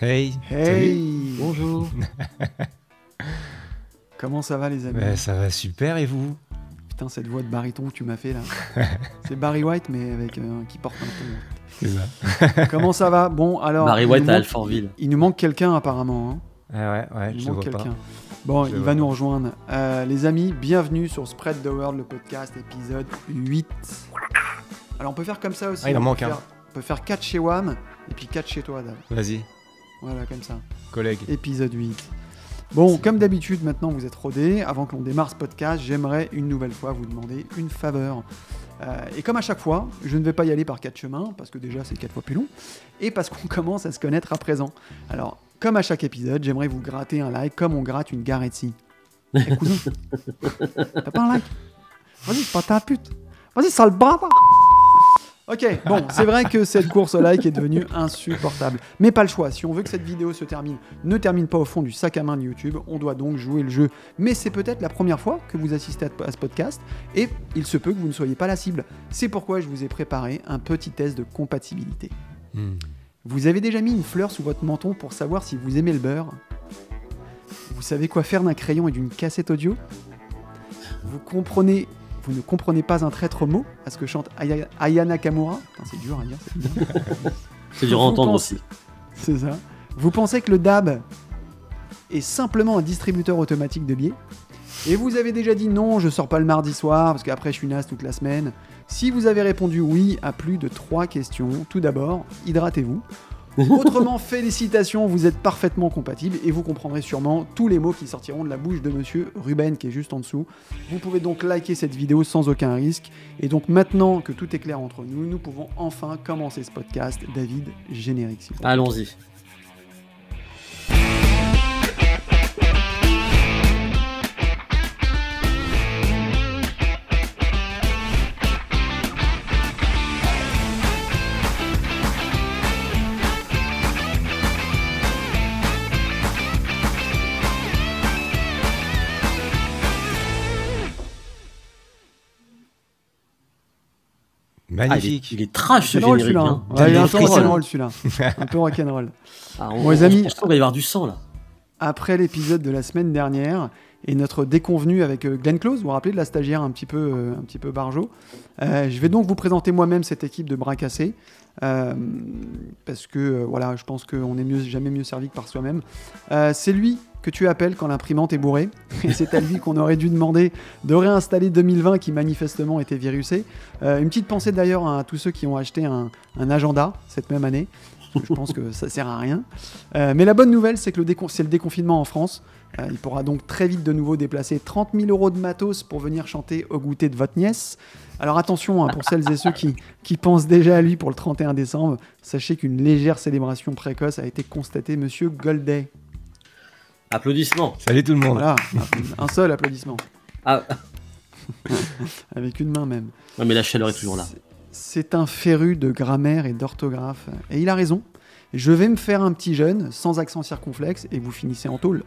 Hey Hey Bonjour. Comment ça va les amis Ben, Ça va super et vous Putain cette voix de baryton que tu m'as fait là. C'est Barry White mais avec euh, qui porte un C'est ça. ton. Comment ça va Bon alors. Barry il White nous à manque- Alfortville. Il nous manque quelqu'un apparemment. hein. Ah ouais, ouais, Il je le manque vois pas. quelqu'un. Bon, Je il le va vois nous pas. rejoindre. Euh, les amis, bienvenue sur Spread the World, le podcast, épisode 8. Alors on peut faire comme ça aussi. Ah, il en on peut manque un. faire- On peut faire 4 chez Wam et puis 4 chez toi, Dave. Vas-y, Voilà, comme ça. collègue. épisode 8. Bon, comme d'habitude, maintenant vous êtes rodés. Avant que l'on démarre ce podcast, j'aimerais une nouvelle fois vous demander une faveur. Euh, et comme à chaque fois, je ne vais pas y aller par quatre chemins, parce que déjà c'est quatre fois plus long, et parce qu'on commence à se connaître à présent. Alors, comme à chaque épisode, j'aimerais vous gratter un like comme on gratte une garetti. Eh, cousin, t'as pas un like Vas-y, pas ta pute Vas-y, sale bâtard Ok, bon, c'est vrai que cette course au like est devenue insupportable. Mais pas le choix, si on veut que cette vidéo se termine, ne termine pas au fond du sac à main de YouTube, on doit donc jouer le jeu. Mais c'est peut-être la première fois que vous assistez à à ce podcast, et il se peut que vous ne soyez pas la cible. C'est pourquoi je vous ai préparé un petit test de compatibilité. Hmm. Vous avez déjà mis une fleur sous votre menton pour savoir si vous aimez le beurre Vous savez quoi faire d'un crayon et d'une cassette audio Vous comprenez vous ne comprenez pas un traître mot à ce que chante Aya, Aya Nakamura Putain, C'est dur à dire, c'est dur. C'est dur à Vous entendre pensez- aussi. C'est ça. Vous pensez que le DAB est simplement un distributeur automatique de billets Et vous avez déjà dit non, je sors pas le mardi soir parce qu'après je suis naze toute la semaine. Si vous avez répondu oui à plus de trois questions, tout d'abord, hydratez-vous. Autrement, félicitations, vous êtes parfaitement compatible et vous comprendrez sûrement tous les mots qui sortiront de la bouche de monsieur Ruben qui est juste en dessous. Vous pouvez donc liker cette vidéo sans aucun risque. Et donc maintenant que tout est clair entre nous, nous pouvons enfin commencer ce podcast. David, générique s'il vous plaît. Allons-y. Ah, il, est, Magnifique. il est trash ce C'est drôle générique. celui-là. hein. hein. Ouais, il est un peu Rock'n'roll. rock'n'roll celui-là. Un peu rock'n'roll. Ah, on- Bon, les on- amis. Je trouve qu'il va y avoir du sang là. Après l'épisode de la semaine dernière et notre déconvenu avec euh, Glenn Close, vous vous rappelez de la stagiaire un petit peu, euh, un petit peu barjo, euh, je vais donc vous présenter moi-même cette équipe de bras cassés. euh, parce que euh, voilà, je pense qu'on est mieux, jamais mieux servi que par soi-même. Euh, c'est lui que tu appelles quand l'imprimante est bourrée. Et c'est à lui qu'on aurait dû demander de réinstaller 2020 qui manifestement était virusé. Euh, une petite pensée d'ailleurs à tous ceux qui ont acheté un, un agenda cette même année. parce que Je pense que ça sert à rien. Euh, mais la bonne nouvelle, c'est que le décon- c'est le déconfinement en France. Euh, il pourra donc très vite de nouveau déplacer 30 000 euros de matos pour venir chanter au goûter de votre nièce. Alors attention, hein, pour celles et ceux qui, qui pensent déjà à lui pour le 31 décembre, sachez qu'une légère célébration précoce a été constatée, monsieur Golday. Applaudissements. Salut tout le monde. Voilà, un seul applaudissement, Ah, avec une main même. non, mais la chaleur est toujours là. C'est- C'est un féru de grammaire et d'orthographe. Et il a raison. Je vais me faire un petit jeune, sans accent circonflexe, et vous finissez en tôle.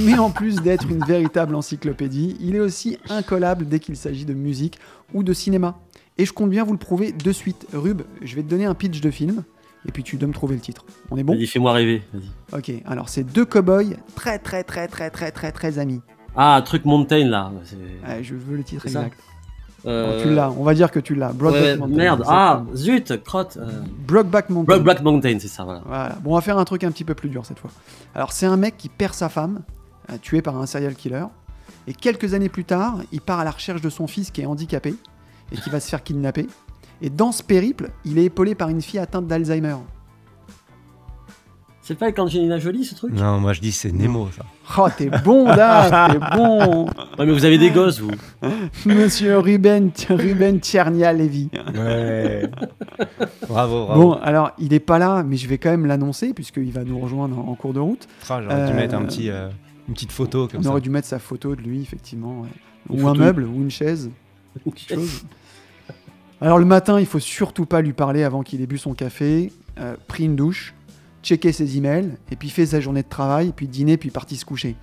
Mais en plus d'être une véritable encyclopédie, il est aussi incollable dès qu'il s'agit de musique ou de cinéma. Et je compte bien vous le prouver de suite. Rub, je vais te donner un pitch de film, et puis tu dois me trouver le titre. On est bon Vas-y, fais-moi rêver. vas-y. Ok, alors c'est deux cow-boys très très très très très très très amis. Ah, truc Mountain là. c'est- Ouais, je veux le titre C'est ça. exact. Euh, Bon, tu l'as, on va dire que tu l'as. Brokeback ouais, Mountain, merde. Ah, exactement. zut, crotte. euh, Brokeback Mountain. Black, Black Mountain, c'est ça, voilà. Voilà. Bon, on va faire un truc un petit peu plus dur cette fois. Alors, c'est un mec qui perd sa femme, euh, tuée par un serial killer. Et quelques années plus tard, il part à la recherche de son fils qui est handicapé et qui va se faire kidnapper. Et dans ce périple, il est épaulé par une fille atteinte d'Alzheimer. C'est pas avec Angelina Jolie ce truc Non, moi je dis c'est Nemo ça. Oh, t'es bon, Dave, t'es bon, Ouais, mais vous avez des gosses, vous. monsieur Ruben, Ruben Tchernia-Lévy. Ouais. bravo, bravo. Bon, alors, il est pas là, mais je vais quand même l'annoncer, puisqu'il va nous rejoindre en en cours de route. Ah, J'aurais dû euh, mettre un petit, euh, une petite photo comme On ça. aurait dû mettre sa photo de lui, effectivement. ouais. Une Ou un photo. meuble, ou une chaise. quelque chose. Alors le matin, il faut surtout pas lui parler avant qu'il ait bu son café, euh, pris une douche, checké ses emails, et puis fait sa journée de travail, puis dîner, puis parti se coucher.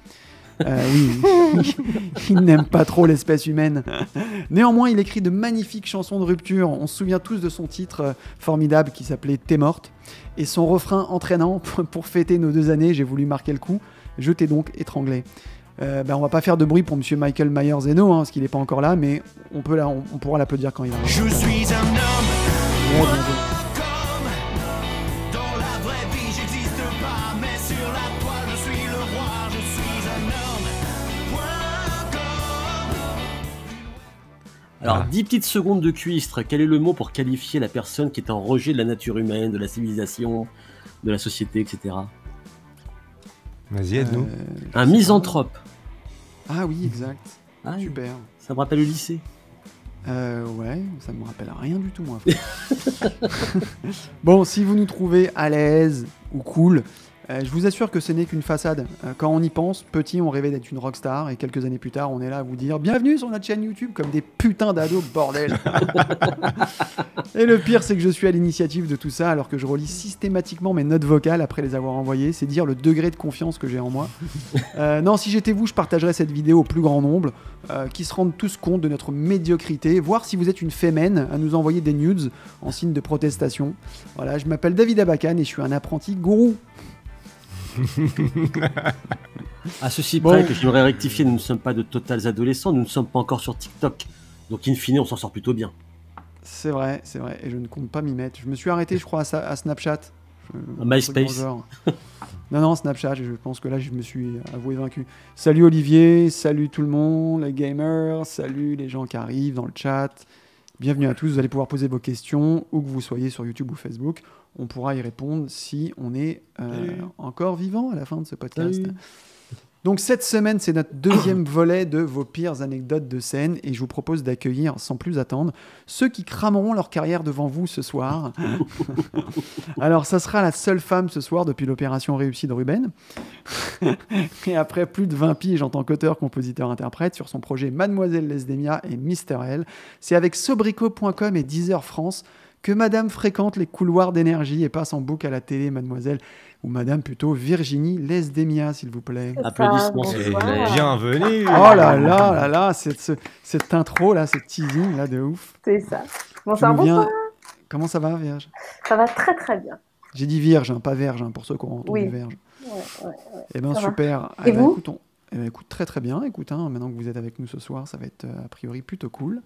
Euh, oui, il n'aime pas trop l'espèce humaine. Néanmoins, il écrit de magnifiques chansons de rupture. On se souvient tous de son titre euh, formidable qui s'appelait T'es morte. Et son refrain entraînant pour- pour fêter nos deux années, j'ai voulu marquer le coup. Je t'ai donc étranglé. Euh, ben, on va pas faire de bruit pour Monsieur Michael Myers Zeno, hein, parce qu'il n'est pas encore là, mais on peut là, on, on pourra l'applaudir quand il arrive. Je suis un homme Bon, bon, bon. comme dans la vraie vie, j'existe pas, mais sur la toile, je suis le roi, je suis un homme. Point com. Alors, Ah. 10 petites secondes de cuistre. Quel est le mot pour qualifier la personne qui est en rejet de la nature humaine, de la civilisation, de la société, etc. Vas-y, aide-nous. Euh, Un misanthrope. Ah oui, exact. Ah, Super. ça me rappelle le lycée. Euh, ouais, ça me rappelle rien du tout, moi. bon, si vous nous trouvez à l'aise ou cool, euh, je vous assure que ce n'est qu'une façade. Euh, quand on y pense, petit, on rêvait d'être une rockstar, et quelques années plus tard, on est là à vous dire Bienvenue sur notre chaîne YouTube, comme des putains d'ados, bordel Et le pire, c'est que je suis à l'initiative de tout ça, alors que je relis systématiquement mes notes vocales après les avoir envoyées. C'est dire le degré de confiance que j'ai en moi. Euh, non, si j'étais vous, je partagerais cette vidéo au plus grand nombre euh, qui se rendent tous compte de notre médiocrité, voir si vous êtes une fémène à nous envoyer des nudes en signe de protestation. Voilà, je m'appelle David Abakan et je suis un apprenti gourou. À ceci Bon. près que j'aimerais rectifier, nous ne sommes pas de totales adolescents, nous ne sommes pas encore sur TikTok. Donc, in fine, on s'en sort plutôt bien. C'est vrai, c'est vrai, et je ne compte pas m'y mettre. Je me suis arrêté, je crois, à, sa- à Snapchat. Je- À un truc dans le MySpace. genre. non, non, Snapchat, je pense que là, je me suis avoué vaincu. Salut Olivier, salut tout le monde, les gamers, salut les gens qui arrivent dans le chat. Bienvenue à tous, vous allez pouvoir poser vos questions, où que vous soyez sur YouTube ou Facebook. On pourra y répondre si on est euh, Salut. encore vivant à la fin de ce podcast. Salut. Donc cette semaine, c'est notre deuxième volet de vos pires anecdotes de scène et je vous propose d'accueillir sans plus attendre ceux qui crameront leur carrière devant vous ce soir. Alors ça sera la seule femme ce soir depuis l'opération réussie de Ruben. et après plus de 20 piges en tant qu'auteur, compositeur, interprète sur son projet Mademoiselle Lesdemia et Mister L, c'est avec sobrico.com et Deezer France que Madame fréquente les couloirs d'énergie et passe en boucle à la télé Mademoiselle ou Madame plutôt Virginie Lesdemia s'il vous plaît. Applaudissements, bon, s'il Et vous plaît. voilà. Bienvenue Oh là là là là, cette, ce- cette intro là, cette teasing là de ouf. C'est ça. Bon, Tu c'est un nous bon viens- point. Comment ça va, Vierge Ça va très très bien. J'ai dit Vierge, hein, pas Verge, hein, pour ceux qui ont entendu Oui. Verge. Ouais, ouais. Eh ben Ça va. super. Et vous écoute, on- eh ben, écoute, très très bien. Écoute, hein, maintenant que vous êtes avec nous ce soir, ça va être euh, a priori plutôt cool.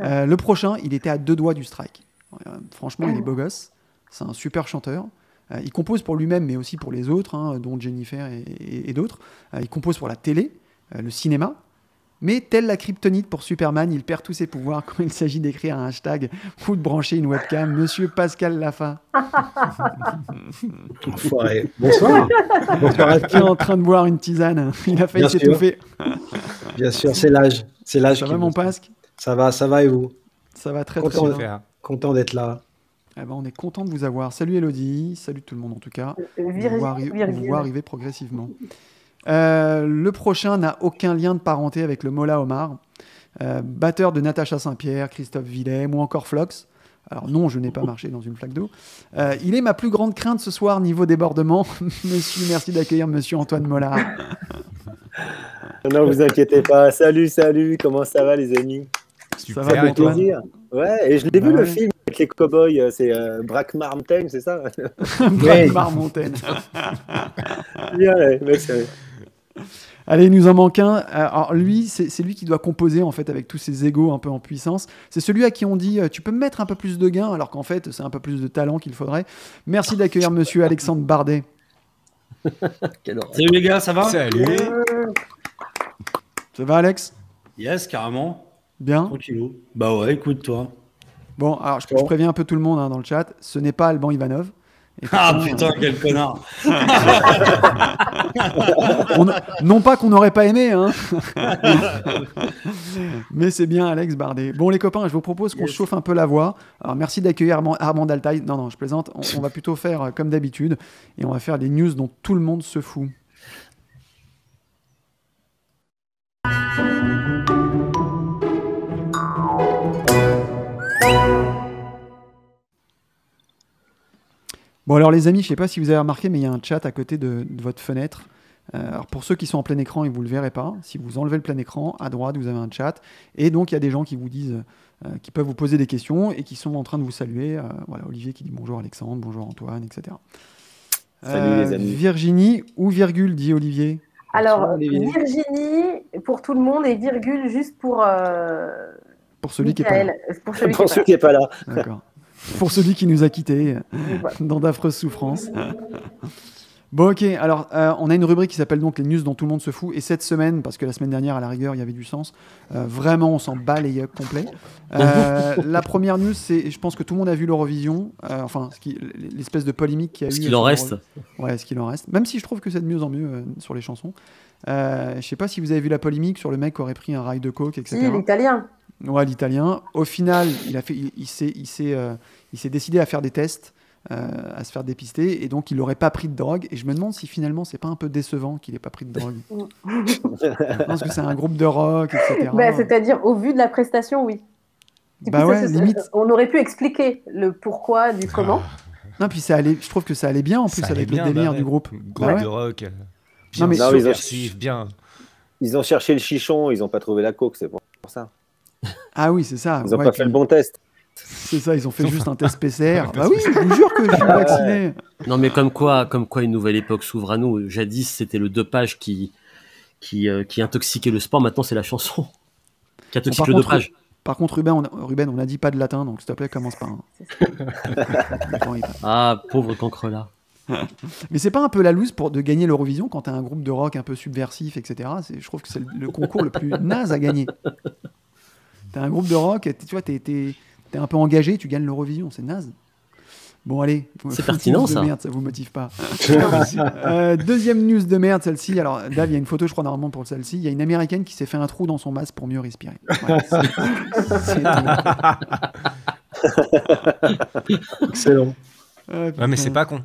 Euh, le prochain, il était à deux doigts du strike. Euh, franchement, Ah. il est beau gosse. C'est un super chanteur. Euh, il compose pour lui-même, mais aussi pour les autres, hein, dont Jennifer et, et- et d'autres. Euh, il compose pour la télé, euh, le cinéma. Mais tel la kryptonite pour Superman, il perd tous ses pouvoirs quand il s'agit d'écrire un hashtag ou de brancher une webcam. Monsieur Pascal Laffa, Enfoiré. Bonsoir. Bonsoir à qui est tous. en train de boire une tisane, il a failli Bien sûr. s'étouffer. Bien sûr, c'est l'âge. C'est l'âge. Ça qui va me- mon Pasc Ça va, ça va et vous Ça va très Content très de bien. Faire. Content d'être là. Eh ben, on est content de vous avoir. Salut Elodie, salut tout le monde en tout cas. Euh, On vous voit, arri- Virgile, on vous virgule. voit arriver progressivement. Euh, le prochain n'a aucun lien de parenté avec le Mola Omar, Euh, batteur de Natacha Saint-Pierre, Christophe Villet, ou encore Flox. Alors non, je n'ai pas marché dans une flaque d'eau. Euh, il est ma plus grande crainte ce soir niveau débordement. Monsieur, merci d'accueillir Monsieur Antoine Mollard. Non, vous inquiétez pas. Salut, salut, comment ça va les amis Super, va, et toi Antoine Plaisir Ouais, et je l'ai Bah vu ouais. le film avec les cowboys, euh, c'est euh, Brakmar Mountain, c'est ça Brad Marmontaine. Bien, ouais, mec, c'est- Allez, il nous en manque un. Euh, Alors lui, c'est c'est lui qui doit composer en fait avec tous ses égaux un peu en puissance. C'est celui à qui on dit euh, tu peux me mettre un peu plus de gain alors qu'en fait c'est un peu plus de talent qu'il faudrait. Merci d'accueillir Monsieur Alexandre Bardet. Quelle horreur. Salut les gars, ça va Salut Ça va Alex Yes, carrément. Bien. Tranquillou. Bah ouais, écoute toi. Bon, alors je, je préviens un peu tout le monde hein, dans le chat. Ce n'est pas Alban Ivanov. Et Ah pourtant, putain, quel connard. on a- non pas qu'on n'aurait pas aimé, hein. mais c'est bien Alex Bardet. Bon les copains, je vous propose qu'on chauffe un peu la voix. Alors merci d'accueillir Armand, Armand Altaï. Non, non, je plaisante. On, on va plutôt faire euh, comme d'habitude et on va faire les news dont tout le monde se fout. Bon alors les amis, je sais pas si vous avez remarqué, mais il y a un chat à côté de, de votre fenêtre. Euh, alors pour ceux qui sont en plein écran, ils vous le verrez pas. Si vous enlevez le plein écran, à droite, vous avez un chat. Et donc, il y a des gens qui vous disent, euh, qui peuvent vous poser des questions et qui sont en train de vous saluer. Euh, voilà, Olivier qui dit bonjour Alexandre, bonjour Antoine, etc. Salut les amis. Virginie ou virgule, dit Olivier. Alors, Bonsoir, Olivier. Virginie pour tout le monde et virgule juste pour. euh, Pour celui qui est pas là. Michael, Pour celui qui est Pour pas ceux qui n'est pas là. D'accord. Pour celui qui nous a quittés euh, là. Voilà. dans d'affreuses souffrances. Bon, ok. Alors, euh, on a une rubrique qui s'appelle donc les news dont tout le monde se fout. Et cette semaine, parce que la semaine dernière, à la rigueur, il y avait du sens, euh, vraiment, on s'en bat les yeux complets. Euh, la première news, c'est, je pense que tout le monde a vu l'Eurovision, euh, enfin, ce qui- l'espèce de polémique qu'il y a eu. Ce qu'il en sur reste. Ouais, ce qu'il en reste. Même si je trouve que c'est de mieux en mieux euh, sur les chansons. Euh, je sais pas si vous avez vu la polémique sur le mec qui aurait pris un rail de coke, etc. Si, l'italien. Ouais, l'italien. Au final, il a fait, il, il s'est, il s'est, euh, il s'est décidé à faire des tests, euh, à se faire dépister, et donc il n'aurait pas pris de drogue. Et je me demande si finalement c'est pas un peu décevant qu'il n'ait pas pris de drogue. Je pense que c'est un groupe de rock, etc. Bah, C'est-à-dire, au vu de la prestation, oui. Du coup, euh. Bah ça, ouais, c'est- limite. Ah, On aurait pu expliquer le pourquoi du comment. Non, puis ça allait, je trouve que ça allait bien en plus Ça allait avec bien, le délire bah ouais. du groupe. Groupe Bah ouais. de rock. euh, Bien Non, mais mais- ils ont- subversif, bien. Ils ont cherché le chichon, ils n'ont pas trouvé la coke, c'est pour pour ça. Ah oui, c'est ça. Ils n'ont Ouais, pas puis- fait le bon test. C'est ça, ils ont fait juste un test PCR. bah oui, je vous jure que je suis vacciné. Non, mais comme quoi, comme quoi une nouvelle époque s'ouvre à nous. Jadis, c'était le dopage qui, qui, euh, qui intoxiquait le sport. Maintenant, c'est la chanson qui intoxique Par le contre, dopage. Par contre, Ruben, on a, Ruben, on a dit pas de latin, donc s'il te plaît, commence pas. hein. Attends, il- Ah, pauvre cancre là. Ah, Mais c'est pas un peu la loose pour de gagner l'Eurovision quand t'as un groupe de rock un peu subversif, etc. C'est- Je trouve que c'est le, le concours le plus naze à gagner. T'as un groupe de rock, t'es- tu vois, t'es t'es- t'es un peu engagé, tu gagnes l'Eurovision, c'est naze. Bon allez, vous- C'est pertinent, news de ça. Merde, ça vous motive pas. Euh, deuxième news de merde, celle-ci. Alors Dave, il y a une photo, je crois normalement pour celle-ci. Il y a une américaine qui s'est fait un trou dans son masque pour mieux respirer. Voilà, c'est- c'est tout. Excellent. Euh, Ouais, mais c'est putain. pas con.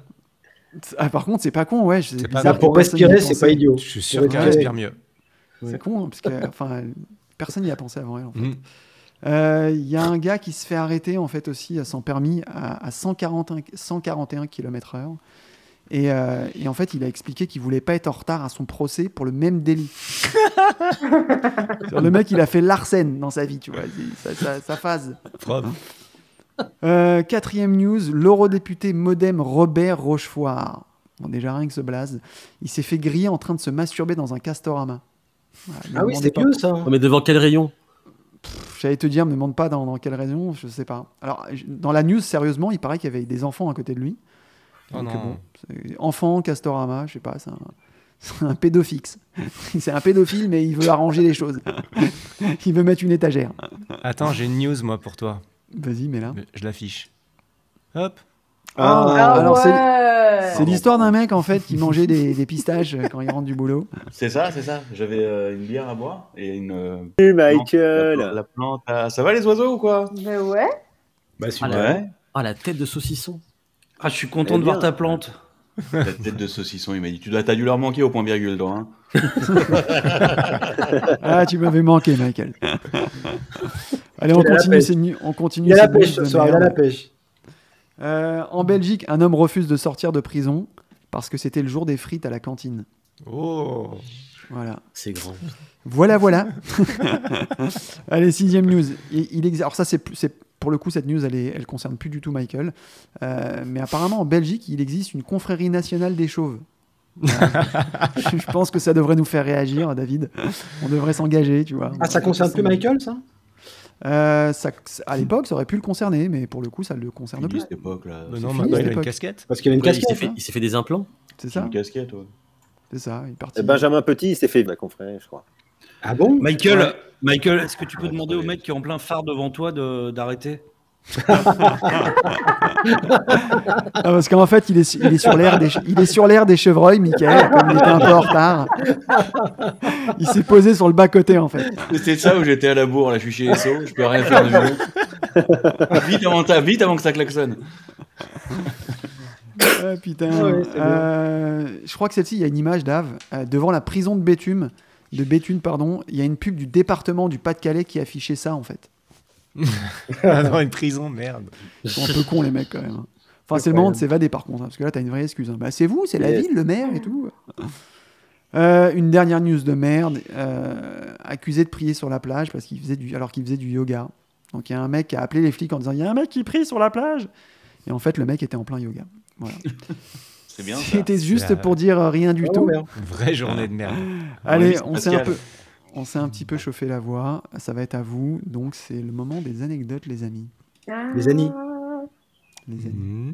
Ah, par contre, c'est pas con, ouais. C'est C'est pas bizarre mal. que pour personne n'y ait respirer, c'est pensé. pas idiot. Je suis sûr Ouais. qu'elle respire mieux. C'est Ouais. con, hein, parce que enfin, elle- personne n'y a pensé avant elle. en fait. Euh, Mm. Il y a un gars qui se fait arrêter en fait aussi euh, sans permis à, à 141, 141 km/h. Et, euh, et en fait, il a expliqué qu'il voulait pas être en retard à son procès pour le même délit. C'est-à-dire, le mec, il a fait l'arsène dans sa vie, tu vois, c'est- ça, ça, ça phase. Propre. Euh, quatrième news, l'eurodéputé modem Robert Rochefort. Bon, déjà rien que ce blaze. Il s'est fait griller en train de se masturber dans un castorama. Voilà, ne Ah me oui, demandez c'était pas mieux ça. Non, mais devant quel rayon Pff, J'allais te dire, me demande pas dans, dans quelle raison, je sais pas. Alors, je- dans la news, sérieusement, il paraît qu'il y avait des enfants à côté de lui. Oh Donc, non. bon, c'est- enfant, Castorama, je sais pas, c'est un, c'est un pédofixe. c'est un pédophile, mais il veut arranger les choses. il veut mettre une étagère. Attends, j'ai une news, moi, pour toi. Vas-y, mais là. Je l'affiche. Hop. Ah alors, c'est- ouais. C'est l'histoire d'un mec, en fait, qui mangeait des, des pistaches euh, quand il rentre du boulot. C'est ça, c'est ça. J'avais euh, une bière à boire et une. euh, Salut la, Michael la plante. à- Ça va les oiseaux ou quoi Mais ouais. Bah, super. Ah, la- Ouais. ah, la tête de saucisson. Ah, je suis content Eh de voir bien. ta plante. La tête de saucisson, il m'a dit. Tu dois, t'as dû leur manquer au point virgule, toi. hein. Ah, tu m'avais manqué, Michael. Allez, on Il a la continue, pêche. ces nu- on continue. Il y a la ces news pêche de ce soir, il y a merde. la pêche. Euh, en Belgique, un homme refuse de sortir de prison parce que c'était le jour des frites à la cantine. Oh. Voilà. C'est grand. Voilà, voilà. Allez, sixième news. Il, il exa- Alors ça, c'est plus- c'est- pour le coup, cette news, elle, est- elle concerne plus du tout Michael. Euh, mais apparemment, en Belgique, il existe une confrérie nationale des chauves. Euh, je pense que ça devrait nous faire réagir, David. On devrait s'engager, tu vois. Ah, ça concerne plus Michael, ça Euh, ça- À l'époque, ça aurait pu le concerner, mais pour le coup, ça le concerne Une plus. cette époque, là. Mais non, fini, maintenant, il a l'époque. une casquette. Parce qu'il a une Ouais, il s'est casquette. fait, hein. il s'est fait des implants. C'est C'est ça, une casquette, ouais. c'est ça. Il Et Eh, Benjamin Petit, il s'est fait ma confrérie, je crois. Ah bon Michael, Michael, est-ce que tu peux Ouais, demander au attendez. mec qui est en plein phare devant toi de- d'arrêter Ah, parce qu'en fait, il est, su- il est sur l'air des, che- il est sur l'air des chevreuils, Michael, comme il était un peu en retard. Il s'est posé sur le bas-côté, en fait. C'était ça où j'étais à la bourre, là, je suis chez SO, je peux rien faire de mieux. vite, avant ta- vite avant que ça klaxonne. Ah, putain. Ouais, c'est bien. Euh, je crois que celle-ci, il y a une image d'Ave. euh, devant la prison de Béthune, de Béthune, pardon, il y a une pub du département du Pas-de-Calais qui affichait ça, en fait. Dans Ah une prison, merde. Ils sont un peu cons, les mecs, quand même. Mm. Enfin, c'est le moment de s'évader, par contre, hein, parce que là, t'as une vraie excuse. hein. Bah, c'est vous, c'est la Yes. ville, le maire et tout. Euh, une dernière news de merde. euh, accusé de prier sur la plage parce qu'il faisait du, alors qu'il faisait du yoga. Donc il y a un mec qui a appelé les flics en disant il y a un mec qui prie sur la plage. Et en fait le mec était en plein yoga. Voilà. C'est bien. Ça. C'était juste C'est la- pour dire euh, rien du Ah, tout. ouais, hein. Une vraie journée de merde. Allez, oui, on s'est Pascal. un peu, on s'est un petit peu chauffé la voix. Ça va être à vous. Donc c'est le moment des anecdotes, les amis. Les Annie. Les amis.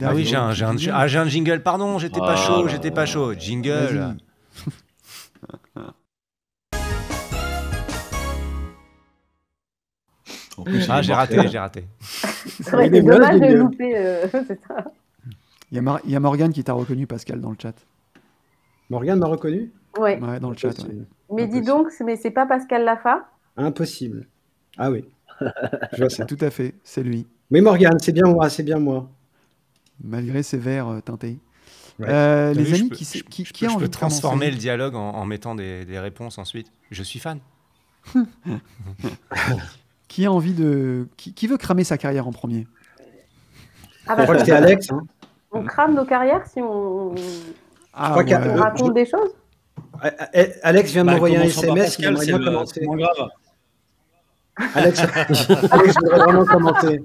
Ah oui, j'ai un, j'ai un- ah, j'ai un jingle, pardon, j'étais pas Ah chaud, là j'étais pas chaud. Jingle. En plus, il Ah, est j'ai mortel. raté, j'ai raté. Ça aurait Il été est malade, dommage de il est- louper. euh, c'est ça. Il y a, Mar- il y a Morgane qui t'a reconnu, Pascal, dans le chat. Morgane m'a reconnu Ouais. Ouais, dans le chat. ouais. Impossible. Mais dis Impossible. donc, c'est- mais c'est pas Pascal Laffa Impossible. Ah oui. Je vois ça. Tout à fait, c'est lui. Oui, Morgane, c'est bien moi, c'est bien moi. Malgré ses verres euh, teintés. Ouais. Euh, T'as les vu, je amis, peux- qui, c'est- je- qui, je qui peux- a je envie peux de commencer transformer le dialogue en, en mettant des, des réponses ensuite. Je suis fan. Qui a envie de. Qui, qui veut cramer sa carrière en premier Ah Je bah, crois que c'est Alex. hein. on crame nos carrières si on, on Ah, crois qu'il y a- ouais. Euh, raconte je- des choses. Ah, ah, eh, Alex vient de Bah, m'envoyer un commençons par SMS. Pascal, il c'est aimerait le- bien commencer. c'est moins grave. Alex, Alex voudrait vraiment commenter.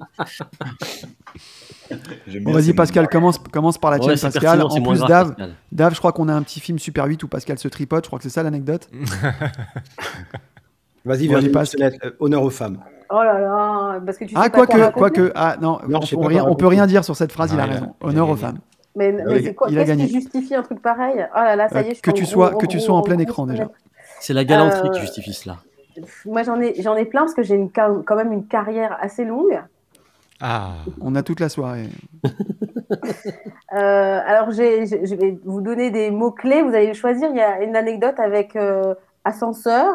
J'aime Bon, bien vas-y, ces- Pascal, commence, commence par la tienne, Ouais, c'est Pascal. pertinent, c'est En moins plus, grave, Dave, Pascal. Dave, je crois qu'on a un petit film Super 8 où Pascal se tripote. Je crois que c'est ça l'anecdote. Vas-y, Bon, allez, Virginie, passe. je te laisse. Euh, honneur aux femmes. Oh là là, parce que tu sais Ah, pas quoi quoique, raconter. quoique. Ah, non, Non, on, je sais on pas rien- quoi on peut raconter. rien dire sur cette phrase, Non, il a Ah, il a- raison. il a Honneur aux gagné. femmes. Mais, mais Il a- c'est quoi il a Qu'est-ce gagné. qui justifie un truc pareil Oh là là, ça y est, Euh, je suis que en tu gros- sois- en que tu gros- sois en plein gros écran, déjà. C'est la galanterie Euh, qui justifie cela. Pff, Moi, j'en ai, j'en ai plein parce que j'ai une ca- quand même une carrière assez longue. Ah, On a toute la soirée. Euh, alors, j'ai- je je vais vous donner des mots-clés, vous allez choisir. Il y a une anecdote avec euh, ascenseur,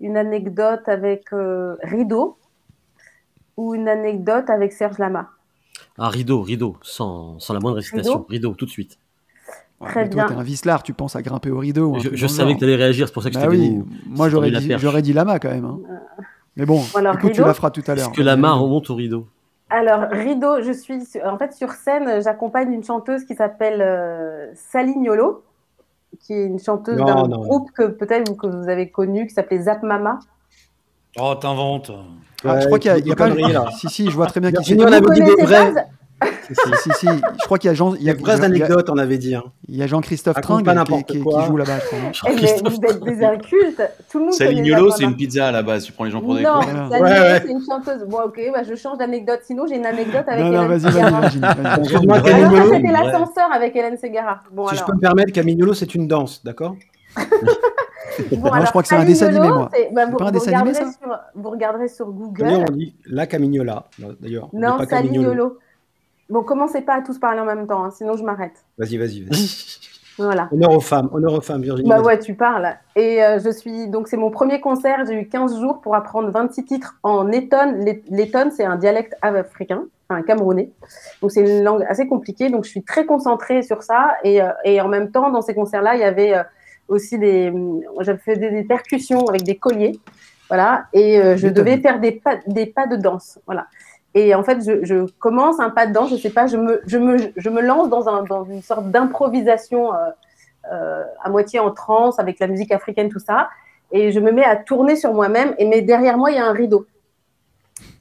une anecdote avec euh, rideau ou une anecdote avec Serge Lama. Un Ah, rideau, rideau, sans, sans la moindre hésitation. Rideau, tout de suite. Ouais, Très mais toi, Eh bien. t'es un vislard, tu penses à grimper au rideau. ou un Je, truc je dans le savais genre. que tu allais réagir, c'est pour ça que je Bah t'ai oui, mis- moi c'est j'aurais la dit, perche. j'aurais dit lama quand même. hein. Mais bon, Bon, alors, écoute, tu rideau. la feras tout à Est-ce l'heure. que la main remonte au rideau Alors, rideau, je suis sur- en fait sur scène, j'accompagne une chanteuse qui s'appelle euh, Salignolo, qui est une chanteuse Non, d'un non, non. groupe que peut-être vous- que vous avez connu qui s'appelait Zap Mama. Oh, t'inventes. Ah, je crois qu'il y a, Ouais, il y a des pas. conneries, là. Si si, je vois très bien qui c'est. Virginie, on Vous avait dit connaissez des vraies, pas Si, si, si, je crois qu'il y a Jean, il y des a, vraies il y a- anecdotes, on avait dit. hein. il y a Jean-Christophe Raconte Tringue pas qui, n'importe qui- qui quoi. joue là-bas. je crois. hein. Eh, mais vous êtes des incultes. Tout le monde connaît Salignolo, Zap c'est une Mama. pizza à la base. Tu prends les gens pour des Non, cons. cons. Salignolo, Ouais, ouais. c'est une chanteuse. Bon, ok, bah, je change d'anecdote. Sinon, j'ai une anecdote avec Non non, Hélène vas-y, vas-y, Segarra. vas-y, vas-y. Excuse-moi, Vraiment, Alors, ça, Camignolo, c'était Ouais. l'ascenseur avec Hélène Segarra. Bon, si je alors. peux me permettre, Camignolo, c'est une danse, d'accord Bon, Non, je alors, crois que c'est un dessin Salignolo, animé, moi. c'est- bah, vous, pas un vous dessin animé, regarderez sur, vous regarderez sur Google. D'ailleurs, on dit la Camignola. D'ailleurs, on dit Non, pas Camignolo. Salignolo. Bon, commencez pas à tous parler en même temps, hein, sinon je m'arrête. Vas-y, vas-y, vas-y. Voilà. Honneur aux femmes, honneur aux femmes, Virginie. Ah. Bah vas-y. ouais, tu parles. Et euh, je suis donc c'est mon premier concert, j'ai eu 15 jours pour apprendre 26 titres en étonne. L'étonne, c'est un dialecte africain, enfin camerounais. Donc c'est une langue assez compliquée, donc je suis très concentrée sur ça et, euh, et en même temps dans ces concerts-là, il y avait euh, aussi des j'avais fait des, des percussions avec des colliers. Voilà, et euh, je devais faire des pas, des pas de danse. Voilà. Et en fait, je, je commence un pas de danse, je sais pas, je me, je me, je me lance dans, un, dans une sorte d'improvisation euh, euh, à moitié en transe avec la musique africaine, tout ça. Et je me mets à tourner sur moi-même, et mais derrière moi, il y a un rideau.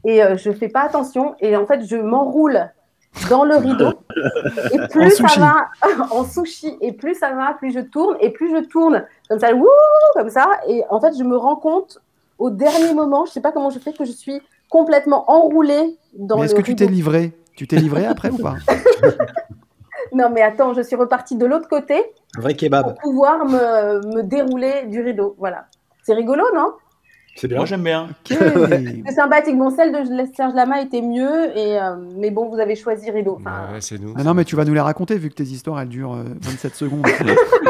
Et euh, je fais pas attention, et en fait, je m'enroule dans le rideau. Et plus En ça sushi. va, en sushi, et plus ça va, plus je tourne, et plus je tourne, comme ça, wouh, comme ça. Et en fait, je me rends compte au dernier moment, je sais pas comment je fais, que je suis complètement enroulée Eh, dans Mais le est-ce que tu t'es rideau. livré Tu t'es livré après ou pas Non, mais attends, je suis repartie de l'autre côté, Un vrai kebab. pour pouvoir me, me dérouler du rideau. Voilà. C'est rigolo, non C'est Moi, j'aime bien. Ok. C'est sympathique. Bon, celle de Serge Lama était mieux, et, euh, mais bon, vous avez choisi rideau. Enfin, ouais, c'est nous. Non, non, mais tu vas nous les raconter vu que tes histoires elles durent euh, 27 secondes.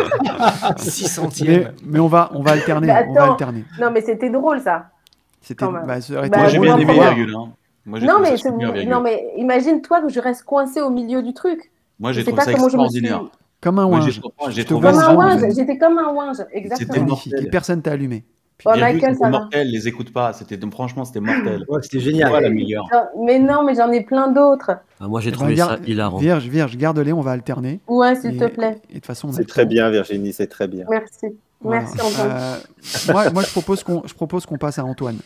6 mais, centièmes. mais on va on va alterner, Mais on va attends. alterner. Non, mais c'était drôle, ça. C'était Quand même. bah, ça aurait Bah, Moi, été j'ai vous bien en drôle. aimé parlez. Virgule. hein. Moi, j'ai Non trouvé mais, ça super, c'est- Virgule. non, mais imagine-toi que je reste coincée au milieu du truc. Moi, Je j'ai sais trouvé pas ça comment je me suis... extraordinaire. Comme Comme un Moi, j'ai ouinge. trouvé- Je j'ai te trouvé vois un ça. vraiment, ouinge. ouais. J'étais comme un ouinge, C'était exactement. magnifique. Et personne t'a allumé. Ouais, Virgule, Oh, Michael, c'était ça va. mortel, les écoute pas. C'était franchement, c'était mortel. Ouais, c'était génial. Ouais, la meilleure. Ah, Mais non, mais j'en ai plein d'autres. Ah, moi, j'ai Eh ben, trouvé ça garde- hilarant. Vierge, Vierge, garde-les, on va alterner. Ouais, s'il te Et- plaît. Et de toute façon, on a C'est le très temps. bien, Virginie, c'est très bien. Merci. Voilà. Merci, Antoine. Euh, moi, moi, je propose qu'on je propose qu'on passe à Antoine.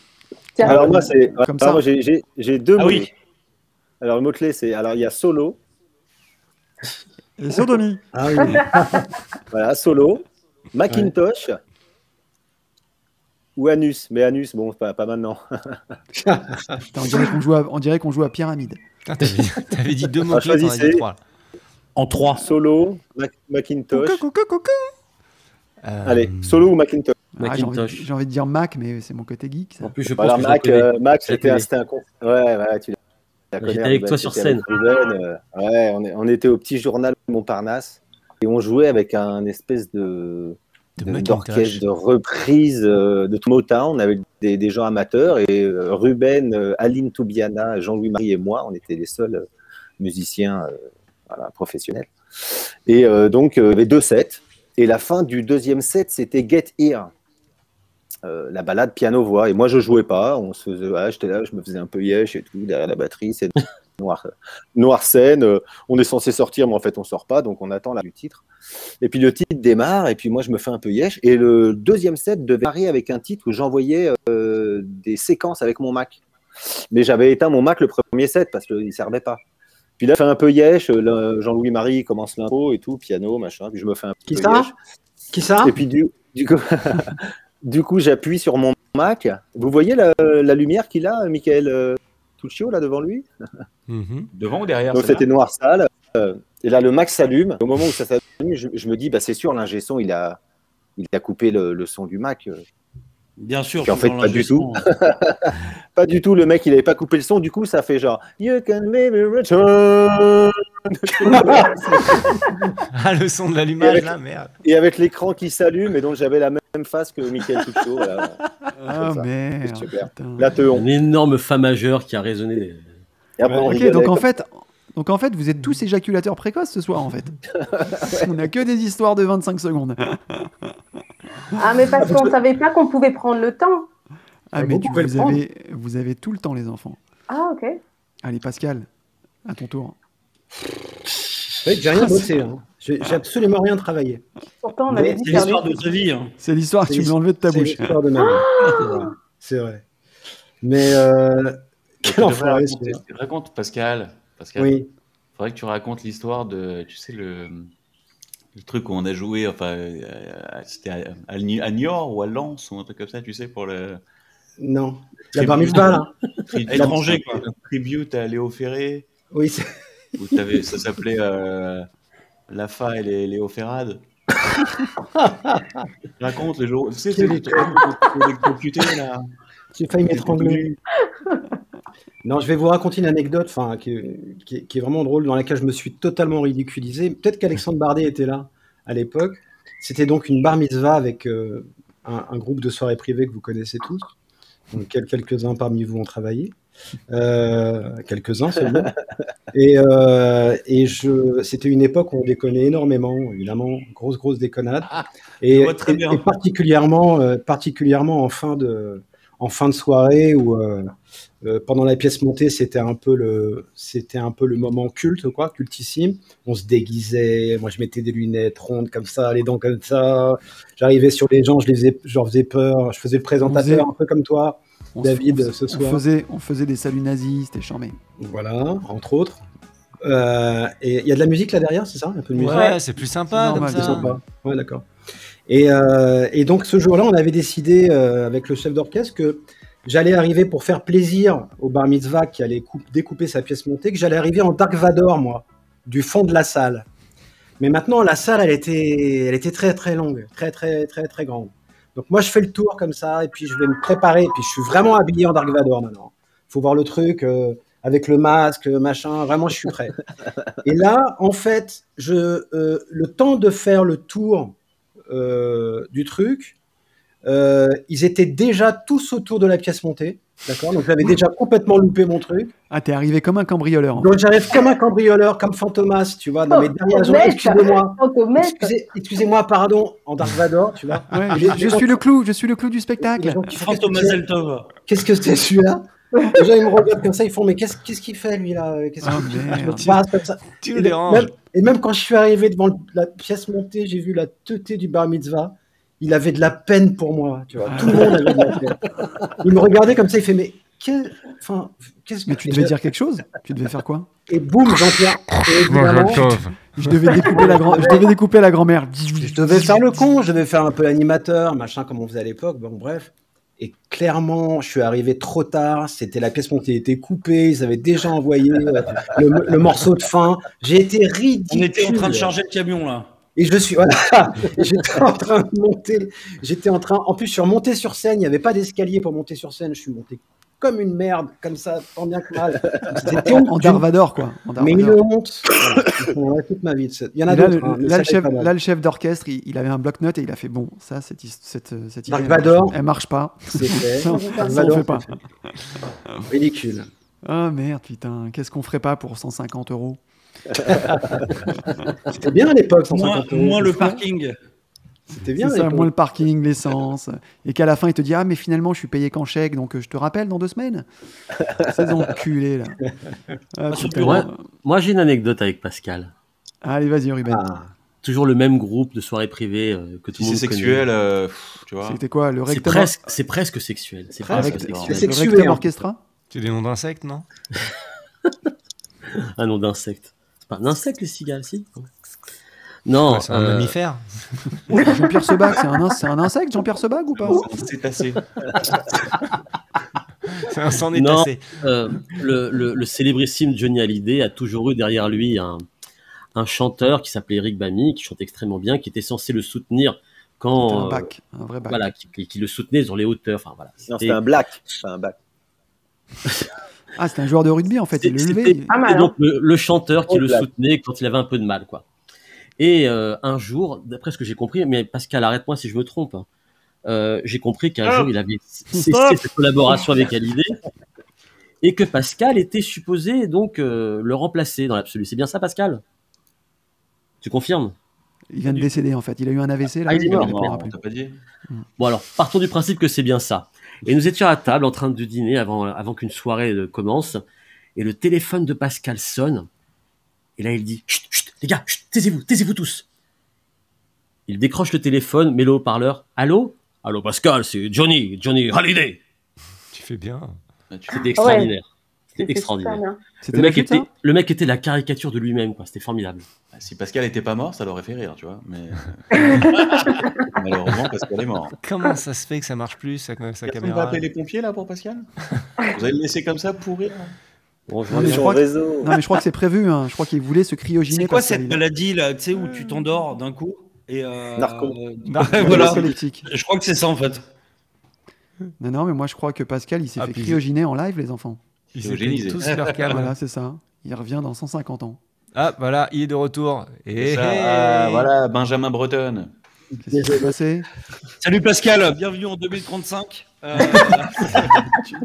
Tiens. Alors moi, c'est Comme alors, ça. moi, j'ai- j'ai j'ai deux Ah mots. oui. Alors le mot clé, c'est alors il y a solo, Et sodomie. Ah oui. voilà solo, Macintosh ou anus, mais anus, bon pas, pas maintenant. Putain, on dirait qu'on joue, à- on dirait qu'on joue à pyramide. Putain, T'avais t'avais dit deux mots clés, t'en as dit Ah, choisissez. trois. En 3. Solo, Mac- Macintosh. Coucou, coucou, coucou. Euh, Allez, solo ou Macintosh. Ah, j'ai, envie, de- Macintosh. j'ai envie de dire Mac, mais c'est mon côté geek. ça. En plus, je pense Voilà, que je Mac, la connais. euh, Mac, Je la c'était un, connais. c'était un con- Ouais, ouais, tu la J'étais connais, avec Ruben, toi sur t'étais avec Ruben, euh, ouais, on, est- on était au petit journal Montparnasse et on jouait avec un espèce de De de- Macintosh. d'orchestre de reprise euh, de Motown avec des, des gens amateurs et euh, Ruben, euh, Aline Toubiana, Jean-Louis Marie et moi, on était les seuls euh, musiciens euh, voilà, professionnels. Et euh, donc, euh, il y avait deux sets. Et la fin du deuxième set, c'était Get Here. Euh, la balade piano-voix. Et moi, je jouais pas. On se faisait, ah, j'étais là, je me faisais un peu yesh et tout, derrière la batterie. C'est noir, euh, noir scène. Euh, on est censé sortir, mais en fait, on sort pas. Donc, on attend la du titre. Et puis, le titre démarre. Et puis, moi, je me fais un peu yesh. Et le deuxième set devait démarrer avec un titre où j'envoyais euh, des séquences avec mon Mac. Mais j'avais éteint mon Mac le premier set parce qu'il servait pas. Puis là, je fais un peu yesh. euh, le- Jean-Louis Marie commence l'intro et tout, piano, machin. Puis je me fais un peu Qui ça yesh. Qui ça Et puis du, du coup, du coup j'appuie sur mon Mac. Vous voyez la, la lumière qu'il a, Michael euh, Tuccio, là devant lui Mhm. Devant ou derrière Donc celle-là c'était noir sale. Euh, et là, le Mac s'allume. Au moment où ça s'allume, je, je me dis, bah, c'est sûr, l'ingé son, il a, il a coupé le, le son du Mac. Euh, Bien sûr. Puis en fait, toujours pas du tout. l'ingestion. hein. Pas du tout, le mec, il n'avait pas coupé le son. Du coup, ça fait genre, You can maybe return. Ah, le son de l'allumage, là, merde. Et avec l'écran qui s'allume, et donc j'avais la même face que Michael Tuccio. voilà. Ah, ça. merde. C'est super. putain. Là, te honte. Une énorme fa majeur qui a résonné. des- Et après, on Ok, rigolait donc en comme- fait, donc en fait, vous êtes tous éjaculateurs précoces ce soir en fait. On n'a que des histoires de 25 secondes. Ah, mais parce qu'on savait pas qu'on pouvait prendre le temps. Ah Ouais, mais vous tu, pouvez le vous avez, vous avez tout le temps les enfants. Ah, ok. Allez Pascal, à ton tour. Ouais, j'ai rien bossé. hein. J'ai j'ai absolument rien travaillé. Pourtant, on Mais avait C'est dit faire l'histoire de ta vie. hein. C'est l'histoire que C'est tu l'histoire- veux enlever de ta C'est bouche. Ah. l'histoire de ma vie. C'est vrai. C'est vrai. Mais euh, Tu quel devrais enfoiré raconter- celui-là. Raconte, Pascal. Pascal. Oui. faudrait que tu racontes l'histoire de, tu sais, le, le truc où on a joué, enfin, euh, à- c'était à, à Ni- à Niort ou à Lens ou un truc comme ça, tu sais, pour le Non. La Tribute. bar mitzvah, là. tribute, À l'étranger, quoi. tribute à Léo Ferré, Oui, c'est- où t'avais- ça s'appelait euh, Lafa et les Léo Ferrade. raconte les jours, tu sais, c'est le truc où t'es exécuté, là. j'ai failli m'étrangler. Non, je vais vous raconter une anecdote enfin, qui, est- qui est- qui est vraiment drôle, dans laquelle je me suis totalement ridiculisé. Peut-être qu'Alexandre Bardet était là à l'époque. C'était donc une bar mitzvah avec euh, un, un groupe de soirées privées que vous connaissez tous, dans lequel quelques-uns parmi vous ont travaillé. Euh, quelques-uns seulement. Et, euh, et je, c'était une époque où on déconnait énormément, évidemment, grosse, grosse déconnade. Ah, je Et, vois très et- bien. et particulièrement, euh, particulièrement en fin de, en fin de soirée où euh, euh, pendant la pièce montée, c'était un peu le, c'était un peu le moment culte, quoi, cultissime. On se déguisait, moi je mettais des lunettes rondes comme ça, les dents comme ça. J'arrivais sur les gens, je les faisais, je leur faisais peur, je faisais le présentateur faisait- un peu comme toi. On David, se- on se- ce on soir. faisait, on faisait des saluts nazis, c'était charmé. Voilà, entre autres. Euh, et il y a de la musique là derrière, c'est ça Un peu de musique Ouais, c'est plus sympa C'est comme normal, ça. C'est sympa. Ouais, d'accord. Et, euh, et donc ce jour-là, on avait décidé euh, avec le chef d'orchestre que j'allais arriver pour faire plaisir au bar mitzvah qui allait coup- découper sa pièce montée, que j'allais arriver en Dark Vador, moi, du fond de la salle. Mais maintenant, la salle, elle était, elle était très très longue, très très très très grande. Donc moi, je fais le tour comme ça, et puis je vais me préparer, et puis je suis vraiment habillé en Dark Vador maintenant. Faut voir le truc euh, avec le masque, machin. Vraiment, je suis prêt. Et là, en fait, je, euh, le temps de faire le tour euh, du truc, euh, ils étaient déjà tous autour de la pièce montée. D'accord Donc j'avais déjà complètement loupé mon truc. Ah, t'es arrivé comme un cambrioleur. en fait. Donc j'arrive comme un cambrioleur, comme Fantomas, tu vois, dans mes dernières Oh, journées. mec, Excusez-moi. oh, mec. Excusez- Excusez-moi, pardon, en Dark Vador, tu vois. Ouais, Et je, les- les je gens- suis le clou, je suis le clou du les spectacle. gens qui font, qu'est-ce que Thomas c'est Zeltov. Qu'est-ce que c'est celui-là Les gens ils me regardent comme ça, ils font mais qu'est-ce qu'est-ce qu'il fait lui là euh, Qu'est-ce Ah, qu'il fait Je merde. me passe comme ça. Tu Et le même, déranges. et même quand je suis arrivé devant le- la pièce montée, j'ai vu la teuté du bar mitzvah. Il avait de la peine pour moi, tu vois. Tout le monde avait de la peine. Il me regardait comme ça, il fait mais que- enfin, qu'est-ce que Mais tu et devais je- dire quelque chose Tu devais faire quoi Et boum, Jean-Pierre. Et évidemment, Je devais découper la, grand... je devais découper la grand-mère. je devais faire le con, je devais faire un peu animateur, machin comme on faisait à l'époque. Bon bref. Et clairement, je suis arrivé trop tard. C'était la pièce montée était coupée. Ils avaient déjà envoyé euh, le, le morceau de fin. J'ai été On ridicule. était en train de charger le camion là. Et je suis, voilà, j'étais en train de monter, j'étais en train, en plus, je suis remonté sur scène, il n'y avait pas d'escalier pour monter sur scène, je suis monté comme une merde, comme ça, tant bien que mal. C'était En en honte, Darvador, quoi. En mais une Darvador. honte. Voilà, ils font vrai toute ma vie. de ça. Il y en Et a là, d'autres. le, hein, mais là, ça, le c'est chef, pas mal. là, le chef d'orchestre, il, il avait un bloc-notes et il a fait Bon, ça, cette, his- cette, euh, cette idée, Dark elle Vador. marche- elle marche pas. C'est fait. Ça, on- Dark ça, on Vador, fait pas. c'est Ridicule. Ah merde, putain, qu'est-ce qu'on ferait pas pour 150 euros C'était bien à l'époque, Moins, 150 euros. moins le parking. C'était C'est bien. à ça, l'époque. moins le parking, l'essence. Et qu'à la fin, il te dit Ah, mais finalement, je suis payé qu'en chèque, donc euh, je te rappelle dans deux semaines. Ces enculés, là. Ah, sur putain. le bureau. Moi, j'ai une anecdote avec Pascal. Allez, vas-y, Ruben. Ah, Toujours le même groupe de soirées privées euh, que tout Si le monde c'est connaît. sexuel, euh, pff, tu vois. C'était quoi Le C'est rectum, presque, c'est presque sexuel. C'est Presque presque sexuel. sexuel. C'est le sexué, rectum hein. orchestra C'est des noms d'insectes, non un nom d'insecte. C'est pas un insecte, les cigales, si Non, Ouais, C'est un euh, mammifère. Jean-Pierre Sebag, c'est un, ins- c'est un insecte, Jean-Pierre Sebag ou pas C'est assez. C'est un s'en est Non. assez. euh, le, le- le célébrissime Johnny Hallyday a toujours eu derrière lui un, un chanteur qui s'appelait Eric Bami, qui chante extrêmement bien, qui était censé le soutenir C'était quand. un euh, bac, un vrai bac. voilà, qui, qui- qui le soutenait sur les hauteurs. Enfin, voilà. Non, Et- c'était un black. C'était un black. Ah, c'était un joueur de rugby en fait, il le C'était- levait. Pas mal. Et hein. donc le, le chanteur qui Oh, le là. soutenait quand il avait un peu de mal, quoi. Et euh, un jour, d'après ce que j'ai compris, mais Pascal, arrête-moi si je me trompe. hein, euh, j'ai compris qu'un jour il avait cessé sa collaboration avec Hallyday et que Pascal était supposé donc euh, le remplacer dans l'absolu. C'est bien ça, Pascal Tu confirmes Il vient de décéder en fait, il a eu un AVC là. Ah, il est je me mort, rappelle plus. Non, Mm. t'as pas dit Bon alors, partons du principe que c'est bien ça. Et nous étions à table en train de dîner avant, avant qu'une soirée euh, commence. Et le téléphone de Pascal sonne. Et là, il dit Chut, chut, les gars, chut, taisez-vous, taisez-vous tous. Il décroche le téléphone, met le haut-parleur. Allô Allô, Pascal, c'est Johnny, Johnny Halliday. Tu fais bien. Bah, tu- C'était extraordinaire. C'était extraordinaire. super bien. C'était Le mec, la flûte, était, hein ça le mec était la caricature de lui-même, quoi. C'était formidable. bah, Si Pascal était pas mort, ça l'aurait fait rire, tu vois. Mais malheureusement, Pascal est mort. Comment ça se fait que ça marche plus, sa, sa Personne va caméra appeler les pompiers là pour Pascal Vous allez le laisser comme ça pourrir Bon, je Non, mais je Sur crois que- réseau. Non, mais je crois que c'est prévu, hein. je crois qu'il voulait se cryoginer. C'est quoi parce qu'il- cette maladie là, tu sais, où tu t'endors d'un coup et euh, Narco. euh, Narco. ouais, voilà. Narcoleptique. Je crois que c'est ça en fait. Non, non, mais moi je crois que Pascal il s'est Ah, fait puis- cryogéner en live, les enfants. Ils C'est étaient eugénisé. tous leur câble. Voilà, c'est ça. Il revient dans 150 ans. Ah, voilà, il est de retour. Et Ça, ah, Voilà, Benjamin Breton. Eh, Qu'est-ce qui s'est passé Salut Pascal, bienvenue en 2035. Euh,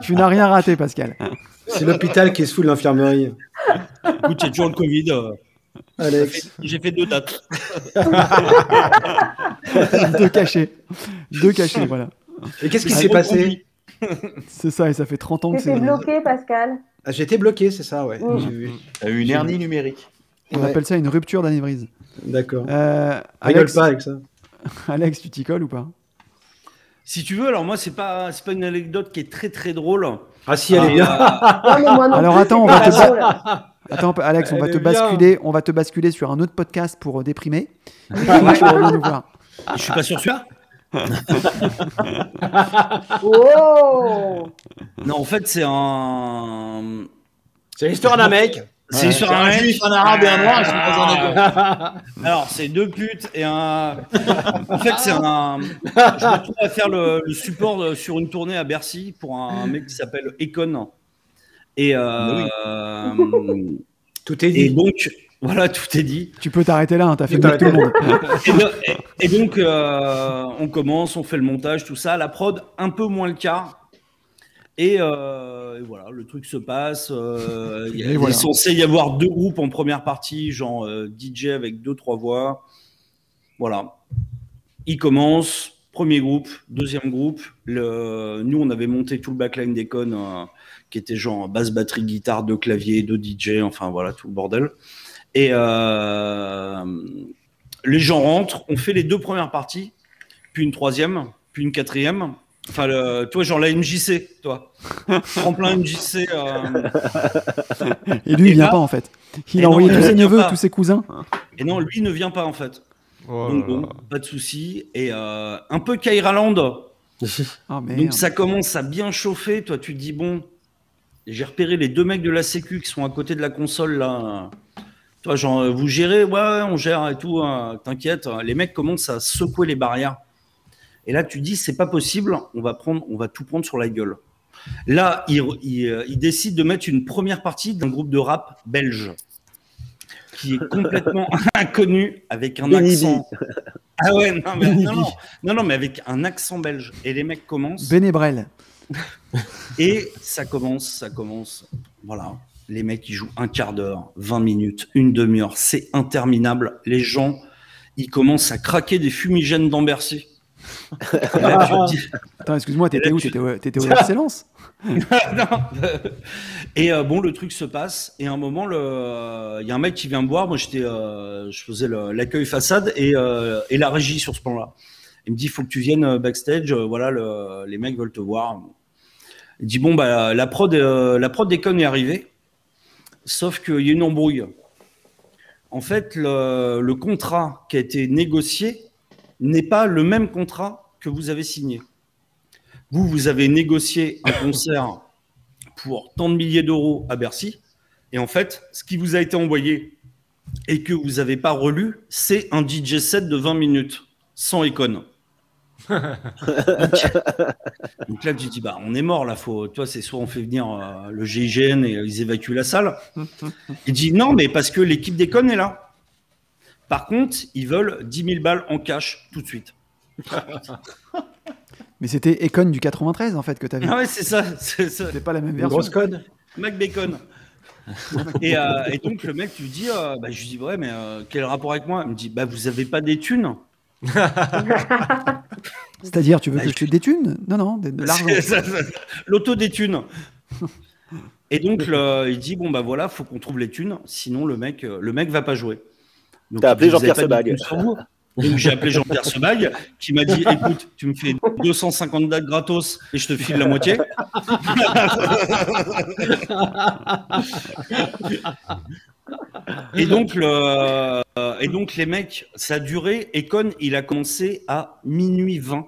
Tu n'as rien raté, Pascal. C'est l'hôpital qui se fout de l'infirmerie. écoute, il y a toujours le Covid. euh, Alex. J'ai fait deux dates. Deux cachés. Deux cachés, voilà. Ah, Et qu'est-ce qui Un s'est gros passé conflit. C'est ça, et ça fait 30 ans que c'est. T'étais bloqué, Pascal. Ah, J'étais bloqué, c'est ça, ouais. Mm. J'ai vu. T'as eu une hernie numérique. On Ouais. appelle ça une rupture d'anévrisme. D'accord. Euh, Rigole Alex, pas avec ça. Alex, tu t'y colles ou pas Si tu veux, alors moi, c'est pas, c'est pas une anecdote qui est très très drôle. Ah si, elle est Euh, bien. Non, mais moi non Alors, plus, attends, on c'est va pas te- drôle. Attends, Alex, on Elle va, te est bien. basculer, on va te basculer sur un autre podcast pour euh, déprimer. Et puis, tu reviens nous voir. Je suis pas sûr celui-là. Wow Non, en fait, c'est un. C'est l'histoire d'un mec. C'est sur un juif, un arabe et un noir. Alors, c'est deux putes et un. En fait, c'est un. Je me retrouve à faire le, le support euh, sur une tournée à Bercy pour un mec qui s'appelle Econ. Et, euh, Bah Tout est et dit. donc, voilà, tout est dit. Tu peux t'arrêter là, hein, t'as fait Tu mieux que tout le monde. Et, do- et- et donc, euh, on commence, on fait le montage, tout ça. La prod, un peu moins le cas. Et, euh, et voilà, le truc se passe. euh, il y a- Et il voilà. est censé y avoir deux groupes en première partie, genre euh, DJ avec deux, trois voix. Voilà. Il commence, premier groupe, deuxième groupe. Le, nous, on avait monté tout le backline des connes, euh, qui était genre basse, batterie, guitare, deux claviers, deux DJ, enfin voilà, tout le bordel. Et euh, les gens rentrent, on fait les deux premières parties, puis une troisième, puis une quatrième. Enfin, le, toi, genre la MJC, toi. Tremplin MJC. euh, Et Et lui, il vient là- pas en fait. Il Et a non, envoyé il tous ses vient neveux, pas. tous ses cousins. Et non, lui ne vient pas, en fait. Oh Donc, là bon, là. pas de souci. Et euh, un peu Kairaland. Ah merde. Donc, ça commence à bien chauffer. Toi, tu te dis, bon, j'ai repéré les deux mecs de la Sécu qui sont à côté de la console, là. Toi, genre, euh, vous gérez, ouais, ouais, on gère et tout, hein, t'inquiète. Les mecs commencent à secouer les barrières. Et là, tu te dis, c'est pas possible, on va, prendre, on va tout prendre sur la gueule. Là, ils il, euh, il décident de mettre une première partie d'un groupe de rap belge qui est complètement inconnu avec un Benidi. accent. Ah ouais, non mais, Benidi. non, non, non, non, mais avec un accent belge. Et les mecs commencent. Bénébrel. Et ça commence, ça commence. Voilà. Les mecs, ils jouent un quart d'heure, 20 minutes, une demi-heure. C'est interminable. Les gens, ils commencent à craquer des fumigènes dans Bercy. Et là, tu te dis- Attends, excuse-moi, t'étais où tu- T'étais au- t'étais au Excellence Non. Et euh, bon, le truc se passe. Et à un moment, le- il y a un mec qui vient me voir. Moi, j'étais, euh, je faisais le- l'accueil façade et, euh, et la régie sur ce plan-là. Il me dit, faut que tu viennes euh, backstage. euh, voilà, le- les mecs veulent te voir. Il dit, bon, bah, la prod, euh, la prod des connes est arrivée. Sauf qu'il y a une embrouille. En fait, le, le contrat qui a été négocié n'est pas le même contrat que vous avez signé. Vous, vous avez négocié un concert pour tant de milliers d'euros à Bercy. Et en fait, ce qui vous a été envoyé et que vous n'avez pas relu, c'est un DJ set de 20 minutes, sans icône. donc, donc là, tu te dis, bah, on est mort là. Faut, toi, c'est soit on fait venir euh, le GIGN et euh, ils évacuent la salle. Il dit, non, mais parce que l'équipe des connes est là. Par contre, ils veulent 10 000 balles en cash tout de suite. Mais c'était Econ du 93 en fait que t'avais. Ah ouais, c'est ça. C'est ça. C'était pas la même Une version. grosse code Mac Bacon. et, euh, et donc le mec, tu lui dis, euh, bah, je lui dis ouais, mais euh, quel rapport avec moi Il me dit, bah vous avez pas des thunes C'est-à-dire, tu veux Ah, Bah, que je te détune Non, non, de, de l'argent. C'est ça, ça, ça. L'auto des thunes. Et donc le- il dit bon bah voilà, faut qu'on trouve les thunes, sinon le mec, euh, le mec va pas jouer. Donc, T'as il appelé dit, Vous avez Jean-Pierre pas de Sebag. thunes sur vous Donc j'ai appelé Jean-Pierre Sebag qui m'a dit écoute, tu me fais 250 dates gratos et je te file la moitié. et donc le euh, et donc les mecs, ça a duré Econ, il a commencé à minuit 20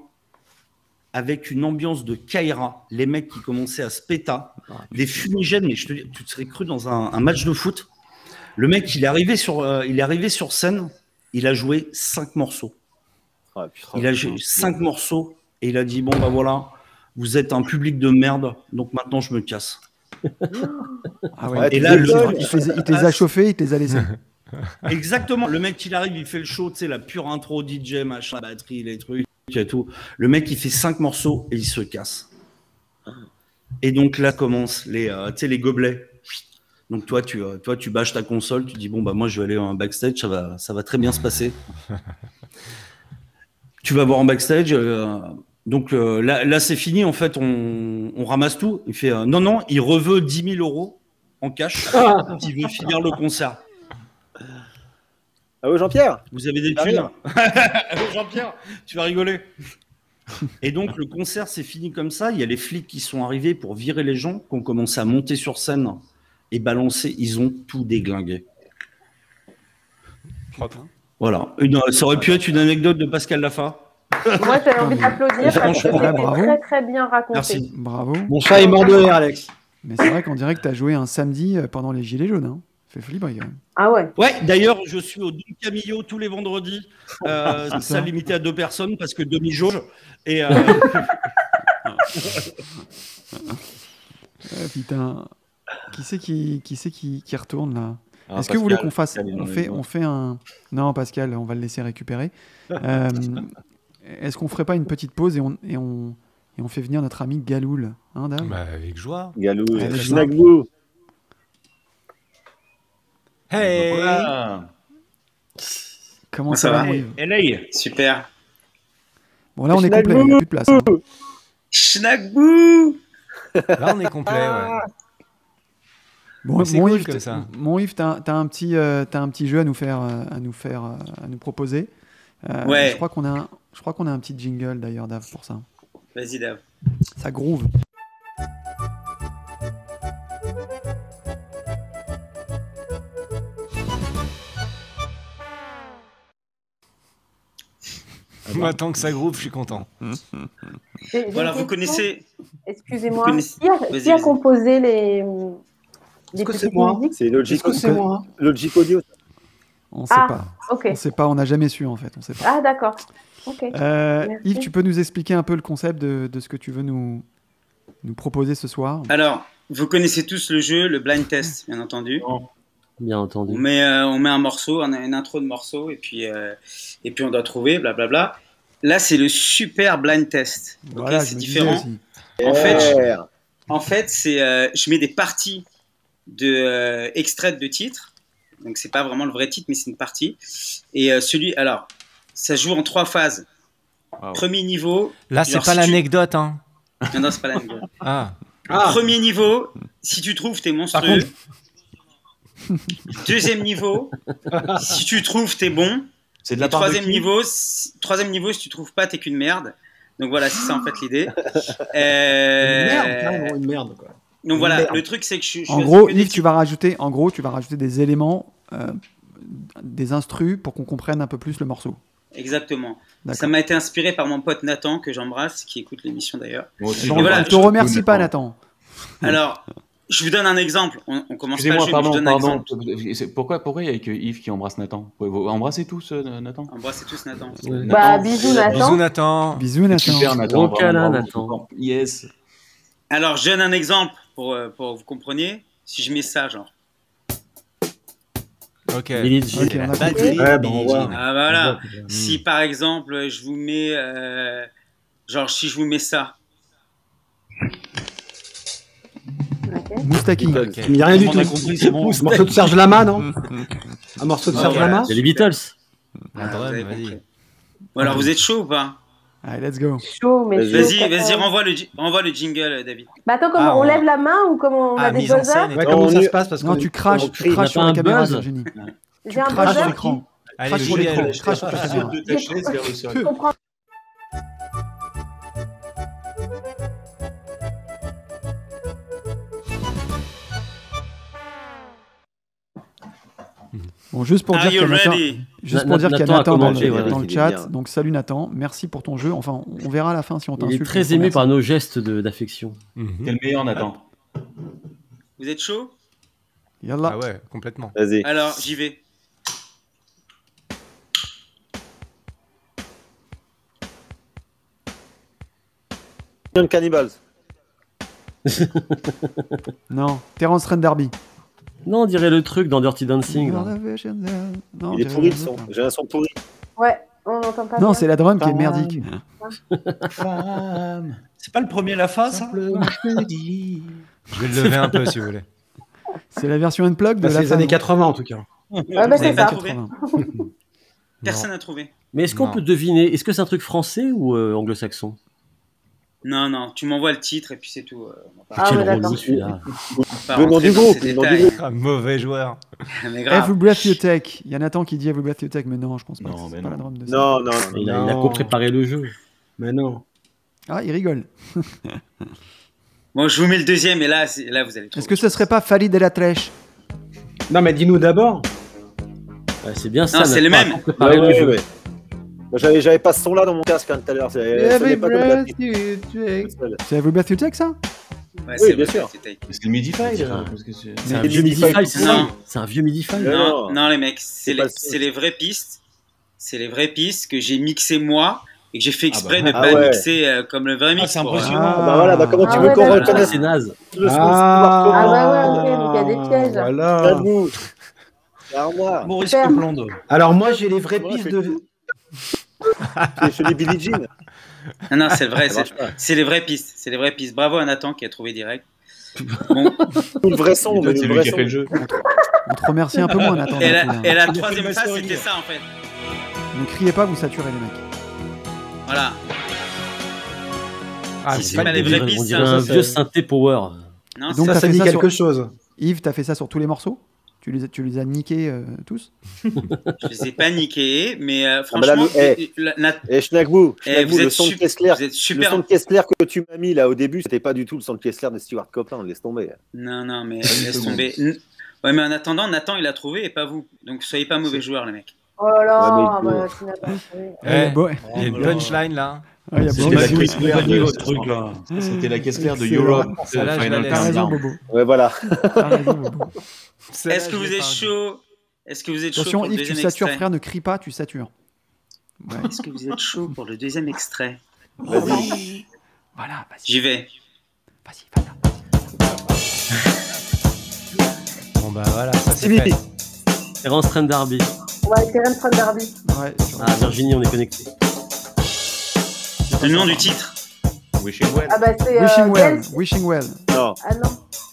avec une ambiance de Kaira, les mecs qui commençaient à se péta, des fumigènes, mais je te dis, tu te serais cru dans un, un match de foot. Le mec, il est arrivé sur, euh, il est arrivé sur scène, il a joué cinq morceaux. Ah, putain. Il a joué cinq morceaux et il a dit bon bah voilà, vous êtes un public de merde, donc maintenant je me casse. Ah ouais. Ouais, Et tu là, le- déconnes. Il, te les- il te les a chauffés, il te les a laissés. Exactement. Le mec, il arrive, il fait le show, tu sais, la pure intro, DJ, machin, la batterie, les trucs et tout. Le mec, il fait cinq morceaux et il se casse. Et donc là commencent les, euh, tu sais, les gobelets. Donc toi, tu, euh, toi, tu bâches ta console, tu dis bon bah moi je vais aller en backstage, ça va, ça va très bien se passer. tu vas voir en backstage. euh, donc euh, là, là c'est fini en fait, on, on ramasse tout. Il fait euh, non non, il reveut 10 000 euros en cash. il veut finir le concert. Ah oui, Jean-Pierre Vous avez des Ah, thunes Jean-Pierre, tu vas rigoler. Et donc, le concert s'est fini comme ça. Il y a les flics qui sont arrivés pour virer les gens, qui ont commencé à monter sur scène et balancer. Ils ont tout déglingué. hein. Voilà. Une- ça aurait pu être une anecdote de Pascal Laffa. Moi, j'avais envie d'applaudir parce que Franchement, c'était bravo. très très bien raconté. Merci. Bravo. Mon chat est mort de rire, Alex. Mais c'est vrai qu'on dirait que t'as joué un samedi euh, pendant les Gilets jaunes. Hein. Fait folie, quand même. Ah ouais. Ouais, d'ailleurs, je suis au Don Camillo tous les vendredis. Ah, Euh, C'est ça. ça limité à deux personnes parce que demi-jauge. Et euh, Ah, putain. Qui c'est qui, qui, c'est qui, qui retourne là Ah, Est-ce que vous voulez Pascal, qu'on fasse Pascal, on il en a fait, une. on fait un. Non, Pascal, on va le laisser récupérer. Euh, Est-ce qu'on ferait pas une petite pause et on, et on, et on fait venir notre ami Galoul. Hein, Dave Bah, avec joie. Galou, euh, Très bien. Snagbou. Hey Voilà. Comment Ah, ça, ça va, va. mon Yves LA. Super. Bon, là, on est complet, il n'y a plus de place. hein. Schnackbou Là, on est complet, ouais. Bon, Mais c'est mon cool Yves, comme t'as- ça. mon Yves, t'as t'as un petit, euh, t'as un petit jeu à nous faire, euh, à nous faire, euh, à nous proposer. Euh, Ouais. Je crois qu'on a, un- je crois qu'on a un petit jingle d'ailleurs, Dave, pour ça. Vas-y, Dave. Ça groove. Moi, tant que ça groove, je suis content. J'ai- j'ai une Voilà, vous question. connaissez. vous Excusez-moi. connaissez- Qui a, Vas-y, qui a vas-y. composé les, les que petites c'est moi musiques Oh, C'est Logic, moi Logic Audio. On ne sait Ah. pas. Ok. On sait pas. On n'a jamais su en fait. On sait pas. Ah, d'accord. Ok. Euh, Merci. Yves, tu peux nous expliquer un peu le concept de, de ce que tu veux nous, nous proposer ce soir Alors, vous connaissez tous le jeu, le blind test, bien entendu. Bien On entendu. met, euh, on met un morceau, un- une intro de morceau, et puis, euh, et puis on doit trouver, blablabla. Là, c'est le super blind test. Ok, je c'est me disais différent. aussi. En fait, je- Ouais. En fait, c'est euh, je mets des parties de euh, extraites de titres. Donc c'est pas vraiment le vrai titre, mais c'est une partie. Et euh, celui, alors, ça se joue en trois phases. Wow. Premier niveau. Là, c'est Alors, pas si tu- l'anecdote, hein. Non, non, c'est pas la même chose. Ah, Premier niveau, si tu trouves, t'es monstrueux. Deuxième niveau, si tu trouves, t'es bon. C'est de Et la part de troisième qui niveau, si, troisième niveau, si tu trouves pas, t'es qu'une merde. Donc voilà, c'est ça en fait l'idée. Euh, Une merde, carrément, une merde. Quoi. Donc voilà, Merde. le truc c'est que je, je En choisis gros, que des Yves, tu vas rajouter, en gros, tu vas rajouter des éléments, euh, des instrus pour qu'on comprenne un peu plus le morceau. Exactement. Ça D'accord. m'a été inspiré par mon pote Nathan, que j'embrasse, qui écoute l'émission d'ailleurs. Moi aussi, Et je On le voilà, on vois. te remercie pas, Nathan. Alors, je vous donne un exemple. On, on commence pas le Excusez-moi, jeu, mais je vous pardon, donne un pardon. exemple. C'est- Pourquoi pourquoi il n'y a que Yves qui embrasse Nathan Vous- vous Embrassez tous euh, Nathan. Embrassez tous Nathan. Bah, bisous, euh, bisous, Nathan. Nathan. Bisous, Nathan. Super Gros Nathan. vraiment, câlin, bravo, Nathan. super. Yes. Alors, je donne un exemple pour, euh, pour que vous compreniez. Si je mets ça, genre. Ok. Billie Jean. Ok, on a Bah, Bah, compris. Ouais, bon, on voit. Ah, voilà. Si par exemple, je vous mets. euh, genre, si je vous mets ça. Ok. Moustaki. Beatles. Tu me dis rien du On tout. a compris, c'est bon. Un morceau de Serge Lama, non Un morceau de Ouais, Serge Ah, voilà. Lama C'est les Beatles. La Ah, vous drum, avez vas-y. compris. Bon, alors, vous êtes chaud ou pas Allez, let's go. Chaud, mais Vas-y. chaud, Vas-y, quand vas-y, même. renvoie le, ji- renvoie le jingle, euh, David. Bah, attends, comment Ah, on on- lève la main ou comment on Ah, a des mise en buzzers scène. et Ouais, tout. Comment on ça y- se passe parce Non, qu'on tu craches, on tu crie, craches on sur a la pas un caméra, buzz. Virginie. J'ai Tu un craches sur buzzer. l'écran. Allez, Crache sur l'écran. Gigel. Crache sur ta caméra. De ta chaise vers le sol. Je comprends. Bon, juste pour Are dire qu'il y you a Nathan, ready juste Na- pour dire Nathan qu'il y a a Nathan dans commenté, le, ouais. dans le Il est chat. bien. Donc salut Nathan, merci pour ton jeu. Enfin, on verra à la fin si on Il t'insulte. est très ému par nos gestes de- d'affection. Ah, Mhm. T'es le meilleur Nathan. Vous êtes chaud Yallah. Ah ouais, complètement. Vas-y. Alors, j'y vais. Young Cannibals. Non, Terence Ren Darby. Non, on dirait le truc dans Dirty Dancing. là. Non, Il est pourri le son. J'ai un son pourri. Ouais, on n'entend pas. Non, bien. c'est la drum qui est merdique. Ah. Femme, C'est pas le premier la face, hein simplement je dis. Je vais le lever un peu si vous voulez. C'est la version unplugged de Bah, C'est la les fin, années non 80 en tout cas. Ouais, bah, Vous avez c'est pas ça. trouvé Personne n'a trouvé. Mais est-ce qu'on Non. peut deviner Est-ce que c'est un truc français ou euh, anglo-saxon Non, non, tu m'envoies le titre et puis c'est tout. euh, on va pas- Ah, Quel ouais, relou, d'accord. celui-là. on va pas Le nom rentrer du dans groupe, ces le nom du détails. groupe. Ah, mauvais joueur. Mais grave. Every Breath You Take. Il y a Nathan qui dit Every Breath You Take, mais non, je pense pas. Non, que c'est mais pas la non. drum de ça. Non, non, non. Il a, il a co-préparé le jeu. Mais non. Ah, il rigole. Bon, je vous mets le deuxième et là, c'est- là vous allez Est-ce trouver. que ce serait pas Fali de la Trèche Non, mais dis-nous d'abord. Ouais, c'est bien ça. Ah, Non, c'est n'a le pas même. préparé Ouais, le ouais, jeu. ouais. Moi, J'avais, j'avais pas ce son-là dans mon casque hein, tout à l'heure. C'est- Eh, ça n'est pas comme la petite You Take. console. C'est Every Breath You Take, ça Ouais, c'est bien vrai, sûr. c'est take. Mais C'est Midify. là, parce que c'est- C'est un Mais vieux Midi Midify, Fight, c'est ça. non. C'est un vieux Midify. Ouais. Non, Alors, non, les mecs, c'est pas les, ça. c'est les vraies pistes. C'est les vraies pistes que j'ai mixées moi et que j'ai fait exprès bah. Ah de pas ouais. mixer euh, comme le vrai Ah, mix. C'est pour, impressionnant. Ah. Bah voilà, bah comment Ah tu ouais, veux qu'on d'accord. reconnaisse C'est naze. le son Ah ah, ouais, ouais, ok, donc il y a des pièges. Voilà. Calme-nous. Calme-moi. Maurice Super. Copeland. Alors moi j'ai les vraies pistes c'est de. C'est chez les Billie Jean. Non, non, c'est vrai, Ça c'est marche pas. c'est les vraies pistes. C'est les vraies pistes. Bravo à Nathan qui a trouvé direct. Bon. le vrai son, Putain, le c'est vrai lui qui a son. fait le jeu. On te remercie un peu moins, Nathan. Et la, d'un coup, et la hein. Il a fait troisième ma phase, story. c'était ça en fait. Ne criez pas, vous saturez les mecs. Voilà. Ah, Si, c'est si, pas mais le les début. vraies On pistes, dirait hein, un ça, vieux c'est- synthé power. Non, Donc, Donc t'as ça fait fait dit ça quelque chose. Yves, t'as fait ça sur tous les morceaux tu les, as, tu les as niqués euh, tous je les ai paniqués, mais euh, Ah, bah là, franchement, mais, eh, la- la- Et Schnackbou, eh, vous, Schnackbou, le êtes son de sup- Kessler, vous êtes le super. son de Kessler que tu m'as mis là au début, c'était pas du tout le son de Kessler de Stewart Copeland, laisse tomber. Non, non, mais laisse tomber. N- Ouais, mais en attendant, Nathan, il a trouvé et pas vous. Donc, soyez pas mauvais joueurs, les mecs. Oh là là, Ah, mais- bah, tu n'as pas trouvé. Eh, Bon, ouais, Il y a une punchline là. il y a C'est Bobo. la aussi. Chris Ware de- votre truc là. C'était la Kessler de Excellent. Europe. de Ça, là, je Final la laisse. T'as raison, Countdown. Bobo. Ouais, voilà. T'as raison, Bobo. Celle-là, Est-ce que je vous l'ai êtes pas. chaud Est-ce que vous êtes chaud Attention, pour le Yves, tu deuxième satures, extrait frère, ne crie pas, tu satures. Ouais, Est-ce que vous êtes chaud pour le deuxième extrait Vas-y. voilà, vas-y, J'y vais. vas-y, vas-y. Bon bah voilà, ça c'est Timmy. fait. Terence Trent Darby. Ouais, Terence Trent D'Arby. Ouais, sur- Ah, Virginie, on est connecté. Le nom du titre. Wishing Well. Ah bah c'est. euh, Wishing well, Dance- wishing well. Non, Ah non.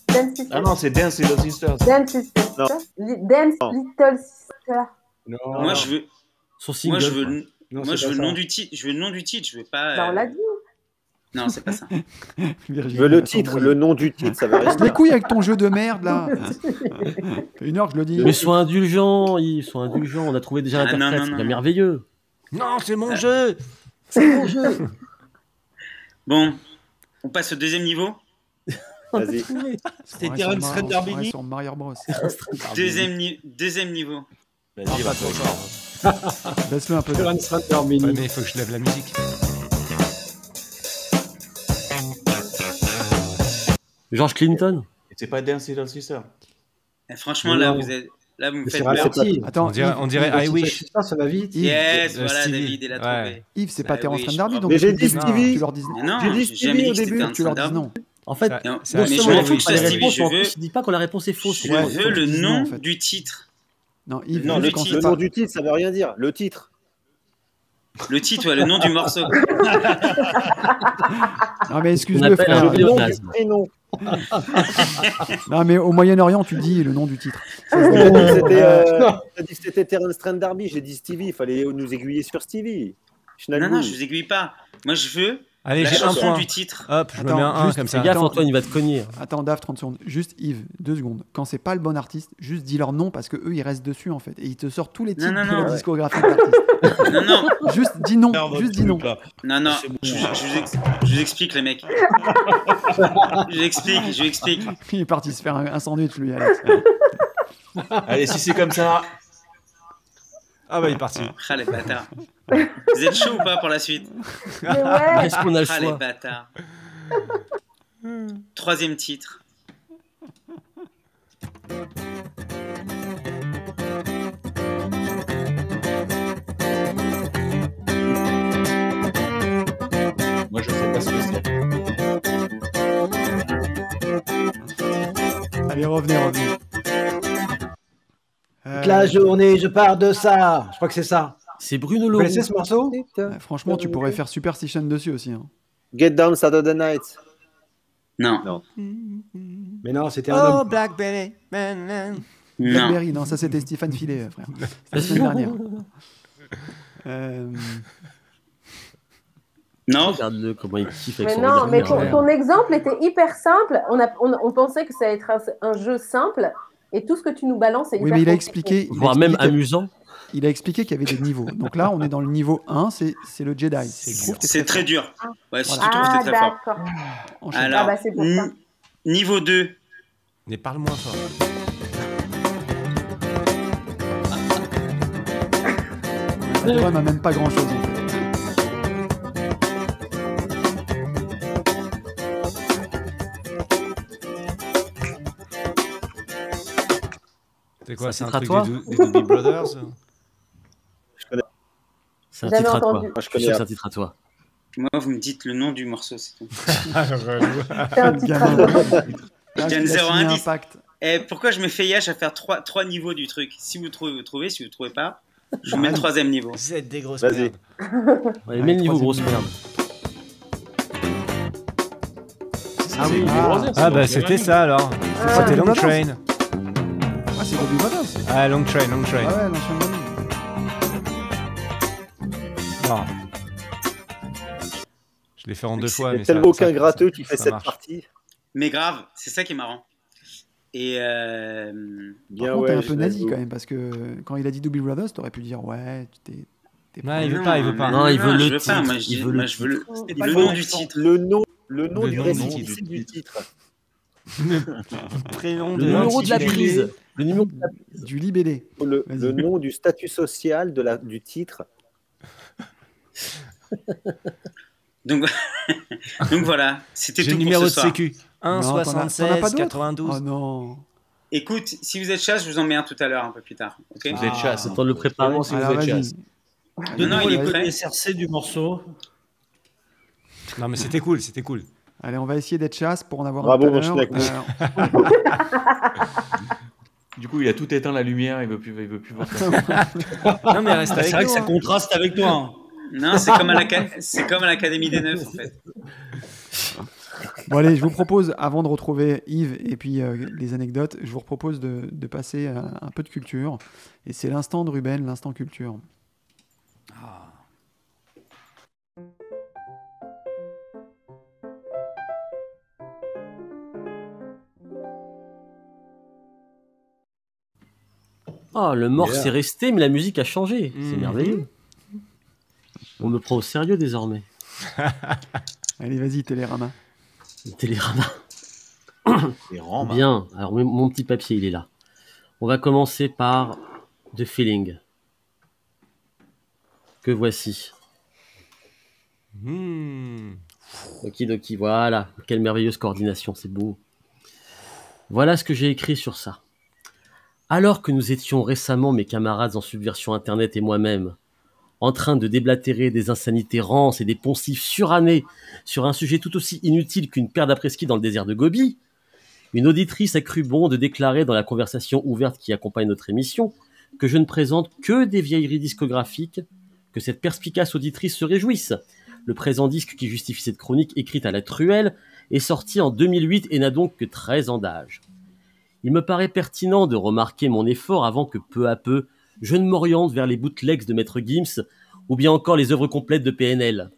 Dance Sister. Ah non, c'est Dance Little Sisters. Dance Sister. Non. Li- Dance Non. Little Sister. Non, Moi, je veux, Son single. moi, je veux, le- non, moi, c'est je veux pas le ça. nom du titre. Je veux le nom du titre. Je veux pas. Bah, on euh, l'a dit. Non, c'est pas ça. Virginie, je veux le elle titre, s'embrouille. le nom du titre, ça veut rien Les dire. couilles avec ton jeu de merde là. Fait une heure que je le dis. Mais sois indulgent, Yves, sois indulgent. On a trouvé déjà Ah, non, l'interprète, non, c'est non, bien non. merveilleux. Non, c'est mon jeu. Bon, on passe au deuxième niveau. Vas-y. C'était Ouais, Terence sur Mar- Trent D'Arby. ouais, sur Mario Bros. Deuxième, ni- deuxième niveau. Ah, Vas-y, va toi. Laisse-le un peu. Terence Trent D'Arby. Ouais, mais il faut que je lève la musique. George Clinton. Et C'est pas Dance Little Sisters. Eh, franchement, là, Non. vous êtes, là, vous me Mais faites c'est peur. ralenti. Attends, On dirait, on dirait I wish. Ça, ça va vite. Yves, Yes, de Eh, voilà, Stevie. David, il a Ouais. trouvé. Yves, c'est pas Bah Terence oui, Trent je Darby, comprends. donc Mais tu j'ai le dit dis- Stevie. tu leur dis Mais non, tu- j'ai jamais dit que c'était un tu leur dis standard. non. En fait, Ça- Non, ça- mais ça- je justement, m'en il faut fous, que ça, tu la Stevie, réponse, je en veux- plus, il dit pas quand la réponse est fausse. Je Ouais, veux faut que le tu dises non, nom en fait. du titre. Non, Yves, Non, Yves, le quand titre. c'est Le pas- nom du titre, ça veut rien dire. Le titre. Le titre, ouais, le nom du morceau. Non, mais On excuse-le, appelle un frère. Le nom du pléonasme. prénom. Non, mais au Moyen-Orient, tu dis le nom du titre. T'as dit que Ah. c'était, euh, t'as dit que c'était Terence Trent D'Arby, j'ai dit Stevie, il fallait nous aiguiller sur Stevie. non, Schnackbou. non, je vous aiguille pas. Moi, je veux Allez, la j'ai un chanson point. du titre. Hop, je me Attends, mets un 1 juste, comme ça. Fais gaffe, Attends. Antoine, il va te cogner. Attends, Dave, 30 secondes. Juste Yves, deux secondes. Quand c'est pas le bon artiste, juste dis leur nom parce que eux ils restent dessus en fait. Et ils te sortent tous les titres non, de non, leur ouais. discographie de l'artiste. Non, non, Juste dis non, Merde, juste dis truc, non. là. non, non. C'est bon. Je, je- je vous ex- je vous explique, les mecs. je vous explique, je vous explique. Il est parti se faire un, un sandwich lui, Alex. Allez, si c'est comme ça. Ah bah il est parti. Ah, les bâtards. Vous êtes chaud ou pas pour la suite Mais ouais. Est-ce qu'on a le Ah, les choix bâtards. Hmm. Troisième titre. Moi, je sais pas ce que c'est. Allez, revenez, revenez. Euh, Toute la journée, je pars de ça. Je crois que c'est ça. C'est Bruno Vous Leroux. connaissez ce morceau ouais, franchement, tu pourrais faire Superstition dessus aussi. hein. Get Down Saturday Night. Non, Mm-hmm. Mais non, c'était un homme. Blackberry. non. Blackberry, non, ça c'était Stéphane Filet, euh, frère. C'était la Parce que- semaine dernière. Euh, Non, Regarde-le comment il kiffe avec Mais son non, regard mais ton, pervers. ton exemple était hyper simple. On, a, on, on pensait que ça allait être un, un jeu simple. Et tout ce que tu nous balances est Oui, hyper mais il a compliqué. expliqué. Il a Voire même expliqué- amusant. il a expliqué qu'il y avait des niveaux. Donc là, on est dans le niveau 1, c'est c'est le Jedi. C'est Tu dur. trouves que t'es c'est très dur. Ouais, si tu Voilà. trouves, Ah, t'es très fort. d'accord. fort. Enchaîne. Alors, hmm. Ah bah, c'est pour ça. n- niveau 2. Mais parle moins fort. La DROM a même pas hein. grand chose. C'est quoi Ça C'est un titre à toi truc des, dou- des Doobie Brothers C'est un Jamais titre à toi. entendu. Moi, je Je suis sûr connais. que c'est un titre à toi. Moi, vous me dites le nom du morceau, c'est tout. C'est un petit Gamin. travail. Je donne il a zéro signé indice. un pacte. Eh, pourquoi je me fais yage à faire trois, trois niveaux du truc Si vous trouvez, vous trouvez. Si vous trouvez pas, je vous mets le troisième niveau. Vous êtes des grosses Vas-y. merdes. Ouais, mets le niveau troisième grosse merde. Ah c'est oui. Bobby Brothers, Ah donc, bah c'est c'était vrai. ça alors. Ah, C'était Long Bobby Train. Ah, c'est Bobby Brothers. Ah Long Train, Long Ah Train. ouais, l'ancien Bobby. Non. Je l'ai fait en deux fois. Il n'y Ah, mais a ça- tellement ça- aucun gratteux qui ça fait cette marche. partie. Mais grave, c'est ça qui est marrant. Et euh, Par Bien, contre, ouais, t'es un je peu nazi l'avoue. quand même, parce que euh, quand il a dit Bobby Brothers, t'aurais pu dire ouais, tu t'es. t'es Ouais, pas- il veut pas, il veut pas. Non, il veut le Ah, je veux pas, titre, Moi, je, il dis- veut le moi, je veux le, C'était il pas veut le le bon nom du accent. titre. Le nom, le nom Le du nom récit du du titre. Prénom Le numéro de la l'intitulé. prise. Le numéro de la Du libellé. Le, Vas-y. le nom du statut social de la, du titre. Donc, donc voilà, c'était J'ai tout le pour numéro ce de soir. sécu. 1 Non, t'en as- t'en as pas 76 d'autres 92. Oh non. Écoute, si vous êtes chasse, je vous en mets un tout à l'heure, un peu plus tard. ok Vous Ah. êtes chasse. temps de Ah, le préparer. Vraiment, si vous Alors, êtes vas-y. chasse. Non, non, il est Vas-y. prêt. Le SRC du morceau. Non mais c'était cool, c'était cool. Allez, on va essayer d'être chasse pour en avoir Bravo, un tout à mon l'heure. Euh, schneck. Alors, Du coup, il a tout éteint la lumière, il veut plus, il veut plus voir. ça. Non mais reste C'est avec vrai que nous. ça hein. contraste avec toi. hein. Non, c'est comme à l'aca- c'est comme à l'Académie des Neufs, en fait. Bon allez, je vous propose, avant de retrouver Yves et puis euh, les anecdotes, je vous propose de, de passer à un peu de culture. Et c'est l'instant de Ruben, l'instant culture. Ah. Ah, le morse Yeah. est resté, mais la musique a changé. C'est Mhm. merveilleux. On me prend au sérieux désormais. Allez, vas-y, Télérama. Télérama. C'est rang, bah. Bien. Alors, mon- mon petit papier, il est là. On va commencer par The Feeling. Que voici. Hmm. Doki Doki, voilà. Quelle merveilleuse coordination, c'est beau. Voilà ce que j'ai écrit sur ça. Alors que nous étions récemment, mes camarades en subversion internet et moi-même, en train de déblatérer des insanités rances et des poncifs surannés sur un sujet tout aussi inutile qu'une paire d'après-ski dans le désert de Gobi, une auditrice a cru bon de déclarer dans la conversation ouverte qui accompagne notre émission que je ne présente que des vieilleries discographiques, que cette perspicace auditrice se réjouisse le présent disque qui justifie cette chronique écrite à la truelle est sorti en 2008 et n'a donc que 13 ans d'âge. Il me paraît pertinent de remarquer mon effort avant que peu à peu je ne m'oriente vers les bootlegs de Maître Gims ou bien encore les œuvres complètes de PNL.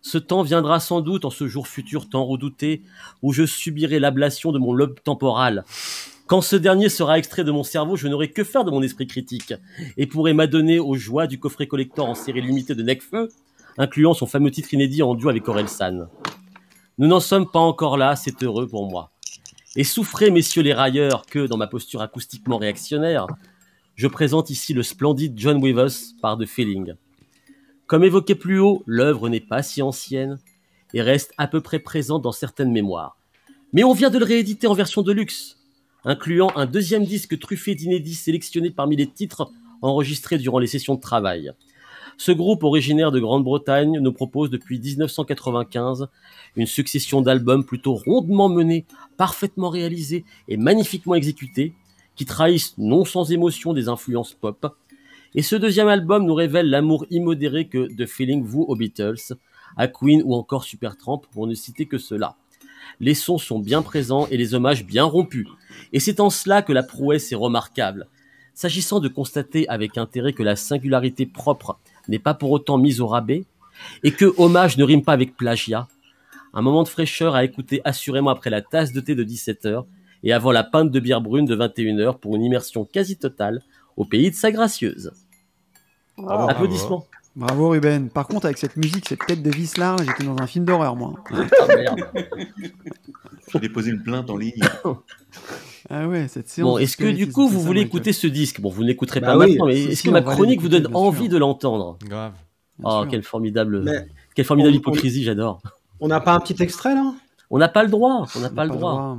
Ce temps viendra sans doute en ce jour futur tant redouté où je subirai l'ablation de mon lobe temporal. Quand ce dernier sera extrait de mon cerveau, je n'aurai que faire de mon esprit critique et pourrai m'adonner aux joies du coffret collector en série limitée de Necfeu incluant son fameux titre inédit en duo avec Orelsan. Nous n'en sommes pas encore là, c'est heureux pour moi. Et souffrez, messieurs les railleurs, que, dans ma posture acoustiquement réactionnaire, je présente ici le splendide John Weavers par The Feeling. Comme évoqué plus haut, l'œuvre n'est pas si ancienne et reste à peu près présente dans certaines mémoires. Mais on vient de le rééditer en version de luxe, incluant un deuxième disque truffé d'inédits sélectionnés parmi les titres enregistrés durant les sessions de travail. Ce groupe originaire de Grande-Bretagne nous propose depuis 1995 une succession d'albums plutôt rondement menés, parfaitement réalisés et magnifiquement exécutés, qui trahissent non sans émotion des influences pop. Et ce deuxième album nous révèle l'amour immodéré que The Feeling voue aux Beatles, à Queen ou encore Supertramp pour ne citer que cela. Les sons sont bien présents et les hommages bien rompus. Et c'est en cela que la prouesse est remarquable. S'agissant de constater avec intérêt que la singularité propre n'est pas pour autant mise au rabais et que hommage ne rime pas avec plagiat. Un moment de fraîcheur à écouter assurément après la tasse de thé de 17h et avant la pinte de bière brune de 21h pour une immersion quasi totale au pays de sa gracieuse. Ah Wow. Applaudissements. Bravo Ruben. Par contre, avec cette musique, cette tête de vis large, j'étais dans un film d'horreur, moi. Ah, merde. J'ai déposé une plainte en ligne. Ah ouais, cette séance. Bon, est-ce que du spiritisme, coup c'est vous ça, voulez Michael. écouter ce disque Bon, vous n'écoutez Bah pas oui, maintenant, mais si, est-ce si, que on ma va aller chronique vous l'écouter, donne bien envie sûr. de l'entendre Grave. Bien Oh, sûr. quelle formidable, Mais quelle formidable on- on- hypocrisie, j'adore. on n'a pas un petit extrait là On n'a pas le droit, on n'a On pas le droit.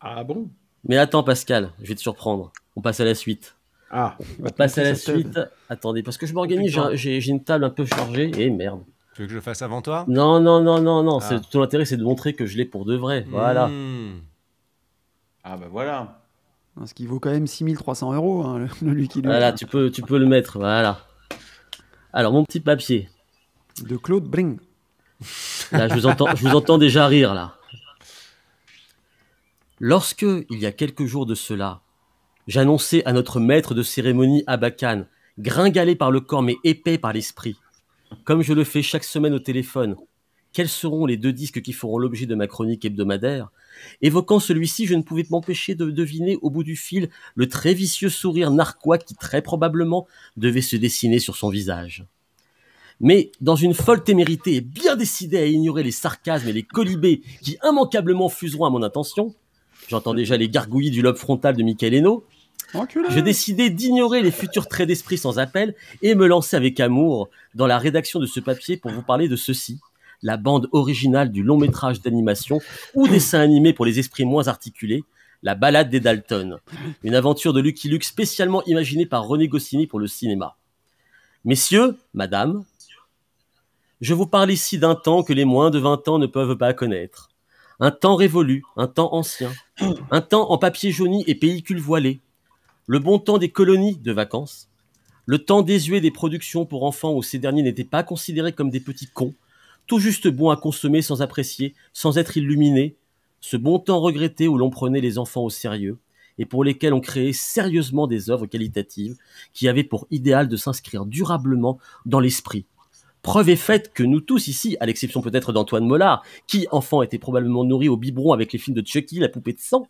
Ah bon Mais attends Pascal, je vais te surprendre. On passe à la suite. Ah, On passe à la Sa tête. suite. Attendez, parce que je m'organise, Putain. j'ai- j'ai j'ai une table un peu chargée. Et merde. Tu veux que je le fasse avant toi Non, non, non, non, non. Ah. c'est- Tout l'intérêt, c'est de montrer que je l'ai pour de vrai. Voilà. Hmm. Ah bah voilà. Hein, Ce qui vaut quand même 6300 euros, hein, le, le lui qui lui. Voilà, tu peux, tu peux le mettre. Voilà. Alors, mon petit papier. De Claude Bring. Là, je vous entends, je vous entends déjà rire, là. Lorsque, il y a quelques jours de cela, j'annonçais à notre maître de cérémonie Abakan, gringalé par le corps mais épais par l'esprit, comme je le fais chaque semaine au téléphone, quels seront les deux disques qui feront l'objet de ma chronique hebdomadaire Évoquant celui-ci, je ne pouvais m'empêcher de deviner au bout du fil le très vicieux sourire narquois qui très probablement devait se dessiner sur son visage. Mais dans une folle témérité et bien décidé à ignorer les sarcasmes et les colibés qui immanquablement fuseront à mon intention, j'entends déjà les gargouillis du lobe frontal de Michael Eno, je décidai d'ignorer les futurs traits d'esprit sans appel et me lancer avec amour dans la rédaction de ce papier pour vous parler de ceci, la bande originale du long métrage d'animation ou dessin animé pour les esprits moins articulés, La balade des Dalton, une aventure de Lucky Luke spécialement imaginée par René Goscinny pour le cinéma. Messieurs, madame, je vous parle ici d'un temps que les moins de 20 ans ne peuvent pas connaître. Un temps révolu, un temps ancien, un temps en papier jauni et pellicule voilée, le bon temps des colonies de vacances, le temps désuet des productions pour enfants où ces derniers n'étaient pas considérés comme des petits cons, tout juste bons à consommer sans apprécier, sans être illuminés, ce bon temps regretté où l'on prenait les enfants au sérieux et pour lesquels on créait sérieusement des œuvres qualitatives qui avaient pour idéal de s'inscrire durablement dans l'esprit. Preuve est faite que nous tous ici, à l'exception peut-être d'Antoine Mollard, qui, enfant, était probablement nourri au biberon avec les films de Chucky, la poupée de sang,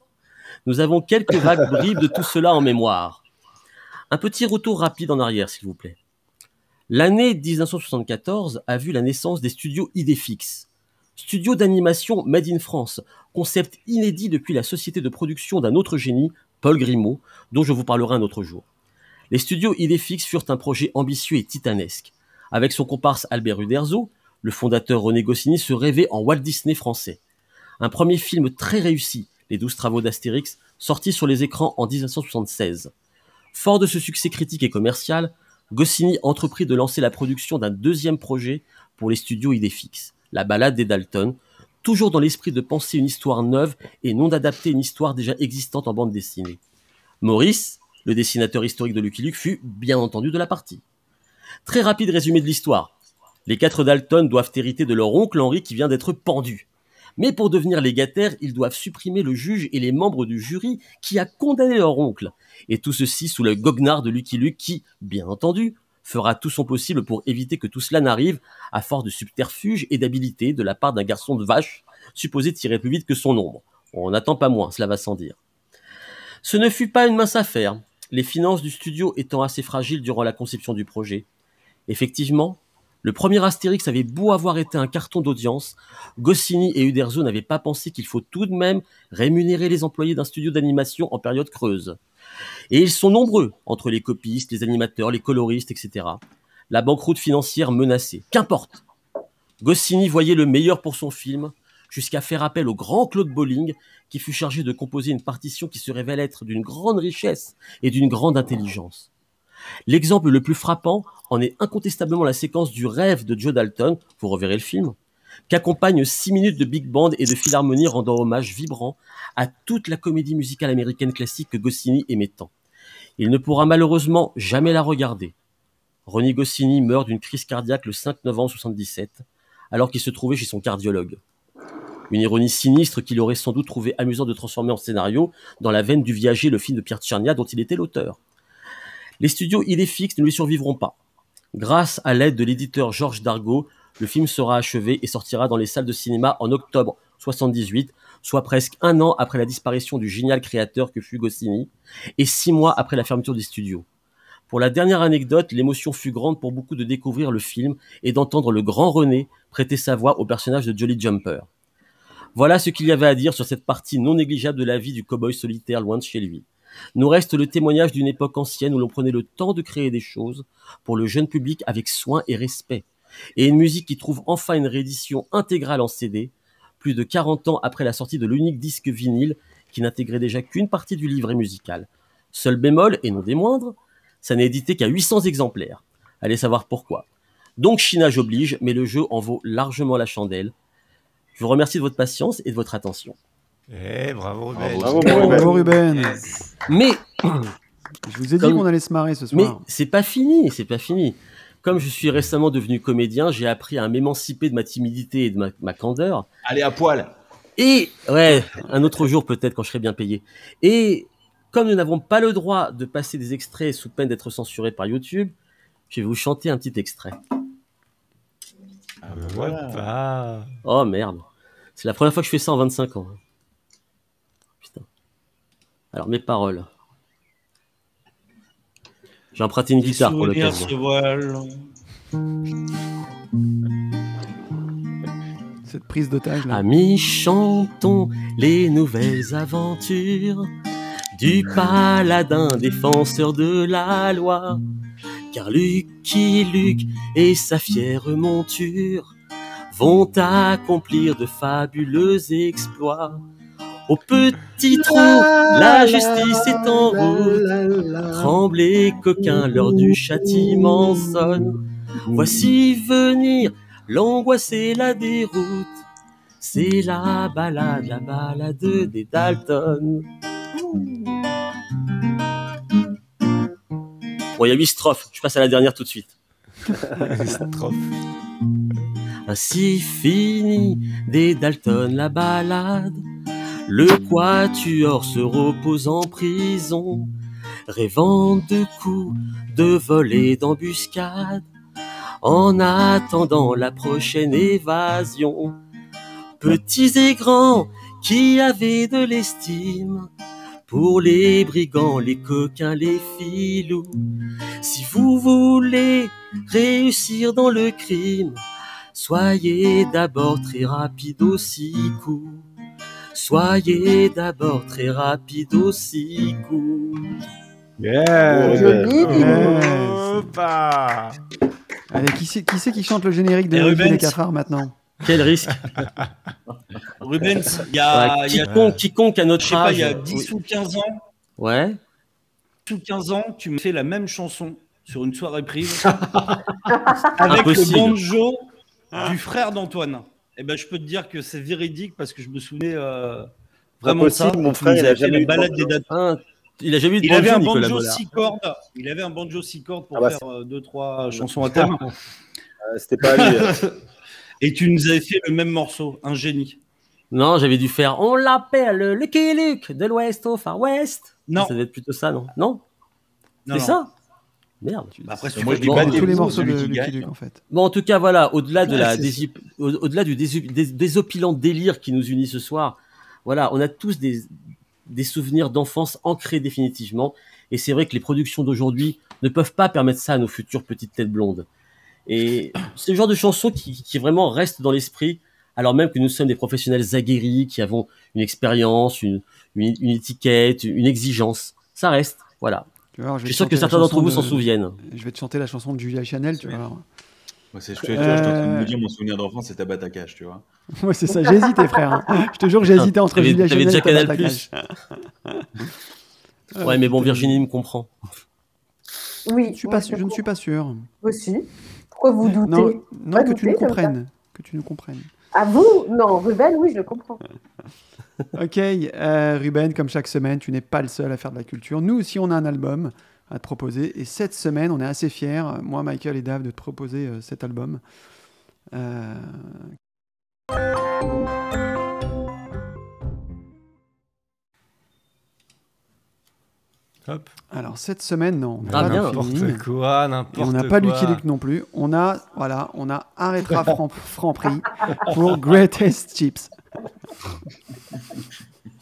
nous avons quelques vagues bribes de tout cela en mémoire. Un petit retour rapide en arrière, s'il vous plaît. L'année 1974 a vu la naissance des studios Idéfix. Studio d'animation Made in France, concept inédit depuis la société de production d'un autre génie, Paul Grimaud, dont je vous parlerai un autre jour. Les studios Idéfix furent un projet ambitieux et titanesque. Avec son comparse Albert Uderzo, le fondateur René Goscinny se rêvait en Walt Disney français. Un premier film très réussi, les douze travaux d'Astérix, sortis sur les écrans en 1976. Fort de ce succès critique et commercial, Goscinny entreprit de lancer la production d'un deuxième projet pour les studios Idéfix, La balade des Dalton, toujours dans l'esprit de penser une histoire neuve et non d'adapter une histoire déjà existante en bande dessinée. Maurice, le dessinateur historique de Lucky Luke, fut bien entendu de la partie. Très rapide résumé de l'histoire. Les quatre Dalton doivent hériter de leur oncle Henry qui vient d'être pendu. Mais pour devenir légataire, ils doivent supprimer le juge et les membres du jury qui a condamné leur oncle. Et tout ceci sous le goguenard de Lucky Luke qui, bien entendu, fera tout son possible pour éviter que tout cela n'arrive à force de subterfuges et d'habilité de la part d'un garçon de vache supposé tirer plus vite que son ombre. On n'attend pas moins, cela va sans dire. Ce ne fut pas une mince affaire, les finances du studio étant assez fragiles durant la conception du projet. Effectivement, le premier Astérix avait beau avoir été un carton d'audience, Goscinny et Uderzo n'avaient pas pensé qu'il faut tout de même rémunérer les employés d'un studio d'animation en période creuse. Et ils sont nombreux, entre les copistes, les animateurs, les coloristes, etc. La banqueroute financière menacée. Qu'importe Goscinny voyait le meilleur pour son film, jusqu'à faire appel au grand Claude Bolling, qui fut chargé de composer une partition qui se révèle être d'une grande richesse et d'une grande intelligence. L'exemple le plus frappant en est incontestablement la séquence du rêve de Joe Dalton, vous reverrez le film, qu'accompagne six minutes de big band et de philharmonie rendant hommage vibrant à toute la comédie musicale américaine classique que Goscinny aimait tant. Il ne pourra malheureusement jamais la regarder. René Goscinny meurt d'une crise cardiaque le 5 novembre 77, alors qu'il se trouvait chez son cardiologue. Une ironie sinistre qu'il aurait sans doute trouvé amusant de transformer en scénario dans la veine du Viager, le film de Pierre Tchernia dont il était l'auteur les studios Idéfix ne lui survivront pas. Grâce à l'aide de l'éditeur Georges Dargaud, le film sera achevé et sortira dans les salles de cinéma en octobre 78, soit presque un an après la disparition du génial créateur que fut Goscinny, et six mois après la fermeture des studios. Pour la dernière anecdote, l'émotion fut grande pour beaucoup de découvrir le film et d'entendre le grand René prêter sa voix au personnage de Jolly Jumper. Voilà ce qu'il y avait à dire sur cette partie non négligeable de la vie du cow-boy solitaire loin de chez lui. Nous reste le témoignage d'une époque ancienne où l'on prenait le temps de créer des choses pour le jeune public avec soin et respect. Et une musique qui trouve enfin une réédition intégrale en CD, plus de 40 ans après la sortie de l'unique disque vinyle qui n'intégrait déjà qu'une partie du livret musical. Seul bémol, et non des moindres, ça n'est édité qu'à 800 exemplaires. Allez savoir pourquoi. Donc chinage oblige, mais le jeu en vaut largement la chandelle. Je vous remercie de votre patience et de votre attention. Eh, bravo Ruben. Bravo, Bravo Ruben. Mais Je vous ai dit Comme- qu'on allait se marrer ce Mais soir. c'est pas fini, c'est pas fini. Comme je suis récemment devenu comédien, j'ai appris à m'émanciper de ma timidité et de ma, ma candeur. Allez à poil. Et, ouais, un autre jour peut-être quand je serai bien payé. Et comme nous n'avons pas le droit de passer des extraits sous peine d'être censurés par YouTube, je vais vous chanter un petit extrait. Oh merde. C'est la première fois que je fais ça en 25 ans. hein. Putain. Alors mes paroles. J'ai emprunté une guitare pour le sourire cas. se voile. Cette prise d'otage là. Amis, chantons les nouvelles aventures du paladin défenseur de la loi. Car Lucky Luke et sa fière monture vont accomplir de fabuleux exploits. Au petit trou, la justice est en route. Tremblez, coquins, l'heure du châtiment sonne. Voici venir l'angoisse et la déroute. C'est la balade, la balade des Dalton. Bon, il y a huit strophes. Je passe à la dernière tout de suite. Ainsi fini des Dalton la balade. Le quatuor se repose en prison, rêvant de coups, de volets, d'embuscades, en attendant la prochaine évasion. Petits et grands qui avaient de l'estime pour les brigands, les coquins, les filous. Si vous voulez réussir dans le crime, soyez d'abord très rapide au six coups. Soyez d'abord très rapide au six coups. Yeah. Joli, Dino. Allez, qui c'est qui, c'est qui chante le générique de Et Revue des Rubens. cafards maintenant Quel risque Rubens, il y a, Ouais, Ah, il y a- Quiconque, quiconque à je notre sais pas, âge. il y a 10 ou 15 ans, Ouais. 10 ou 15 ans, tu me fais la même chanson sur une soirée prise avec Impossible. le banjo du frère d'Antoine. Et ben, je peux te dire que c'est véridique parce que je me souvenais euh, vraiment de ça. Impossible, mon Tu frère, nous il a avais fait jamais la eu de balade banjo. des dates. Hein, il a jamais eu de Il avait un banjo, Nicolas banjo Bollard. six cordes. Il avait un banjo six cordes pour Ah bah, faire euh, deux trois chansons à terme. Euh, C'était pas lui. euh. Et tu nous avais fait le même morceau, un génie. Non, j'avais dû faire On l'appelle le Lucky Luke de l'Ouest au Far West. Non. Ça devait être plutôt ça, non Non, Non, C'est non. ça Merde. Bah, Après, si tu Moi, fais je le dis pas banjo, des Tous les bisous, morceaux de celui qui Lucky gagne. Luke en fait. Bon, en tout cas, voilà, au-delà de Ouais, la c'est dési- au- au-delà du désu- dés- désopilant délire qui nous unit ce soir, voilà, on a tous des, des souvenirs d'enfance ancrés définitivement. Et c'est vrai que les productions d'aujourd'hui ne peuvent pas permettre ça à nos futures petites têtes blondes. Et c'est le genre de chanson qui, qui vraiment reste dans l'esprit, alors même que nous sommes des professionnels aguerris, qui avons une expérience, une, une, une étiquette, une exigence. Ça reste, voilà. Tu vas voir, Je vais suis te sûr que chanter la certains d'entre chanson vous de- s'en souviennent. Je vais te chanter la chanson de Julia Chanel, tu vas voir. Moi, c'est- je, te- tu vois, je suis en train de Euh. me dire mon souvenir d'enfance, c'est Tabatakash, tu vois. Ouais, c'est ça, j'ai hésité, frère. hein. Je te jure que j'ai hésité entre T'avais- Julia t'avais Chanel déjà et Tabata Canal+. Cash. Euh, Ouais, mais bon, Virginie me comprend. Oui. Je, suis pas sûr- je ne suis pas sûr. Aussi. Pourquoi vous doutez Non, non Pas que tu douter, nous comme ça. comprennes. Que tu nous comprennes. À Ah, vous Non, Ruben, oui, je le comprends. Ok, euh, Ruben, comme chaque semaine, tu n'es pas le seul à faire de la culture. Nous aussi, on a un album à te proposer. Et cette semaine, on est assez fiers, euh, moi, Michael et Dave, de te proposer euh, cet album. Euh, Hop. alors, cette semaine, non. on n'a Ah, pas de feeling. n'importe quoi, Et n'importe on quoi. n'a pas Lucky Luke non plus. On a, voilà, on a arrêtera Fran- Franprix pour Greatest Chips.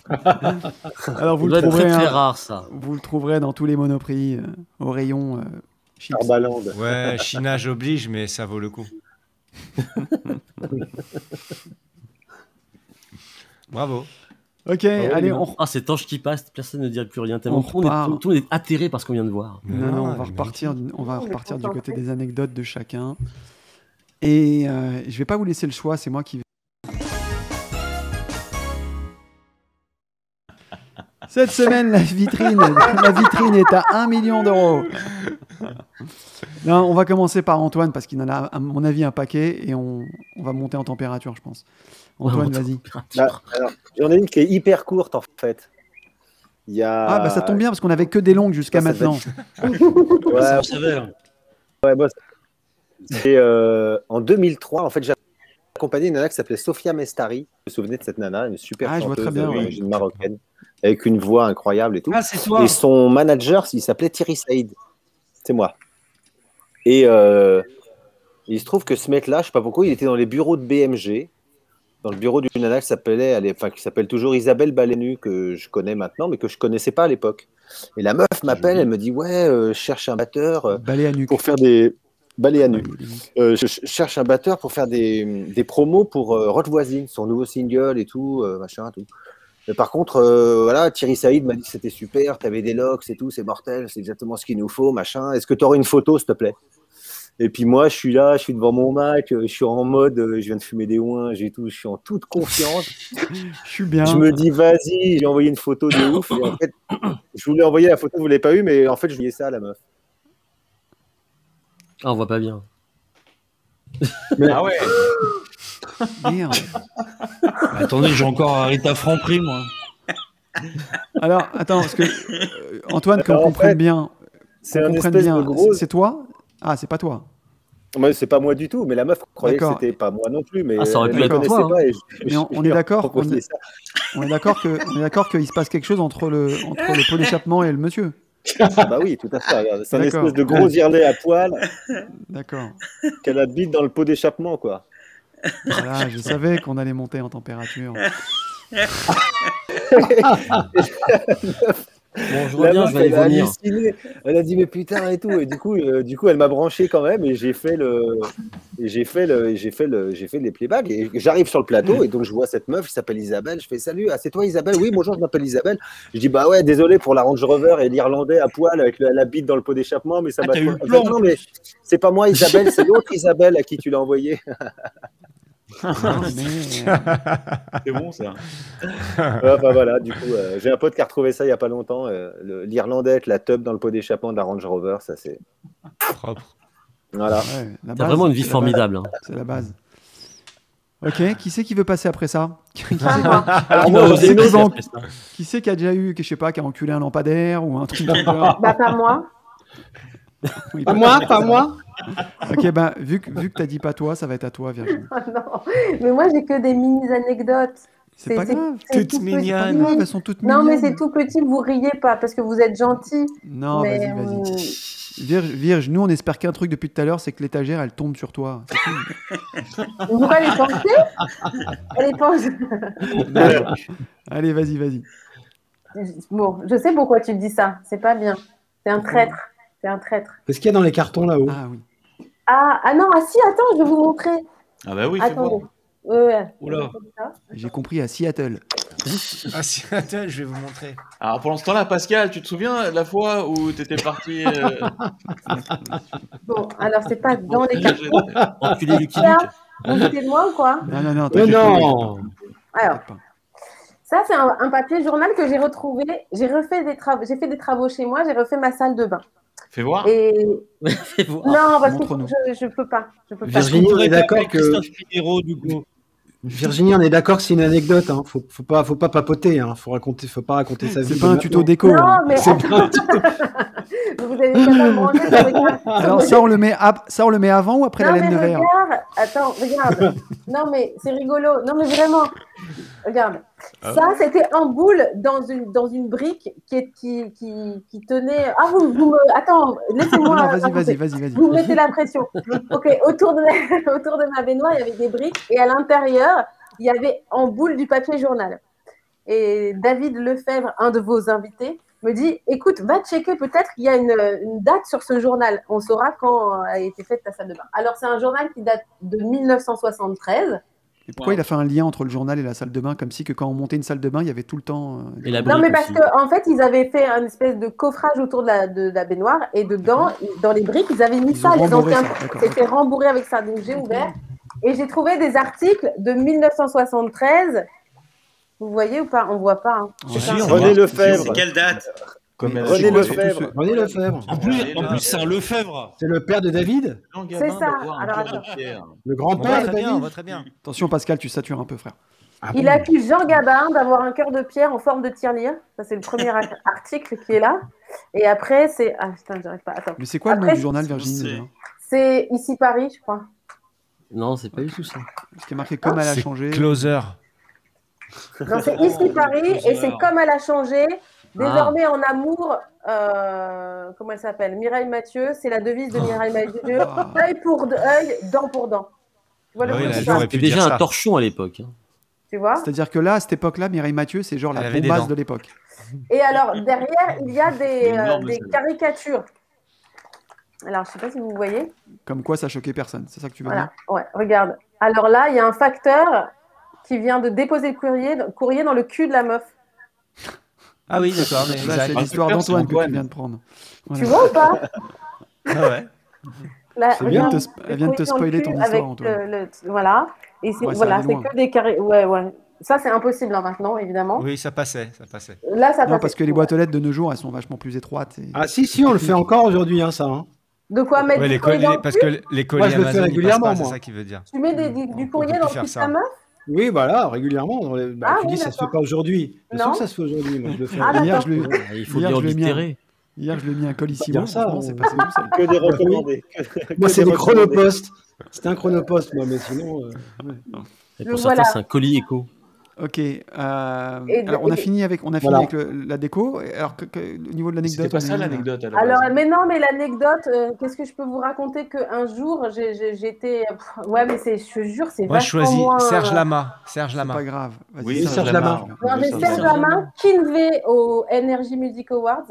Alors vous Ça doit être le très trouverez, très hein, rare, ça. vous le trouverez dans tous les Monoprix, euh, au rayon euh, chips. Arbaland. Ouais, chinage oblige, mais ça vaut le coup. Bravo. Ok, allez, on, Ah, c'est ange qui passe, personne ne dirait plus rien. Tellement On on, est, repart. tout le monde est atterré par ce qu'on vient de voir. Mais Non, non, on mais va repartir, du- on va Non, mais repartir du pourtant, côté en fait. des anecdotes de chacun. Et euh, je vais pas vous laisser le choix, c'est moi qui vais. Cette semaine, la vitrine, la vitrine est à 1 million d'euros. Non, on va commencer par Antoine parce qu'il en a, à mon avis, un paquet et on, on va monter en température, je pense. Antoine, Ouais, vas-y. Bah, alors, J'en ai une qui est hyper courte en fait. Il y a... Ah, bah ça tombe bien parce qu'on avait que des longues jusqu'à Ah, Ça, ça maintenant. Ouais, ça, on savait. hein. ouais, moi, c'est- c'est, euh, en 2003, en fait, j'avais accompagné une nana qui s'appelait Sofia Mestari. Vous vous souvenez de cette nana, une super Ah, je vois chanteuse très bien, ouais. d'origine marocaine, avec une voix incroyable et tout. Ah, c'est toi. Et son manager, il s'appelait Thierry Saïd. C'est moi. Et euh, il se trouve que ce mec-là, je sais pas pourquoi, il était dans les bureaux de BMG, dans le bureau d'une nana qui s'appelait, elle est- enfin, qui s'appelle toujours Isabelle Balenu, que je connais maintenant, mais que je connaissais pas à l'époque. Et la meuf m'appelle, elle me dit ouais, euh, je cherche un batteur euh, Balai à nuque. pour faire des balais à nu. Euh, je ch- cherche un batteur pour faire des, des promos pour euh, Rock Voisine, son nouveau single et tout, euh, machin, tout. Mais par contre, euh, voilà, Thierry Saïd m'a dit que c'était super, t'avais des locks et tout, c'est mortel, c'est exactement ce qu'il nous faut, machin. Est-ce que t'aurais une photo, s'il te plaît Et puis moi, je suis là, je suis devant mon Mac, euh, je suis en mode, euh, je viens de fumer des ouins, j'ai tout, je suis en toute confiance. Je suis bien. Je me dis, vas-y, j'ai envoyé une photo de ouf. Et en fait, je voulais envoyer la photo, vous l'avez pas eu, mais en fait, je voyais ça à la meuf. Ah, on voit pas bien. Ah ouais Merde. Attendez, j'ai encore Rita Franprix, moi. Alors, attends, parce que euh, Antoine, qu'on Alors, en comprenne fait, bien, C'est qu'on un comprenne espèce bien, de gros. c'est toi Ah, c'est pas toi. Moi, c'est pas moi du tout, mais la meuf croyait que D'accord. c'était pas moi non plus, mais Ah, ça aurait elle pu me être connaissait toi, hein. pas. et je- Mais je- on- je on lui est ai d'accord, proposé on est- ça. On est d'accord que, on est d'accord qu'il se passe quelque chose entre le, entre le pot d'échappement et le monsieur. Ah bah oui, tout à fait. regarde, C'est un D'accord. espèce de gros Irlandais à poil D'accord. qu'elle habite dans le pot d'échappement, quoi. Voilà, je savais qu'on allait monter en température. Bon, je La reviens, meuf, je vais aller elle a vomir. halluciné. Elle a dit mais putain et tout. Et du coup, euh, du coup, elle m'a branché quand même et j'ai fait le, et j'ai fait le, et j'ai fait le, j'ai fait les playbacks. Et j'arrive sur le plateau et donc je vois cette meuf qui s'appelle Isabelle. Je fais salut, ah, c'est toi Isabelle Oui, bonjour, je m'appelle Isabelle. Je dis bah ouais, désolé pour la Range Rover et l'Irlandais à poil avec le- la bite dans le pot d'échappement, mais ça Ah, m'a. t'as eu le Elle fait, plan, en non mais c'est pas moi Isabelle, c'est l'autre Isabelle à qui tu l'as envoyé. Ah, merde. C'est bon ça. Ah, bah voilà, du coup, euh, j'ai un pote qui a retrouvé ça il y a pas longtemps. euh, le- L'Irlandais avec la tub dans le pot d'échappement de la Range Rover, ça c'est. Propre. Voilà. Ouais, la T'as base, vraiment une vie c'est la formidable. hein. base, C'est la base. Ok, qui c'est qui veut passer après ça Qui c'est Pas moi. Alors, Il moi, va au oser début, passer donc- après ça. qui, c'est qui a déjà eu, qui, je sais pas, qui a enculé un lampadaire ou un truc comme ça Bah, pas moi. Oui, Pas moi, pas moi. Ok, bah, vu que, vu que t'as dit pas toi, ça va être à toi, Virginie. Ah, non. Mais moi, j'ai que des mini-anecdotes. C'est pas c'est- grave. c'est Toutes tout petit. Pas mignonnes. grave, elles sont toutes Non, mais mignonnes. c'est tout petit, vous riez pas parce que vous êtes gentil. Non, mais, vas-y, vas-y. euh, Virge, Virge, nous on espère qu'un truc depuis tout à l'heure, c'est que l'étagère elle tombe sur toi. C'est tout. Vous pouvez les penser Elle est pensée. Allez, vas-y, vas-y. Bon, je sais pourquoi tu dis ça. C'est pas bien. C'est un traître. C'est un traître. Qu'est-ce qu'il y a dans les cartons là-haut Ah oui. Ah, ah non, ah si, attends, je vais vous montrer. Ah bah oui, c'est Attendez. bon. Ouais, Oula. J'ai compris à Seattle. Ah, si, attends, je vais vous montrer. Alors pendant ce temps-là, Pascal, tu te souviens la fois où t'étais parti euh, Bon, alors c'est pas dans les cartons. voyager- Enculé Lucky Là, Luke. vous foutez de moi ou quoi Non, non, non. Mais t'inquiète pas, non Alors, t'inquiète pas. ça, c'est un, un papier journal que j'ai retrouvé. J'ai refait des travaux. J'ai fait des travaux chez moi. J'ai refait ma salle de bain. Fais voir. Et Fais voir. non, parce que Ah. montre-nous. je, je peux pas. Je peux pas. Parce Virginie, qu'on on est pourrait d'accord appeler que- Christophe Pinero, du coup. Virginie, on est d'accord que c'est une anecdote. Hein. Faut, faut, pas, faut pas papoter. Hein. Faut, raconter, faut pas raconter sa vie. C'est de pas un maintenant. tuto déco. hein. Non, mais C'est pas un tuto- vous avez quand même branlé sur les cartons. Alors ça on le met, ap- ça on le met avant ou après Ah. non, la laine mais de verre regarde, attends, regarde. non, mais c'est rigolo. Non, mais vraiment, regarde. Ça, c'était en boule dans une, dans une brique qui, est- qui, qui, qui tenait. Ah, vous, vous me. Attends, Non, laissez-moi. non, vas-y, raconter. vas-y, vas-y, vas-y. euh, Vous mettez la pression. Ok, autour de, la- autour de ma baignoire, il y avait des briques et à l'intérieur, il y avait en boule du papier journal. Et David Lefebvre, un de vos invités, me dit Écoute, va checker, peut-être qu'il y a une, une date sur ce journal. On saura quand a été faite ta salle de bain. Alors, c'est un journal qui date de 1973. Et pourquoi il a fait un lien entre le journal et la salle de bain comme si que quand on montait une salle de bain, il y avait tout le temps. euh, Et la Non, brique mais parce aussi. qu'en en fait, ils avaient fait un espèce de coffrage autour de la, de la baignoire et dedans, dans les briques, ils avaient mis Ils ça. ont Les rembourré anciens ça. D'accord. C'était rembourré avec ça. Donc j'ai ouvert et j'ai trouvé des articles de 1973. Vous voyez ou pas On voit pas. hein. Ouais. Si, on C'est René voit. Lefebvre. quelle date Comme Mais elle a René dit, Lefebvre. Lefebvre. René Lefebvre. En plus, en plus c'est un Lefebvre. C'est le père de David Jean Gabin C'est ça. d'avoir un Alors, cœur de pierre. Le On voit grand-père de très bien, on David voit très bien. Attention Pascal, tu satures un peu frère. Ah Il bon accuse Jean Gabin d'avoir un cœur de pierre en forme de tirelire. Ça, c'est le premier ar- article qui est là. Et après, c'est. Ah putain, j'arrive pas. Attends. Mais c'est quoi le nom Après, du journal c'est- Virginie c'est- déjà C'est Ici Paris, je crois. Non, c'est pas du tout ça. Ce qui est marqué Ah, comme elle a C'est changé. Closer. Ah Non, c'est Ici Paris et c'est comme elle a changé. Désormais en amour, euh, comment elle s'appelle Mireille Mathieu, c'est la devise de Mireille Mathieu. œil pour œil, dent pour dent. Tu vois le Ah oui, truc, là, c'est j'aurais ça, pu C'était dire déjà un ça. torchon à l'époque. hein. tu vois C'est-à-dire que là, à cette époque-là, Mireille Mathieu, c'est genre Elle la avait des bombasse dents. de l'époque. Et alors, derrière, il y a des, euh, Énorme, des ça. caricatures. Alors, je ne sais pas si vous voyez. Comme quoi, ça choquait personne. C'est ça que tu veux Voilà, ouais, regarde. Alors là, il y a un facteur qui vient de déposer le courrier, le courrier dans le cul de la meuf. Ah oui, d'accord. mais dire Là, c'est exact. l'histoire c'est d'Antoine que tu Antoine. viens de prendre. Voilà. Tu vois ou pas Ah ouais. Là, C'est Bah, bien regarde, de te sp- le elle vient de te courrier dans le cul spoiler ton avec euh, histoire, Antoine. le- le- Voilà. Et c'est Ouais, ça voilà, allait c'est loin. que des carrés. Ouais, ouais. Ça, c'est impossible hein, maintenant, évidemment. Oui, ça passait, ça passait. Là, ça Non, passe. parce que les boîtes aux lettres de nos jours, elles sont vachement plus étroites. et- Ah si, si, on le fait encore aujourd'hui, hein, ça. hein. De quoi mettre Ouais, du les courrier colis- dans le parce cul que les colis Moi, je le fais Amazon, ils passent régulièrement, pas, c'est moi. ça qu'il veut dire. Tu mets des- du, On du peut courrier plus dans le faire cul de ça. ta meuf Oui, voilà, régulièrement. on les- bah, Ah tu oui, dis, ça se fait d'accord. pas aujourd'hui. Je Non. sens que ça se fait aujourd'hui. Moi, je le fais. Ah, Hier, d'accord. je lui, Il faut Hier, bien je l'ai mis un- oblitérer. hier, je lui ai mis un col ici. Pas Moi, dire ça, franchement, on- c'est passé tout seul. Que des recommandés. moi, Que c'est des les recommandés. chronopostes. C'était un chronoposte, moi, mais sinon. euh, Et Donc pour certains, voilà. c'est un colis éco. Ok. euh, Et- alors, on a et- fini avec, on a fini Voilà. avec le- la déco. et Alors, que- que- au niveau de l'anecdote. C'était pas on est- ça l'anecdote à la Alors, base. mais non, mais l'anecdote, euh, qu'est-ce que je peux vous raconter qu'un jour, j'ai- j'ai- j'étais. pff, Ouais, mais c'est, je te jure, c'est Moi, je vachement choisis moins, Serge euh, Lama. Serge C'est pas Lama. grave. Vas-y, Oui, Serge Serge Lama. Lamar. Non, j'ai Serge Serge Lamar. Lama, Kinvey au Energy Music Awards.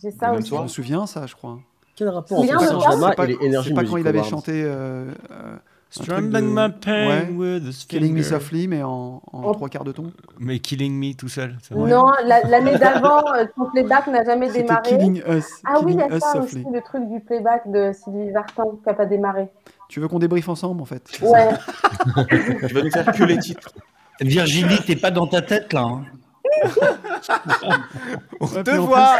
J'ai ça Même aussi. Je soir. me souviens, ça, je crois. Quel rapport entre Bien, Serge C'est Lama pas- C'est pas quand il avait chanté euh, euh, Strumming truc de- my pain Ouais. with his Killing Me finger. Softly, mais en, en Oh. trois quarts de ton. Mais Killing Me tout seul. c'est vrai. Non, la- l'année d'avant, euh, son playback n'a jamais C'était démarré. Killing Us. Ah oui, il Killing y a Us ça Softly. aussi, le truc du playback de Sylvie Vartan qui n'a pas démarré. Tu veux qu'on débriefe ensemble, en fait c'est ça Ouais. Tu vas nous faire que les titres. Virginie, t'es pas dans ta tête là. hein. On Ouais, te puis en voit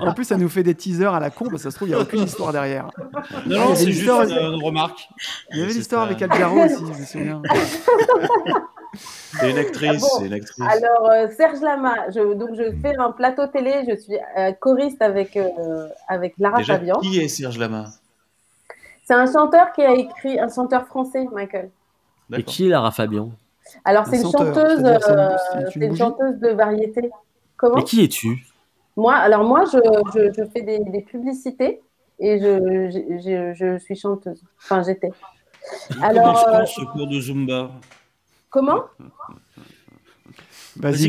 En plus, ça nous fait des teasers à la con, parce que ça se trouve, il n'y a aucune histoire derrière. Non, non, Ouais, c'est c'est juste ça, euh, une, une remarque. Il y avait C'est l'histoire ça. avec Al Jarreau aussi, je me souviens. C'est une actrice, Ah bon c'est une actrice. Alors, euh, Serge Lama, je, donc je fais un plateau télé, je suis euh, choriste avec, euh, avec Lara Déjà, Fabian. qui est Serge Lama C'est un chanteur qui a écrit, un chanteur français, Michael. Et D'accord. qui est Lara Fabian Alors, Un c'est une chanteur, chanteuse, c'est-à-dire c'est une- euh, c'est une c'est une bougie chanteuse de variété. Comment Mais qui es-tu Moi, alors moi, je, je, je fais des, des publicités et je, je, je, je suis chanteuse. Enfin, j'étais. Alors, Alors, euh, ce cours de Zumba. comment Vas-y,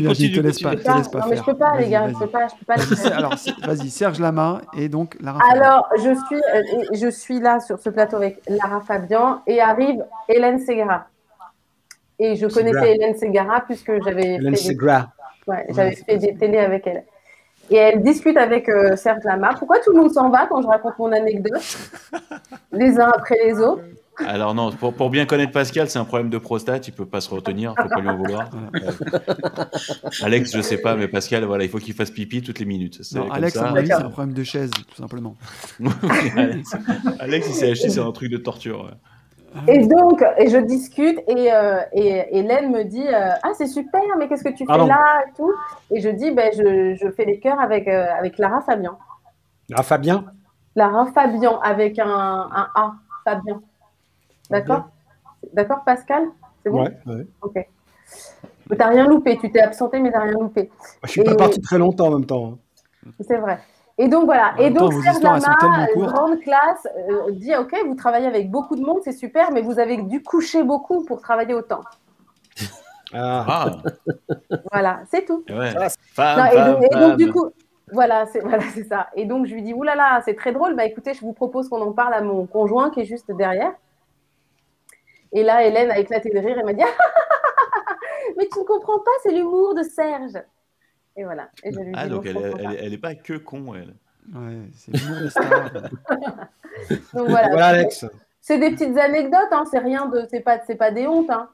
Vas-y, Virginie, te continue, laisse pas, continue. te Ah, laisse pas Non, mais je faire. peux pas, les Vas-y, gars, vas-y. je peux pas, je peux pas. les Vas-y, faire. c'est- alors, c'est- vas-y, Serge Lama et donc Ah. Lara. Fabian. Alors, je suis, euh, je suis là sur ce plateau avec Lara Fabian et arrive Hélène Segara. Et je connaissais Hélène Segara puisque j'avais Hélène fait, des- Segras. ouais, j'avais fait des télés avec elle. Et elle discute avec euh, Serge Lama. Pourquoi tout le monde s'en va quand je raconte mon anecdote Les uns après les autres. Alors non, pour, pour bien connaître Pascal, c'est un problème de prostate, il peut pas se retenir, faut pas lui en vouloir. Euh, Alex, je sais pas, mais Pascal, voilà, il faut qu'il fasse pipi toutes les minutes. C'est Non, comme Alex, à ça. mon avis, c'est un problème de chaise, tout simplement. Alex, Alex, il s'est acheté sur un truc de torture. ouais. Et donc, et je discute et, euh, et Hélène me dit euh, Ah, c'est super, mais qu'est-ce que tu fais Pardon. là et tout Et je dis ben, je, je fais les chœurs avec, euh, avec Lara Fabian. Ah, Fabien. Lara Fabian avec un, un A, Fabian. D'accord D'accord, Pascal C'est bon Ouais, ouais. Ok. Mais T'as rien loupé, tu t'es absenté, mais t'as rien loupé. Je suis Et- pas parti très longtemps en même temps. hein. C'est vrai. Et donc voilà. En Et même temps, donc vos Serge histoires, elles sont Lama, tellement courtes. grande classe, euh, dit Ok, vous travaillez avec beaucoup de monde, c'est super, mais vous avez dû coucher beaucoup pour travailler autant. Ah. Ah, Voilà, c'est tout. ouais. Ah, Femme, Non, et, femme, donc, et donc, femme. du coup, voilà, c'est voilà, c'est ça. Et donc je lui dis, oulala, c'est très drôle, bah écoutez, je vous propose qu'on en parle à mon conjoint qui est juste derrière. Et là, Hélène a éclaté de rire et m'a dit, Ah, mais tu ne comprends pas, c'est l'humour de Serge. Et voilà. Et je lui Ah, dis, donc Non, elle, je comprends elle, elle est pas que con, elle. Ouais, c'est l'humour des stars. pas. Donc, voilà. Voilà, Alex. C'est des petites anecdotes, hein, c'est rien de, c'est pas, c'est pas des hontes, hein.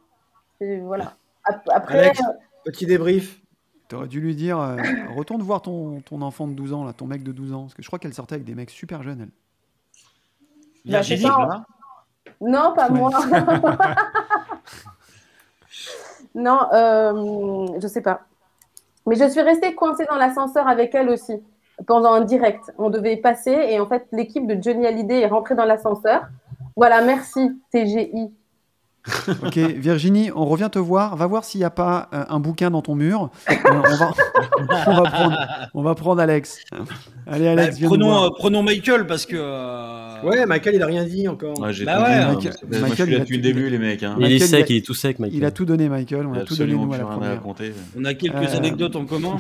C'est- Voilà. Ap- Après, euh, Alex. Petit débrief. T'aurais dû lui dire euh, retourne voir ton, ton enfant de 12 ans, là, ton mec de 12 ans, parce que je crois qu'elle sortait avec des mecs super jeunes. Elle. Bah, Virginie, c'est ça. Non, pas Ouais. moi. non, euh, je sais pas. Mais je suis restée coincée dans l'ascenseur avec elle aussi pendant un direct. On devait passer et en fait l'équipe de Johnny Hallyday est rentrée dans l'ascenseur Voilà, merci, TGI. Ok, Virginie, on revient te voir. Va voir s'il n'y a pas euh, un bouquin dans ton mur. Euh, on, va, on, va prendre, on va prendre Alex. Allez, Bah, Alex, viens nous prenons, voir. euh, prenons Michael parce que. euh, Ouais, Michael, il a rien dit encore. Ouais, j'ai Bah tout ouais, dit, hein. Michael- Moi, je Michael, suis il a là depuis le tout- début, les mecs. Hein. Il Michael, est il a- sec, il est tout sec, Michael. Il a tout donné, Michael. On Il a a tout donné, absolument nous, à plus la rien à première. raconter. On a quelques Euh, anecdotes en commun.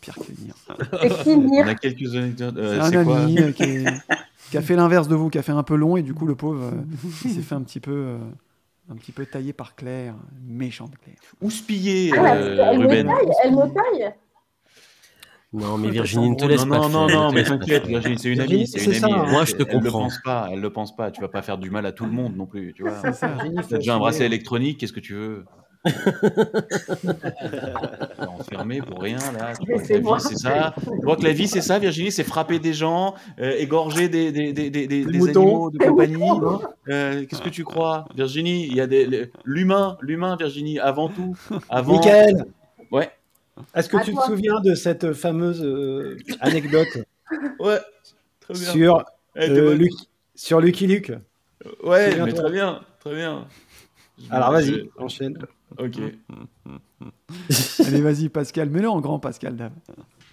Pire que Nir. C'est qui On Nir a quelques anecdotes. euh, un c'est quoi ami euh, qui, est- qui a fait l'inverse de vous, qui a fait un peu long, et du coup, le pauvre, euh, il s'est fait un petit peu. euh, un petit peu taillé par Claire, méchante Claire. Où se piller, Ah, parce euh, qu'elle me Ruben taille, elle me taille. Non, mais Virginie, ne te Non, laisse pas. non, non, faire, non, ne mais te laisse pas t'inquiète, faire. Virginie, c'est une Virginie, amie, c'est c'est une ça, amie. hein. Moi, je te Elle le comprends. pense pas, elle le pense pas. Tu vas pas faire du mal à tout le monde non plus, tu vois. C'est ça. T'as déjà un bracelet électronique, qu'est-ce que tu veux T'es enfermé pour rien là. Tu Laissez-moi. crois que la vie c'est ça. Tu crois que la vie c'est ça, Virginie, c'est frapper des gens, euh, égorger des, des, des, des, des, des moutons. animaux de compagnie. Euh, qu'est-ce que tu crois, Virginie Il y a des le- l'humain, l'humain, Virginie, avant tout, avant. Michael Ouais. hein. Est-ce que À tu te toi. souviens de cette fameuse euh, anecdote Ouais. Très bien. sur, Eh, t'es euh, bonne. Lucky- sur Lucky Luke Euh, Ouais, souviens-toi. mais très bien, très bien. Je- Alors vas-y, je- enchaîne. Ok. Allez, vas-y, Pascal, mets-le en grand, Pascal. Dave.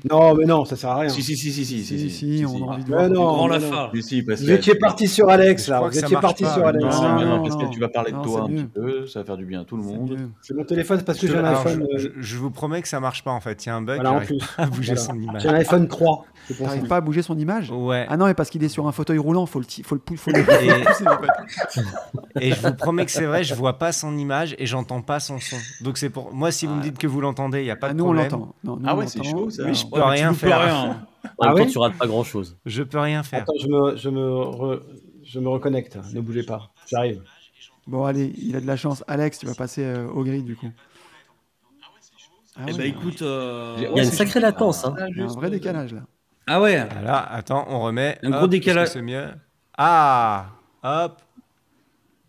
Non, mais non, ça sert à rien. Si, si, si, si, si, Si, si, on a envie de Ouais, voir. Ah non, Grand mais non. Lafare. Si, si, parce Vous étiez que- parti sur Alex, Je là. crois Vous que ça étiez marche parti pas, sur mais Alex. Non, Non, non, non, parce non. que tu vas parler de Non, toi un c'est petit mieux. peu, ça va faire du bien à tout le C'est monde. mieux. C'est mon téléphone, c'est parce que Je, j'ai un alors, iPhone. je- euh, je- je vous promets que ça marche pas en fait. Il y a un bug Voilà, en qui plus. arrive à bouger Voilà. son image. J'ai un iPhone 3. c'est pour ça. T'arrives pas à bouger son image Ouais. Ah non, mais parce qu'il est sur un fauteuil roulant, faut le ti- faut le pou- faut le Et- pousser, en fait. Et je vous promets que c'est vrai, je vois pas son image et j'entends pas son son. Donc c'est pour moi si vous me dites que vous l'entendez, il y a pas Ah, de nous, on problème. l'entend. Non, nous, Ah on ouais, c'est l'entend. chaud ça. Mais je peux Ouais, mais tu rien nous peux faire. rien. En même Ah temps, oui tu rates pas grand chose. Je peux rien faire. Attends, je me, je me, re- je me reconnecte. Ne bougez pas. J'arrive. Bon, allez, il a de la chance. Alex, tu vas passer euh, au gris, du coup. Ah Eh ouais, ben écoute. euh, Il y Il a y a ouais, une c'est- sacrée latence. Ah. Hein. il y a un vrai décalage, là. Ah ouais. Voilà, attends, on remet. Un gros Hop, est-ce décalage. que C'est mieux. Ah, hop,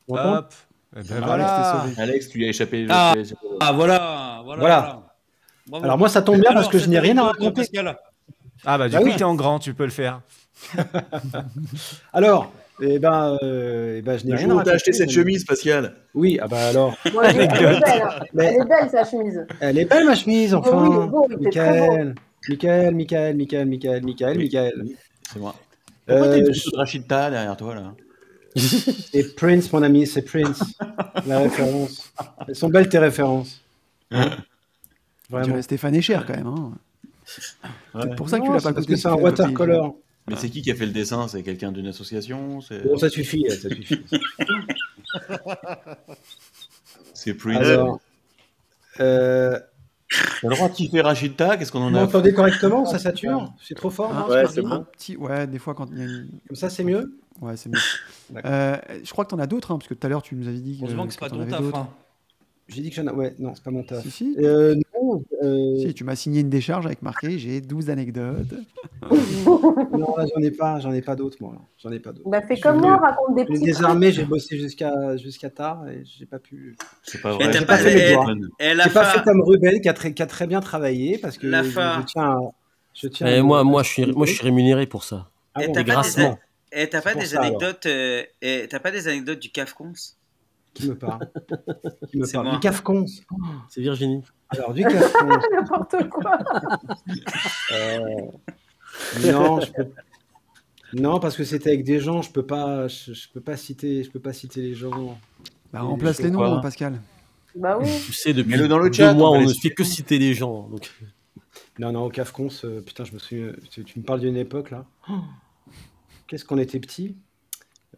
On entend hop. Eh ben voilà. Alex, t'es sauvé. Alex, tu lui as échappé. je Ah. sais, c'est pas grave. Ah voilà. Voilà. Voilà. Bravo. Alors moi, ça tombe bien parce Alors, que je cette n'ai rien à anecdote, raconter. Pascal. Ah bah du Bah coup oui. t'es en grand, tu peux le faire. Alors, eh ben, euh, eh ben, je n'ai Le rien jour à où t'as raconter, acheté cette mais- chemise, Pascal. Oui, ah bah alors. Moi, je dis qu'elle est belle, hein. Mais Elle est belle, sa chemise. elle est belle ma chemise, enfin. Ah Oui, oui, bon, il était très Michael, Michael, Michael, Michael, Michael, Michael, Oui. Michael. C'est moi. Pourquoi t'as Euh, une je- photo de Rachida derrière toi là C'est Prince, mon ami, c'est Prince. La référence. Elles sont belles tes références. Tu Vraiment. dirais Stéphane Echer, quand même. hein. Ouais. C'est pour ça que Non, tu l'as c'est pas parce coûté. que c'est un watercolor. Mais c'est qui qui a fait le dessin C'est quelqu'un d'une association C'est Bon, ça suffit, ça suffit. c'est Prince. Alors, euh, T'as le droit de kiffer Rachida Qu'est-ce qu'on vous en a m'entendez correctement Ça sature C'est trop fort non Ah, Ouais, un c'est bon. petit- Ouais, des fois, quand il y a une- Comme ça, c'est mieux Ouais, c'est mieux. D'accord. Euh, je crois que t'en as d'autres, hein, parce que tout à l'heure, tu nous avais dit. Heureusement euh, que c'est pas t'en ton avais taf. d'autres. hein. J'ai dit que j'en ai. Ouais, non, c'est pas mon taf. Si, si. Euh, non, euh, Si, tu m'as signé une décharge avec marqué j'ai 12 anecdotes. non, là, j'en ai pas, j'en ai pas d'autres, moi. là. J'en ai pas d'autres. Bah, fais Je- comme moi, raconte des J'ai petits trucs. désarmé, j'ai bossé jusqu'à jusqu'à tard et j'ai pas pu. C'est pas Mais vrai. t'as c'est pas vrai. fait- Elle a J'ai pas fa- fait comme Ruben qui a très, qui a très bien travaillé parce que La je, fa- je tiens. À, je tiens. Eh, à- moi, moi, je suis, moi, je suis rémunéré pour ça. Ah Et bon, t'as Et pas grassement. Eh, t'as pas pour des ça, anecdotes euh, eh, T'as pas des anecdotes du CAFCONS qui me parle. Qui me C'est parle. moi. Du cafcons. C'est Virginie. Alors du cafcons. N'importe quoi. euh, non, je peux- non, parce que c'était avec des gens, je peux pas, je, je peux pas citer, je peux pas citer les gens. Bah, Et remplace je les noms, crois. hein, Pascal. Bah oui. Tu sais, depuis Mets-le dans le deux chat, mois, on on va ne laisser. fait que citer les gens. Donc, Non, non, au Cafcons, euh, putain, je me souviens, tu, tu me parles d'une époque là. Oh Qu'est-ce qu'on était petits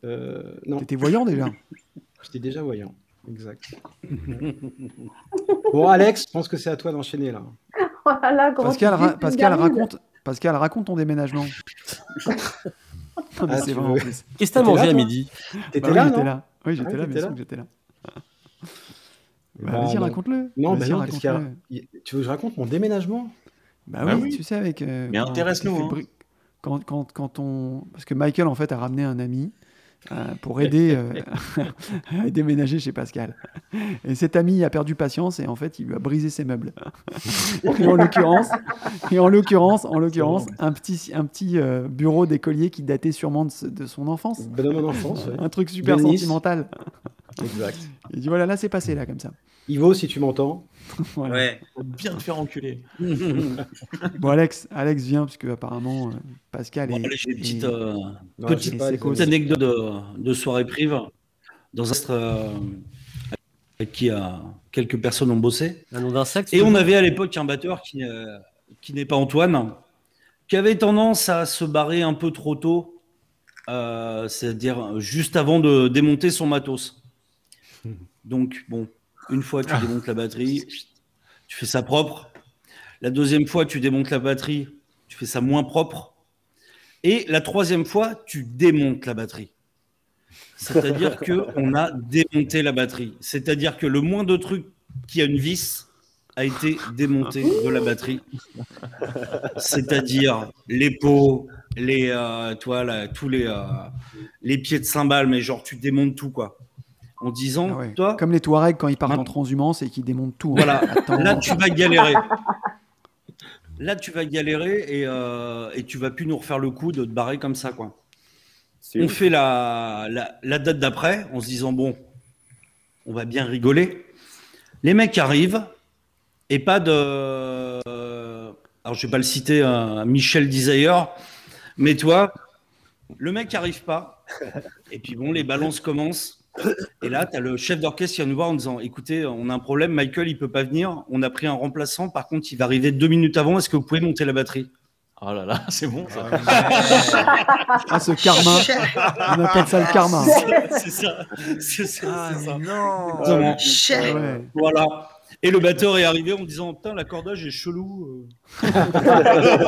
Euh, Non, T'étais voyant déjà. j'étais déjà voyant. Exact. bon, Alex, je pense que c'est à toi d'enchaîner là. Voilà, comment Pascal, tu ra- dis, Pascal, David raconte, Pascal, raconte ton déménagement. Non, mais Ah, tu c'est vrai, veux- en plus. qu'est-ce que t'as T'étais mangé là, à toi midi T'étais Bah oui, là, j'étais non là. Oui, j'étais Ah oui, là, t'étais bien sûr là. que j'étais là. Bah, Bah, vas-y, non. raconte-le. Non, bah Vas-y, non, parce qu'il y a- raconte-le. il- Tu veux que je raconte mon déménagement Bah, Bah oui, oui. tu sais, avec. euh, Mais quand- intéresse-nous, quand hein. t'es bri- Quand, quand, quand on. Parce que Michael, en fait, a ramené un ami. euh, pour aider euh, à déménager chez Pascal. Et cet ami a perdu patience et en fait, il lui a brisé ses meubles. et en l'occurrence, et en l'occurrence, en l'occurrence, un petit, un petit euh, bureau d'écolier qui datait sûrement de, ce- de son enfance. De mon enfance, ouais. Un truc super Denis. sentimental. Exact. Il dit voilà, là c'est passé là comme ça. Ivo, si tu m'entends. Voilà. Ouais. Faut bien te faire enculer. Bon Alex, Alex vient parce que apparemment euh, Pascal Bon, est. allez, j'ai une est- petite, euh, Non, petite, j'ai pas c'est les- cool. petite anecdote de, de soirée prive dans un astre euh, avec qui euh, quelques personnes ont bossé. Un nom d'insecte Et on avait à l'époque un batteur qui, euh, qui n'est pas Antoine, qui avait tendance à se barrer un peu trop tôt, euh, c'est-à-dire juste avant de démonter son matos. Donc, bon, une fois que tu démontes la batterie, tu fais ça propre. La deuxième fois, tu démontes la batterie, tu fais ça moins propre. Et la troisième fois, tu démontes la batterie. C'est-à-dire que on a démonté la batterie. C'est-à-dire que le moins de trucs qui a une vis a été démonté de la batterie. C'est-à-dire les pots, les, euh, toi, là, tous les, euh, les pieds de cymbales, mais genre tu démontes tout quoi. En disant, Ah ouais. toi, Comme les Touaregs quand ils partent Maintenant- en transhumance et qu'ils démontent tout. hein. Voilà. Attends. Là, tu vas galérer. Là, tu vas galérer et, euh, et tu vas plus nous refaire le coup de te barrer comme ça, quoi. On fait la, la, la date d'après en se disant, bon, on va bien rigoler. Les mecs arrivent et pas de. euh, alors, je vais pas le citer, euh, Michel Desire, mais toi, le mec arrive pas. Et puis, bon, les balances commencent. Et là, tu as le chef d'orchestre qui vient nous voir en disant Écoutez, on a un problème, Michael, il peut pas venir. On a pris un remplaçant, par contre, il va arriver deux minutes avant. Est-ce que vous pouvez monter la batterie Oh là là, c'est bon ça. Ah, ce karma. On appelle ça le karma. C'est ça. C'est ça. c'est ça. non Exactement. Ah Chef. ouais. Voilà. Et le batteur est arrivé en me disant Putain, l'accordage est chelou. euh.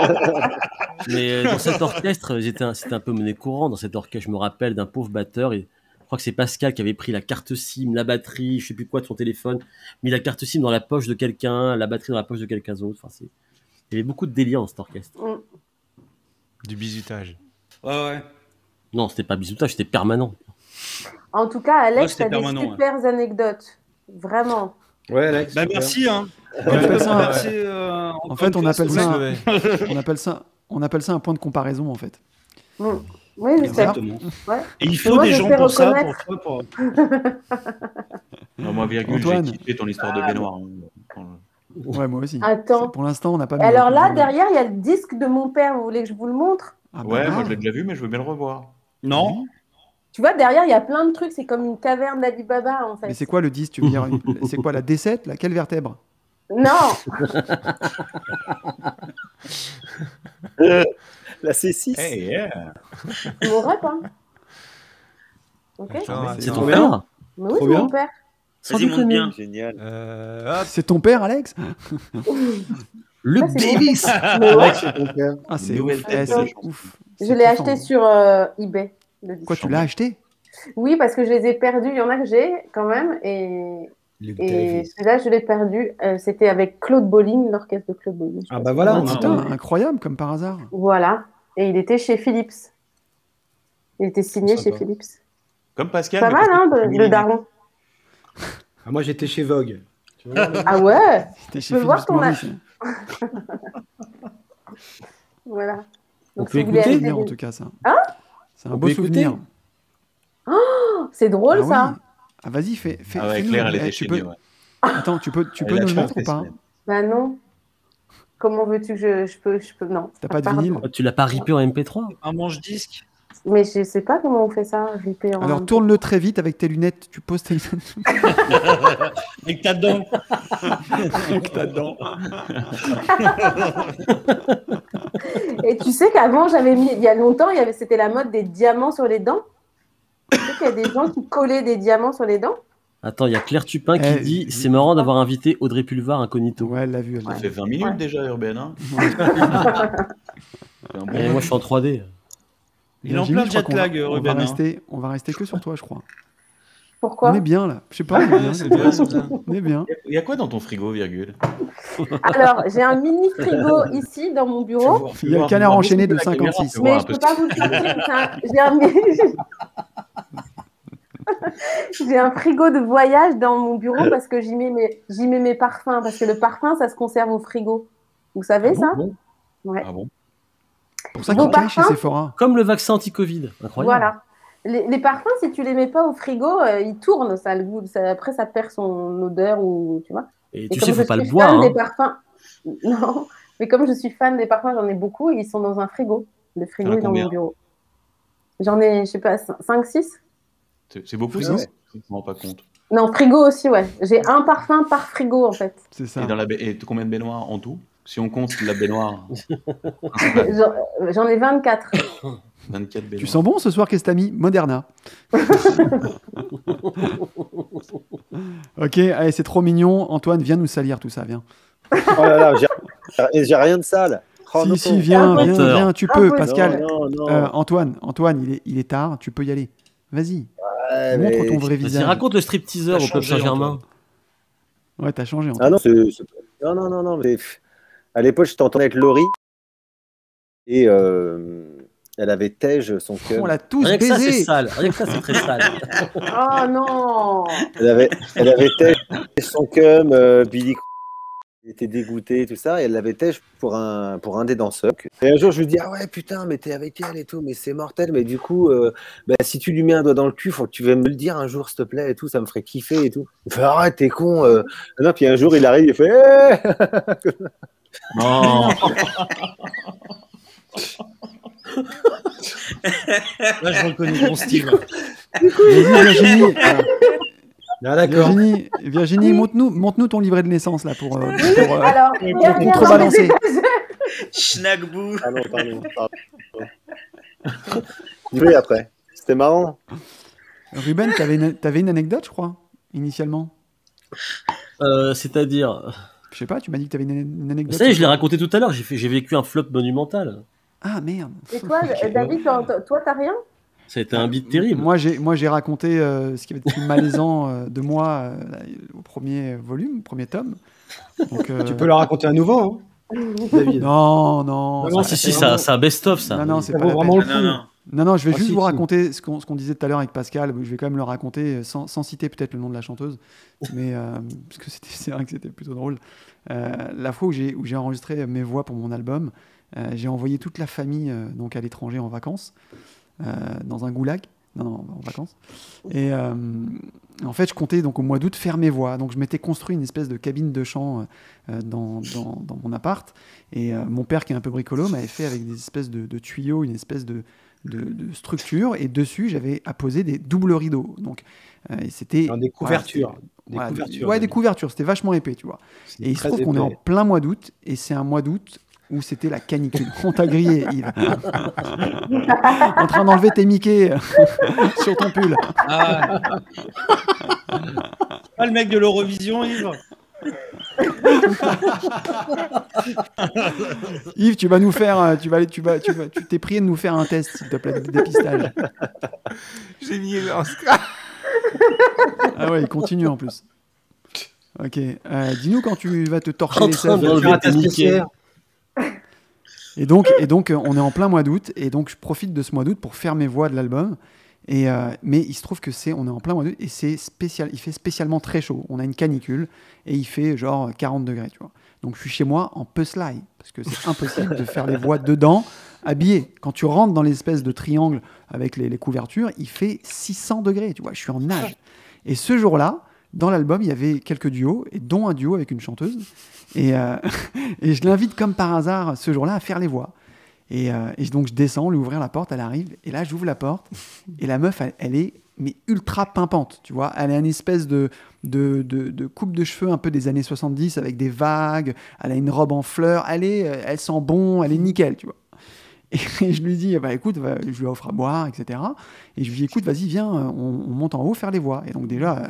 Mais euh, dans cet orchestre, j'étais un- c'était un peu mené courant. Dans cet orchestre, je me rappelle d'un pauvre batteur. et je crois que c'est Pascal qui avait pris la carte SIM, la batterie, je sais plus quoi de son téléphone, mis la carte SIM dans la poche de quelqu'un, la batterie dans la poche de quelqu'un d'autre. Enfin, c'est- il y avait beaucoup de délire dans cet orchestre. Du bisutage. Ouais, ouais. Non, c'était pas bisoutage, c'était permanent. En tout cas, Moi, Alex, c'était t'as des permanent, super anecdotes. Vraiment. Ouais, Alex. Bah, super. merci. Hein. On appelle ça un- Merci, euh, En fait, on appelle Tous ça. un- mauvais. On appelle ça. On appelle ça un point de comparaison en fait. Mm. Oui, je sais. Exactement. Ouais. Et il Et faut moi, des je gens sais pour ça. Pour reconnaître. toi, pour... Non, moi, virgule, j'ai Antoine. kiffé ton histoire Ah, de baignoire. hein. Quand- Ouais, moi aussi. Attends. Pour l'instant, on n'a pas. mis Alors le- là, derrière, il y a le disque de mon père. Vous voulez que je vous le montre Ah, bah, Ouais, là. moi je l'ai déjà vu, mais je veux bien le revoir. Non, Tu vois, derrière, il y a plein de trucs. C'est comme une caverne d'Alibaba, en fait. Mais c'est quoi le 10 Tu veux dire C'est quoi la D7 Laquelle vertèbre Non La C6. Hey, yeah. C'est mon rep, hein. Ok Attends, mais C'est attends. ton père Mais oui, Trop c'est bien. mon père. Sans Vas-y, monte déconner. bien. Génial. Euh, hop. Ah, C'est ton père, Alex Le Ça, c'est Baileys Mais ouais, Alex, c'est ton père. Ah, c'est Nouvelle ouf. tête eh, de c'est la chanson. ouf. Je C'est l'ai kiffant. acheté sur euh, eBay. le disque. Quoi, tu l'as acheté Oui, parce que je les ai perdus. Il y en a que j'ai quand même. Et, Luke et Davis. celui-là, je l'ai perdu. Euh, C'était avec Claude Bolling, l'orchestre de Claude Bolling. Ah bah voilà, Ah, on a- Putain, incroyable comme par hasard. Voilà. Et il était chez Philips. Il était signé Sympa. chez Philips. Comme Pascal. Pas mais mal, Pascal, hein, c'est de, de mini. daron. Ah, moi j'étais chez Vogue. Tu vois, là Ah ouais C'était peux voir ton Maurice. Voilà. On Donc, peut si vous voulez C'est acheter écouter un souvenir, en des- tout cas, ça. Hein C'est un On beau peut écouter souvenir. Oh, C'est drôle, Ah oui. ça Ah, vas-y, fais. fais Ah ouais, fais-nous- Claire, elle eh, était tu chez peux- nous. ouais. Attends, tu peux, tu Elle peux a nous le fait un mettre ou pas festival. Bah non. Comment veux-tu que je, je peux... Je peux... Non. T'as pas de Pardon. vinyle Ah, Tu l'as pas ripé en MP3 un manche-disque. Mais je sais pas comment on fait ça, ripper en... Alors tourne-le très vite avec tes lunettes. Tu poses tes lunettes Et que t'as dedans. que t'as dedans. Et tu sais qu'avant, j'avais mis, il y a longtemps, il y avait, c'était la mode des diamants sur les dents. Tu sais qu'il y a des gens qui collaient des diamants sur les dents. Attends, il y a Claire Tupin qui Eh, dit je- C'est marrant d'avoir invité Audrey Pulvar incognito. Ouais, elle l'a vu. Elle l'a Ça vu. fait 20 minutes Ouais. déjà, Urbaine. Hein. C'est un bon Et Eh, moi, je suis en 3D. Euh, Il est en Virginie, plein je crois jet qu'on va- lag, On va Ruben, hein. rester, on va rester que sur toi, je crois. Pourquoi on est bien là. Je sais pas. on est bien, Ouais, c'est bien, c'est bien. on est Eh bien. Il y a quoi dans ton frigo, virgule Alors, j'ai un mini frigo ici dans mon bureau, Il y a le canard enchaîné de 56. mais je peux pas vous le sortir. c'est un- J'ai un, mini- J'ai un frigo de voyage dans mon bureau parce que j'y mets, mes- j'y mets mes parfums. Parce que le parfum, ça se conserve au frigo. Vous savez ça Ouais. Ah bon pour ça Vos qu'il cache chez parfums Sephora. Comme le vaccin anti-Covid. Incroyable. Voilà. Les, les parfums, si tu les mets pas au frigo, euh, ils tournent, ça a le goût. ça- après, ça perd son odeur ou tu vois. Et Et tu comme sais, je faut pas le suis boire. fan hein. des parfums. Non, mais comme je suis fan des parfums, j'en ai beaucoup. Ils sont dans un frigo. Le frigo T'en as est dans combien mon bureau. J'en ai, je sais pas, 5, 6 C'est c'est beaucoup, Oui, ça oui. Je me rends pas compte. Non, frigo aussi, ouais. J'ai un parfum par frigo en fait. C'est ça. Et, dans la ba- et combien de baignoires en tout Si on compte la baignoire, J'en euh, j'en ai 24. 24 baignoires. Tu sens bon ce soir, qu'est-ce que t'as mis Moderna. ok, allez, c'est trop mignon. Antoine, viens nous salir tout ça, viens. Oh là là, j'ai- j'ai- j'ai rien de sale. Oh, non. si, si, viens, viens, Imposteur. viens, tu peux, Imposteur. Pascal. Non, non, non. Euh, Antoine, Antoine, il est, il est tard, tu peux y aller. Vas-y, Ouais, montre mais- ton vrai Vas-y, visage. raconte le strip teaser T'as au Club changé, Saint-Germain. Ouais, t'as changé. Antoine. Ah non, c'est- c'est- non, non, non, non, mais pff, à l'époque, je t'entendais avec Laurie et euh, elle avait Tej, son cœur. On l'a tous Rien que ça, c'est baisé. sale. Rien que ça, c'est très sale. Oh non Elle avait, elle avait Tej, son cum, euh, Billy Cr- il était dégoûté, tout ça, et elle l'avait tèche pour un, pour un des danseurs. Et un jour, je lui dis, ah ouais, putain, mais t'es avec elle et tout, mais c'est mortel, mais du coup, euh, bah, si tu lui mets un doigt dans le cul, faut que tu viennes me le dire un jour, s'il te plaît, et tout, ça me ferait kiffer et tout. Il fait, arrête, t'es con. euh. Non, puis un jour, il arrive, il fait, Eh Non Là, je reconnais ton style. Vas-y, Virginie, voilà. Ah, d'accord. Virginie, Virginie montre-nous montre ton livret de naissance là pour, euh, pour, euh, Alors, pour dernière contrebalancer. Schnagbou. Ah non, pardon, pardon. Coupez après. C'était marrant. Ruben, t'avais une, t'avais une anecdote, je crois, initialement. Euh, C'est-à-dire. Je sais pas, tu m'as dit que t'avais une, une anecdote. Ça y est, je l'ai raconté tout à l'heure. J'ai fait- j'ai vécu un flop monumental. Ah merde. Et toi, David, toi, toi- toi, t'as rien Ça a été un beat terrible. Moi j'ai moi j'ai raconté euh, ce qui avait été plus malaisant euh, de moi euh, au premier volume, au premier tome. Donc, euh, Tu peux leur raconter à nouveau, hein, David. Non non. Non, Ah, ça- si, si, ça, ça best-of, ça. Non non, c'est Ça pas vaut la vraiment peine. le Non, non. Non non, je vais Ah, juste si, vous si. raconter ce qu'on ce qu'on disait tout à l'heure avec Pascal. Je vais quand même le raconter euh, sans, sans citer peut-être le nom de la chanteuse, mais euh, parce que c'était c'est vrai que c'était plutôt drôle. Euh, la fois où j'ai où j'ai enregistré mes voix pour mon album, euh, j'ai envoyé toute la famille euh, donc à l'étranger en vacances euh, dans un goulag. Non, non, en vacances. Et euh, en fait, je comptais donc au mois d'août faire mes voix. Donc, je m'étais construit une espèce de cabine de chant euh, dans, dans- dans mon appart. Et euh, mon père, qui est un peu bricolo, m'avait fait avec des espèces de, de tuyaux, une espèce de, de, de structure. Et dessus, j'avais apposé des doubles rideaux. Donc, euh, et c'était. Dans des voilà, couvertures. c'était- Des voilà, des- couvertures, ouais, des David. couvertures. C'était vachement épais, tu vois. C'est Et il se très trouve qu'on est en épais. plein mois d'août, et c'est un mois d'août où c'était la canicule. On t'a grillé, Yves. en train d'enlever tes Mickey euh, sur ton pull. Ah, Ah, le mec de l'Eurovision, Yves Yves, tu vas nous faire, euh, tu vas, aller- tu vas, tu vas, tu t'es prié de nous faire un test, s'il te plaît, de dépistage. J'ai mis en Ah ouais, il continue en plus. Ok, euh, dis-nous quand tu vas te torcher En les train sèvres. d'enlever Faire un test Mickey. PCR. Et donc, et donc, euh, on est en plein mois d'août, et donc je profite de ce mois d'août pour faire mes voix de l'album. Et euh, mais il se trouve que c'est, on est en plein mois d'août et c'est spécial, il fait spécialement très chaud. On a une canicule et il fait genre 40 degrés, tu vois. Donc je suis chez moi en puzzle parce que c'est impossible de faire les voix dedans habillé. Quand tu rentres dans l'espèce de triangle avec les, les couvertures, il fait 600 degrés, tu vois. Je suis en nage. Et ce jour-là, dans l'album, il y avait quelques duos, et dont un duo avec une chanteuse. Et, euh, et je l'invite comme par hasard ce jour-là à faire les voix. Et, euh, et donc je descends, lui ouvrir la porte, elle arrive, et là j'ouvre la porte, et la meuf, elle, elle est mais ultra pimpante, tu vois. Elle a une espèce de, de, de- de coupe de cheveux un peu des années 70 avec des vagues, elle a une robe en fleurs, elle, est, euh, elle sent bon, elle est nickel, tu vois. Et je lui dis, eh ben, écoute, va- je lui offre à boire, etc. Et je lui dis, écoute, vas-y, viens, euh, on, on monte en haut faire les voix. Et donc déjà,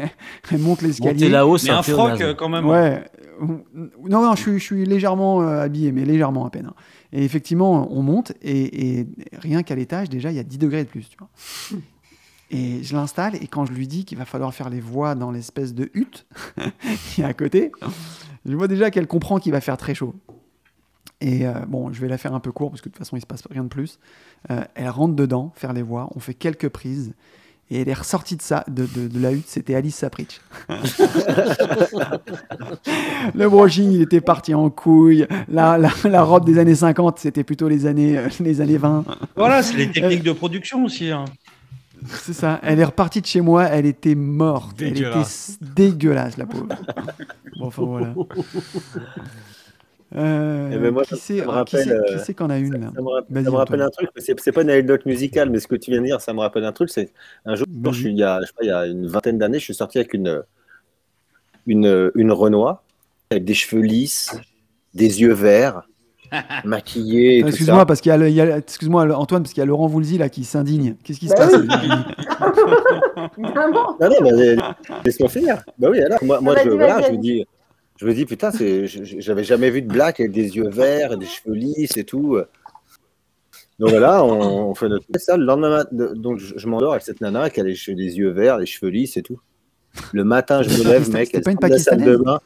euh, elle monte Monter l'escalier. là-haut, Mais c'est un un peu froc, naze. euh, quand même. Ouais. Non, non, je suis, je suis légèrement euh, habillé, mais légèrement à peine. hein. Et effectivement, on monte et, et rien qu'à l'étage, déjà, il y a 10 degrés de plus. Tu vois. Et je l'installe et quand je lui dis qu'il va falloir faire les voix dans l'espèce de hutte qui est à côté, je vois déjà qu'elle comprend qu'il va faire très chaud. Et euh, bon, je vais la faire un peu court parce que de toute façon, il se passe rien de plus. Euh, elle rentre dedans, faire les voix. On fait quelques prises. Et elle est ressortie de ça, de, de- de la hutte, c'était Alice Sapritch. le brushing, il était parti en couille. La, la, la robe des années 50, c'était plutôt les années, euh, les années 20. Voilà, c'est les techniques de production aussi. hein. C'est ça. Elle est repartie de chez moi, elle était morte. Elle était Dégueulasse. s- dégueulasse, la pauvre. Bon, enfin voilà. Euh, Eh ben, moi, qui ça- c'est ça me ah, qui c'est- rappelle, qui euh, c'est qu'on a une là Ça me, rapp- Vas-y, ça me rappelle Antoine. un truc, mais c'est c'est pas une anecdote musicale, mais ce que tu viens de dire, ça me rappelle un truc. C'est un jour, je suis, il, y a, je sais pas, il y a une vingtaine d'années, je suis sorti avec une, une, une Renoir, avec des cheveux lisses, des yeux verts, maquillée. et tout Ah, Excuse-moi, ça. parce qu'il y a, le- il y a- excuse-moi Antoine, parce qu'il y a Laurent Voulzy là qui s'indigne. Qu'est-ce qui se Bah passe oui. Non, non, mais euh, laisse-moi finir. Bah oui, alors, moi, moi, Vas-y, je, vas-y, voilà, je vas-y. me dis, je me dis, putain, c'est, je- je- j'avais jamais vu de black avec des yeux verts, et des cheveux lisses et tout. Donc voilà, on, on fait notre ça. Le lendemain, mat- de- donc je, je m'endors avec cette nana qui a les, che- les yeux verts, les cheveux lisses et tout. Le matin, je me lève, mec, C'était elle pas une sort de la salle de Pakistanaise bain.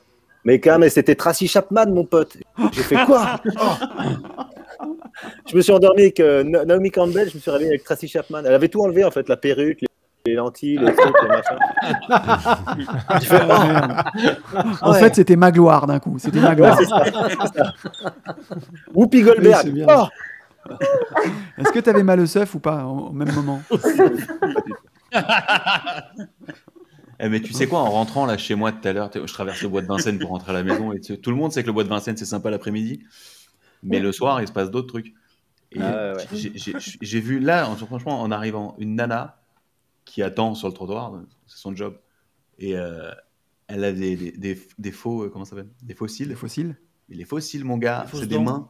Mais quand même, c'était Tracy Chapman, mon pote. J'ai fait quoi Je me suis endormi avec euh, Na- Naomi Campbell, je me suis réveillé avec Tracy Chapman. Elle avait tout enlevé, en fait, la perruque, les, les lentilles, les trucs, les machins. J'ai fait, oh. En Ouais. fait, c'était Magloire d'un coup. C'était Magloire. Ouais, c'est ça, c'est ça. Whoopi Goldberg. Oui, c'est bien. Oh. Est-ce que t'avais mal au seuf ou pas au au même moment Eh, mais tu sais quoi, en rentrant là chez moi tout à l'heure, t'es- je traverse le bois de Vincennes pour rentrer à la maison et tu- tout le monde sait que le bois de Vincennes c'est sympa l'après-midi, mais le soir il se passe d'autres trucs. Et Ah ouais, ouais. j'ai- j'ai- j'ai vu là, en- franchement, en arrivant, une nana qui attend sur le trottoir, c'est son job, et euh, elle a des, des, des, des faux, euh, comment ça s'appelle Des fossiles. Des fossiles Les fossiles, mon gars, Des fausses c'est des dents. mains,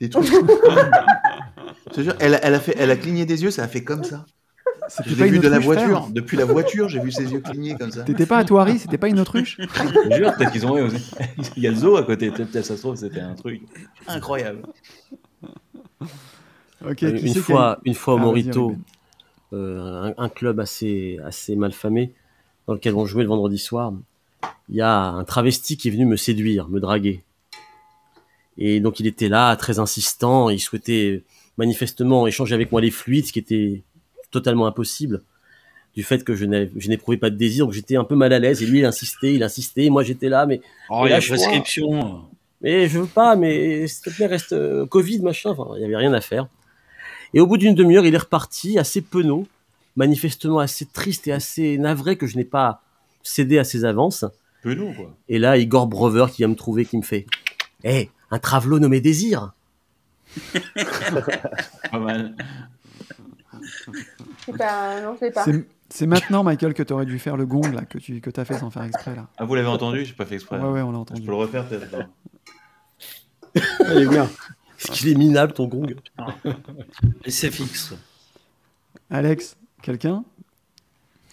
des trucs. Je te jure, elle, a- elle a fait, elle a cligné des yeux, ça a fait comme ça. C'était Je pas l'ai une vu de la autruche, frère voiture. Depuis la voiture, j'ai vu ses yeux cligner comme ça. T'étais pas à Toari, c'était pas une autruche Je te jure, peut-être qu'ils ont Il y a le zoo à côté, peut-être ça se trouve, c'était un truc incroyable. Ok. Une- qui Euh, une, c'est qui a fois, eu une fois au Ah, vas-y, Morito, Ruben. euh, un, un club assez, assez mal famé dans lequel on jouait le vendredi soir, il y a un travesti qui est venu me séduire, me draguer. Et donc il était là, très insistant, il souhaitait manifestement échanger avec moi les fluides, ce qui était totalement impossible du fait que je n'avais- je n'éprouvais pas de désir, donc j'étais un peu mal à l'aise, et lui il insistait, il insistait, et moi j'étais là, mais... Oh, mais il y a lâche-moi. prescription. Mais je veux pas, mais s'il te plaît, reste euh, Covid, machin. Enfin, il y avait rien à faire. Et au bout d'une demi-heure, il est reparti, assez penaud, manifestement assez triste et assez navré que je n'ai pas cédé à ses avances. Peu nous, quoi. Et là, Igor Brover qui vient me trouver, qui me fait Hé, un travelot nommé Désir Pas mal. Bah, non, je l'ai pas. C'est- C'est maintenant, Michael, que t'aurais dû faire le gong là, que tu que t'as fait sans faire exprès là. Ah, vous l'avez entendu J'ai pas fait exprès. Ouais, ouais, on l'a entendu. Je peux le refaire, peut-être. non Elle est bien. Est-ce qu'il est minable ton gong Et c'est fixe. Alex, quelqu'un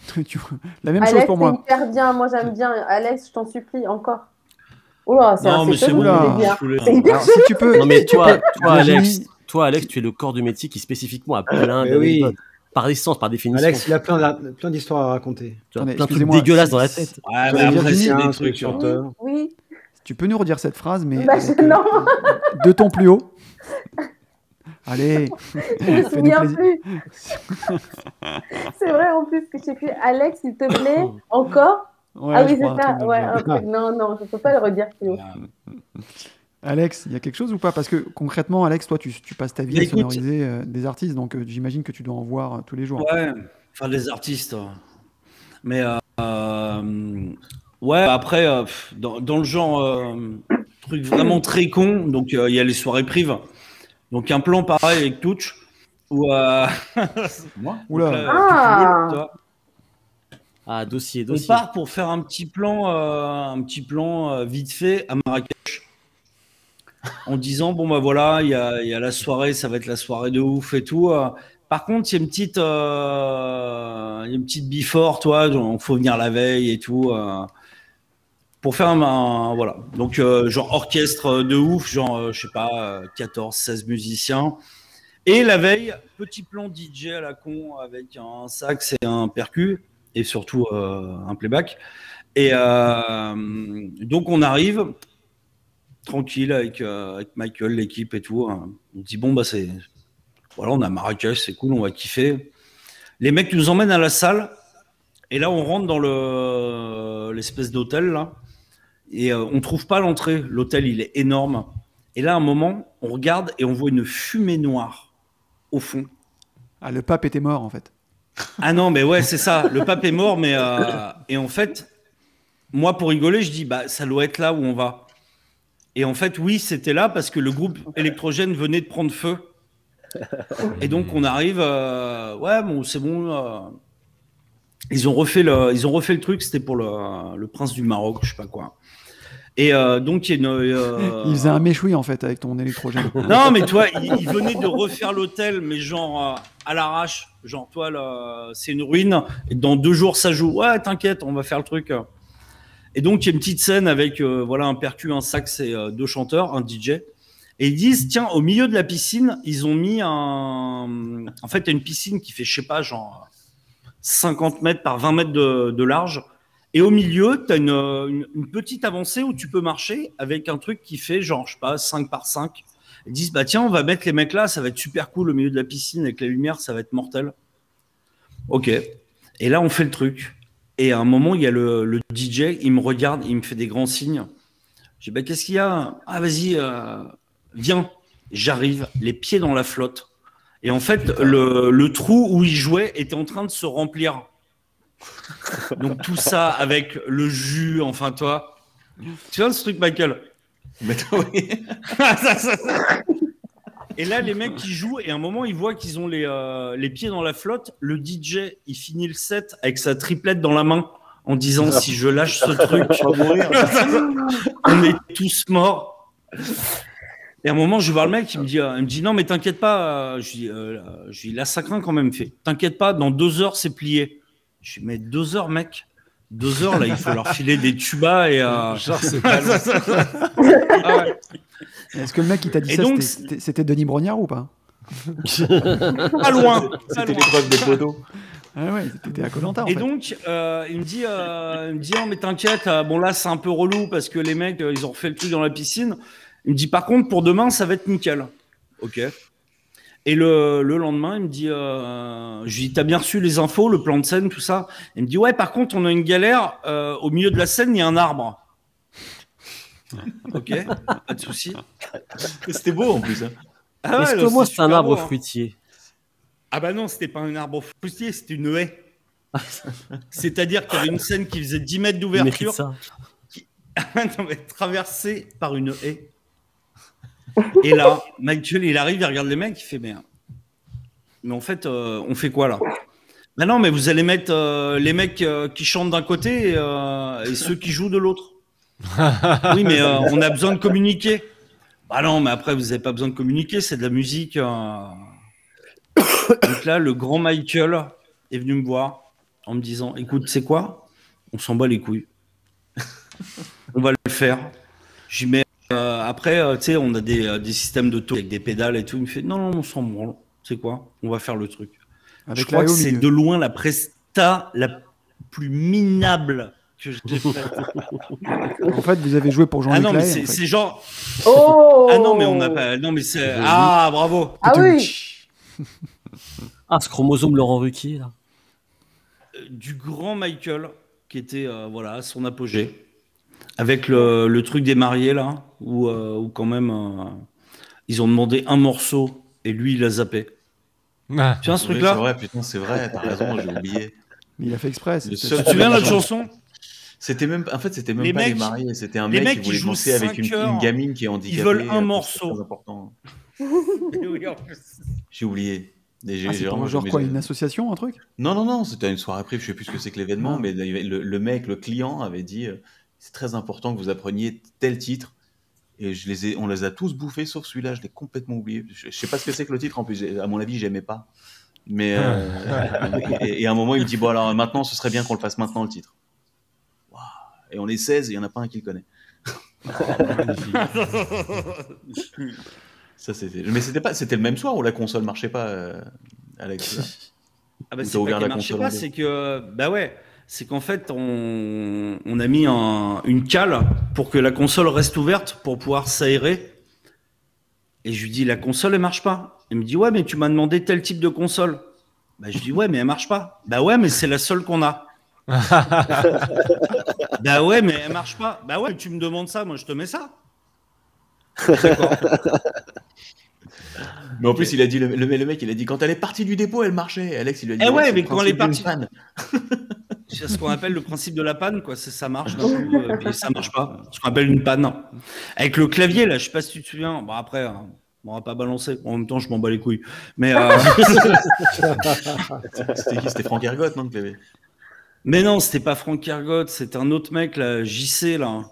Tu- La même Alex, chose pour c'est moi. hyper bien. Moi, j'aime bien. Alex, je t'en supplie, encore. Oh Oula, c'est Non, un mais c'est peu- bon, c'est bien. je voulais- C'est hyper Alors, si tu peux- Non, mais si tu toi, peux- toi, Virginie- Alex, toi, Alex, tu es le corps de métier qui spécifiquement a plein Euh, mais d'anecdotes. Par essence, par définition. Alex, il a plein d'a- plein d'histoires à raconter. Tu as plein de trucs Ah, Excusez-moi, dégueulasses dans la c'est- tête. Ouais, mais J'allais après, dire c'est Virginie. un truc sur toi. Oui. Tu peux nous redire cette phrase, mais Bah, avec, je- euh, non. de ton plus haut. Allez, Je me fais-nous souviens plaisir. plus. C'est vrai en plus que je sais plus. Alex, s'il te plaît, encore. Ouais, ah je oui, crois, un c'est ça. truc dans le Ouais, genre. Ah. un truc. Non, non, je peux pas le redire. sinon. Alex, il y a quelque chose ou pas Parce que concrètement, Alex, toi, tu, tu passes ta vie Mais à écoute- sonoriser euh, des artistes, donc euh, j'imagine que tu dois en voir euh, tous les jours. Ouais, enfin des artistes. hein. Mais euh, euh, ouais, après, euh, pff, dans, dans le genre euh, truc vraiment très con, donc euh, il y a les soirées prives. Donc un plan pareil avec Touch, où euh, Moi Oula. Ah. Ah, dossier, on dossier. part pour faire un petit plan, euh, un petit plan euh, vite fait à Marrakech, en disant bon bah voilà, il y a, il y a la soirée, ça va être la soirée de ouf et tout. euh. par contre, il y a une petite, euh, il y a une petite before, toi, donc faut venir la veille et tout. euh, pour faire un, un- voilà donc euh, genre orchestre de ouf genre euh, je sais pas euh, 14 16 musiciens et la veille petit plan DJ à la con avec un sax et un percu et surtout euh, un playback et euh, donc on arrive tranquille avec, euh, avec Michael l'équipe et tout hein. on dit bon bah c'est voilà on a Marrakech c'est cool on va kiffer Les mecs nous emmènent à la salle. Et là, on rentre dans le l'espèce d'hôtel là. Et euh, on trouve pas l'entrée. L'hôtel, il est énorme. Et là, à un moment, on regarde et on voit une fumée noire au fond. Ah, le pape était mort en fait. Ah non, mais ouais, c'est ça. Le pape est mort, mais euh, et en fait, moi pour rigoler, je dis bah ça doit être là où on va. Et en fait, oui, c'était là parce que le groupe électrogène venait de prendre feu. Et donc on arrive, euh, ouais, bon, c'est bon. euh, ils ont refait le, ils ont refait le truc. C'était pour le, le prince du Maroc, je sais pas quoi. Et euh, donc il y a une. euh, Il faisait un méchoui en fait avec ton électrogène. non, mais toi, ils il venaient de refaire l'hôtel, mais genre euh, à l'arrache. Genre, toi, là, c'est une ruine. Et dans deux jours, ça joue. Ouais, t'inquiète, on va faire le truc. Et donc, il y a une petite scène avec euh, voilà un percu, un sax et euh, deux chanteurs, un DJ. Et ils disent tiens, au milieu de la piscine, ils ont mis un. En fait, il y a une piscine qui fait, je sais pas, genre 50 mètres par 20 mètres de, de large. Et au milieu, tu as une, euh, une- une petite avancée où tu peux marcher avec un truc qui fait genre, je sais pas, 5 par 5. Ils disent, bah tiens, on va mettre les mecs là, ça va être super cool au milieu de la piscine avec la lumière, ça va être mortel. Ok. Et là, on fait le truc. Et à un moment, il y a le, le DJ, il me regarde, il me fait des grands signes. Je dis, bah qu'est-ce qu'il y a Ah, vas-y, euh, viens. J'arrive, les pieds dans la flotte. Et en fait, le, le trou où il jouait était en train de se remplir. Donc tout ça avec le jus, enfin toi. Tu vois ce truc, Michael Mais oui. Ça, ça, ça. Et là, les mecs qui jouent, et à un moment, ils voient qu'ils ont les, euh, les pieds dans la flotte. Le DJ, il finit le set avec sa triplette dans la main en disant Si je lâche ce truc, on est tous morts. Et à un moment, je vois le mec, il me dit, euh, il me dit Non, mais t'inquiète pas. euh, Je lui dis, euh, je lui dis, Là, ça craint quand même. Il fait T'inquiète pas, dans deux heures, c'est plié. Je lui dis Mais deux heures, mec deux heures, là, il faut leur filer des tubas et. euh, Genre, c'est pas long. Ah ouais. Est-ce que le mec qui t'a dit Et ça, donc, c'était- c'était- c'était Denis Brognard ou pas Pas loin. pas C'était loin. l'épreuve des poteaux. Ah ouais, t'étais à Colanta en Et fait. donc, euh, il me dit, euh, il me dit, oh, mais t'inquiète, euh, bon là c'est un peu relou parce que les mecs, euh, ils ont refait le truc dans la piscine. Il me dit, par contre, pour demain, ça va être nickel. Ok. Et le, le lendemain, il me dit, euh, je lui dis, t'as bien reçu les infos, le plan de scène, tout ça. Il me dit, ouais, par contre, on a une galère. euh, au milieu de la scène, il y a un arbre. ok, pas de souci. C'était beau en plus. hein. Ah Est-ce ouais, que moi, c'est super un arbre beau, hein. fruitier Ah bah non, c'était pas un arbre fruitier, c'était une haie. Ah, C'est-à-dire qu'il y avait une scène qui faisait 10 mètres Il mérite d'ouverture, Ah ça. non, mais traversée par une haie. Et là, Michael, il arrive, il regarde les mecs, il fait mais, mais en fait, euh, on fait quoi là Bah non, mais vous allez mettre euh, les mecs euh, qui chantent d'un côté euh, et ceux qui jouent de l'autre. Oui, mais euh, on a besoin de communiquer. Bah non, mais après, vous n'avez pas besoin de communiquer, c'est de la musique. euh. Donc là, le grand Michael est venu me voir en me disant Écoute, c'est quoi On s'en bat les couilles. on va le faire. Je lui mets. après, euh, tu sais, on a des, euh, des systèmes de taux avec des pédales et tout. Il me fait Non, non, on s'en branle. C'est quoi On va faire le truc. Avec Je crois la que haie au c'est milieu. de loin la presta la plus minable que j'ai faite. En fait, vous avez joué pour Ah Jean-Luc non, mais Lahaye, en c'est fait. c'est genre. Oh Ah non, mais on n'a pas. Non, mais c'est. Euh, Ah, bravo Ah oui Ah, ce chromosome Laurent Ruquier, là. du grand Michael qui était euh, voilà à son apogée avec le, le truc des mariés là où, euh, où quand même euh, ils ont demandé un morceau et lui il a zappé Ah, tu vois ce Oui, truc là C'est vrai, putain, c'est vrai, t'as raison, j'ai oublié. Mais il a fait exprès. Le c'était- seul- tu te souviens de notre chanson C'était même, en fait, c'était même Les pas mecs les mariés, c'était un les mec mecs qui qui voulait jouent danser avec une, cinq heures, une gamine qui est handicapée. veulent un euh, c'est morceau. très important. J'ai oublié. Et j'ai- Ah, j'ai c'est pour vraiment genre jamais- quoi Une association, un truc Non, non, non, c'était une soirée privée, je sais plus ce que c'est que l'événement, Ah. mais le, le mec, le client avait dit euh, c'est très important que vous appreniez tel titre. Et je les ai, on les a tous bouffés, sauf celui-là, je l'ai complètement oublié. Je, je sais pas ce que c'est que le titre, en plus, j'ai- à mon avis, j'aimais pas. Mais euh, et, et à un moment, il me dit bon, alors maintenant, ce serait bien qu'on le fasse maintenant, le titre. Waouh. Et on est 16 et il n'y en a pas un qui le connaît. Ça, c'était... Mais c'était, pas, c'était le même soir où la console marchait pas, euh, Alex. là. Ah bah, Ou c'est t'as pas ouvert qu'elle la marchait console en pas, deux. c'est que bah ouais, c'est qu'en fait on, on a mis un- une cale pour que la console reste ouverte pour pouvoir s'aérer. Et je lui dis la console elle marche pas. Il me dit ouais mais tu m'as demandé tel type de console. Bah, je dis ouais, mais elle marche pas. Bah ouais, mais c'est la seule qu'on a. bah ouais, mais elle marche pas. Bah ouais, tu me demandes ça, moi je te mets ça. Mais en plus, il a dit, le, le- le mec, il a dit quand elle est partie du dépôt, elle marchait. Alex, il lui a dit. Eh c'est ouais, le mais quand principe les parties. d'une panne. C'est ce qu'on appelle le principe de la panne, quoi. C'est ça marche, d'un coup, euh, puis ça marche pas. Ce qu'on appelle une panne. Avec le clavier, là, je sais pas si tu te souviens. Bon, après, hein, on va pas balancer. En même temps, je m'en bats les couilles. Mais, euh, C'était qui C'était Franck Ergotte, non, le clavier mais non, c'était pas Franck Cargot, c'était un autre mec, là, JC, là.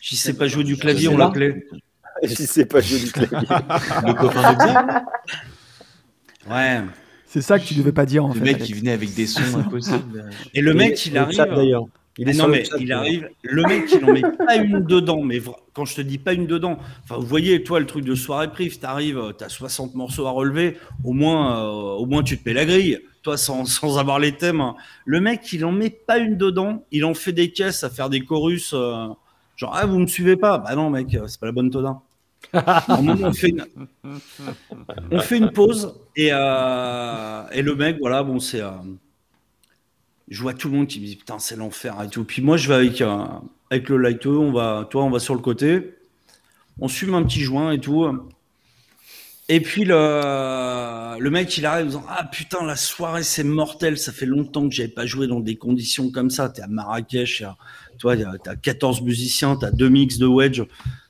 JC pas jouer du clavier, on Josella l'appelait. Je sais pas jouer du clavier. Le copain de Xav Ouais. C'est ça que tu devais pas dire en Le fait. mec Alex. qui venait avec des sons impossibles. Et le Il est mec, sur il le arrive. chat, d'ailleurs. Il est Ah sur non, le mais chat, il d'ailleurs. arrive, le mec, il en met pas une dedans. Mais vra- quand je te dis pas une dedans, enfin, vous voyez, toi, le truc de soirée prive, t'arrives, euh, t'as 60 morceaux à relever, au moins, euh, au moins tu te mets la grille, toi, sans, sans avoir les thèmes. hein. Le mec, il en met pas une dedans, il en fait des caisses à faire des chorus, euh, genre, ah, vous me suivez pas Bah non, mec, euh, c'est pas la bonne tonne. on, fait une... on fait une pause et, euh, et le mec, voilà, bon, c'est. euh, je vois tout le monde qui me dit putain c'est l'enfer et tout. Puis moi je vais avec euh, avec le light on va toi on va sur le côté, on fume un petit joint et tout. Et puis le, le mec il arrive en disant ah putain la soirée c'est mortel, ça fait longtemps que j'avais pas joué dans des conditions comme ça. T'es à Marrakech, euh, toi y a- t'as 14 musiciens, t'as deux mix de wedge,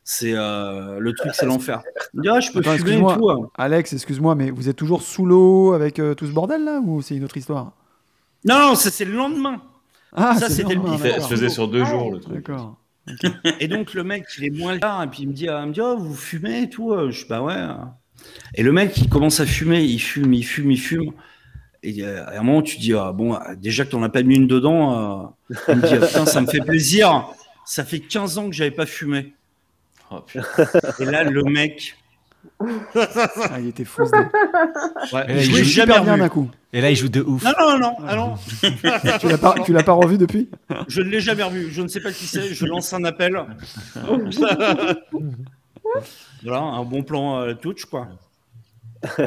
c'est euh, le truc c'est l'enfer. Il dit, Ah, je peux Attends, fumer et excuse-moi. tout. hein. Alex, excuse-moi, mais vous êtes toujours sous l'eau avec euh, tout ce bordel là ou c'est une autre histoire Non non ça, c'est le lendemain. Ah, Ça, c'est c'était le normal, Il fait- d'accord. se faisait sur deux jours, le truc. D'accord. Ah, Et donc le mec, il est moins là, et puis il me dit, ah, il me dit, oh, vous fumez et tout. Je dis, bah ouais. Et le mec, il commence à fumer, il fume, il fume, il fume. Et euh, à un moment, tu dis, ah, bon, euh, déjà que t'en as pas mis une dedans, euh, il me dit, ah, putain, ça me fait plaisir. Ça fait 15 ans que j'avais pas fumé. Oh, putain. Et là, le mec, Ah, il était fou. ce Eh, dé- ouais, Et là, je il l'ai joue super jamais bien revu. d'un coup. Et là, il joue de ouf. Non, non, non, ah, non. Tu l'as pas, tu l'as pas revu depuis je ne l'ai jamais revu. Je ne sais pas qui c'est. Je lance un appel. voilà, un bon plan euh, touch, quoi.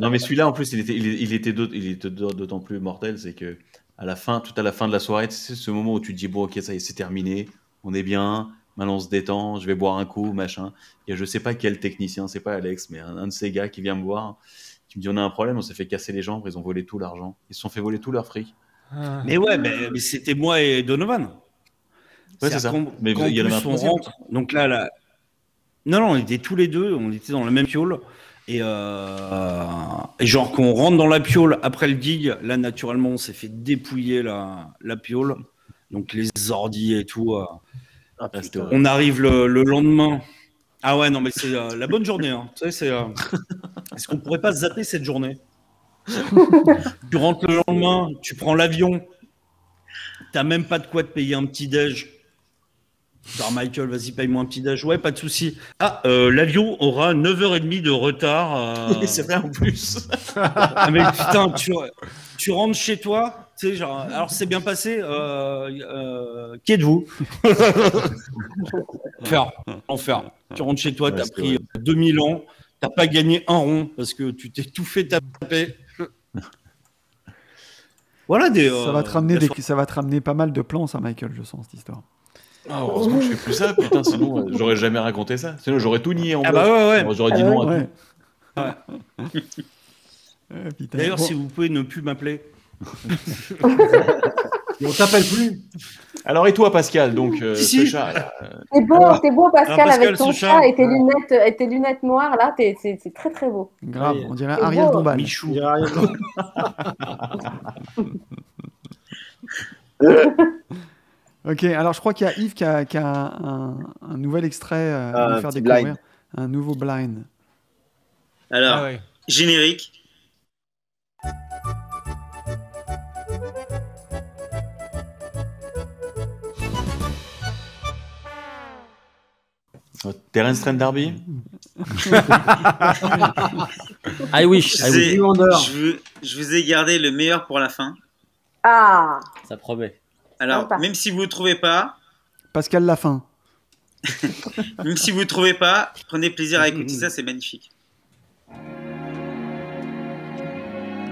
non mais celui-là en plus il était il, il était d'aut- il était d'aut- d'autant plus mortel c'est que à la fin tout à la fin de la soirée c'est ce moment où tu te dis bon ok ça y est c'est terminé on est bien maintenant on se détend je vais boire un coup machin il y a je sais pas quel technicien c'est pas Alex mais un, un de ces gars qui vient me voir qui me dit on a un problème on s'est fait casser les jambes ils ont volé tout l'argent ils se sont fait voler tout leur fric Ah. Mais ouais, mais, mais c'était moi et Donovan. Ouais, C'est-à-dire c'est ça. qu'en- Mais qu'en il y en avait plus, un on troisième. rentre. Donc là, là, non, non, on était tous les deux, on était dans la même piole. Et, euh, et genre qu'on rentre dans la piole après le gig, là naturellement on s'est fait dépouiller la, la piole, donc les ordi et tout. euh. Ah, Ah, c'était putain. horrible. On arrive le, le lendemain. Ah ouais non mais c'est euh, la bonne journée. hein. Tu sais, c'est, euh, Est-ce qu'on pourrait pas zapper cette journée Tu rentres le lendemain, tu prends l'avion, t'as même pas de quoi te payer un petit déj. Genre Michael, vas-y paye-moi un petit déj. Ouais, pas de souci. Ah, euh, l'avion aura 9h30 de retard. euh. Et c'est vrai en plus Ah, mais putain, tu, tu rentres chez toi, tu sais, genre, alors c'est bien passé, euh, euh, qui êtes-vous Enfer, enfer. Tu rentres chez toi, Ouais, t'as c'est pris 2000 ans, t'as pas gagné un rond parce que tu t'es tout fait taper. Voilà des. ça euh, va, te ramener la des- soirée. ça va te ramener pas mal de plans, ça, Michael, je sens, cette histoire. Ah, heureusement que je fais plus ça putain sinon euh, j'aurais jamais raconté ça sinon j'aurais tout nié en Ah bloc. bah ouais, ouais. j'aurais dit Ah non à tout. Ouais. Euh, putain. D'ailleurs, Bon, si vous pouvez ne plus m'appeler. Et on t'appelle plus. alors et toi Pascal donc euh, Si, si. ce chat, là, T'es beau, t'es beau Pascal, Pascal, avec ton ce chat. chat et tes lunettes, et tes lunettes noires là, t'es- c'est c'est très très beau. Grave, on dirait C'est Ariel beau. Dombal. Oh, Il Michou. y a rien. Ok, alors je crois qu'il y a Yves qui a, qui a un, un nouvel extrait euh, à Ah, nous un faire petit découvrir. blind. Un nouveau blind. Alors, Ah ouais. générique. euh, Terence Trent D'Arby Ah. I wish, Je I vous, wish. ai, Demandeur. je vous- je vous ai gardé le meilleur pour la fin. Ah, Ça promet. Alors, Sympa. même si vous ne trouvez pas, Pascal Lafin. même si vous ne trouvez pas, prenez plaisir à écouter ça, c'est magnifique.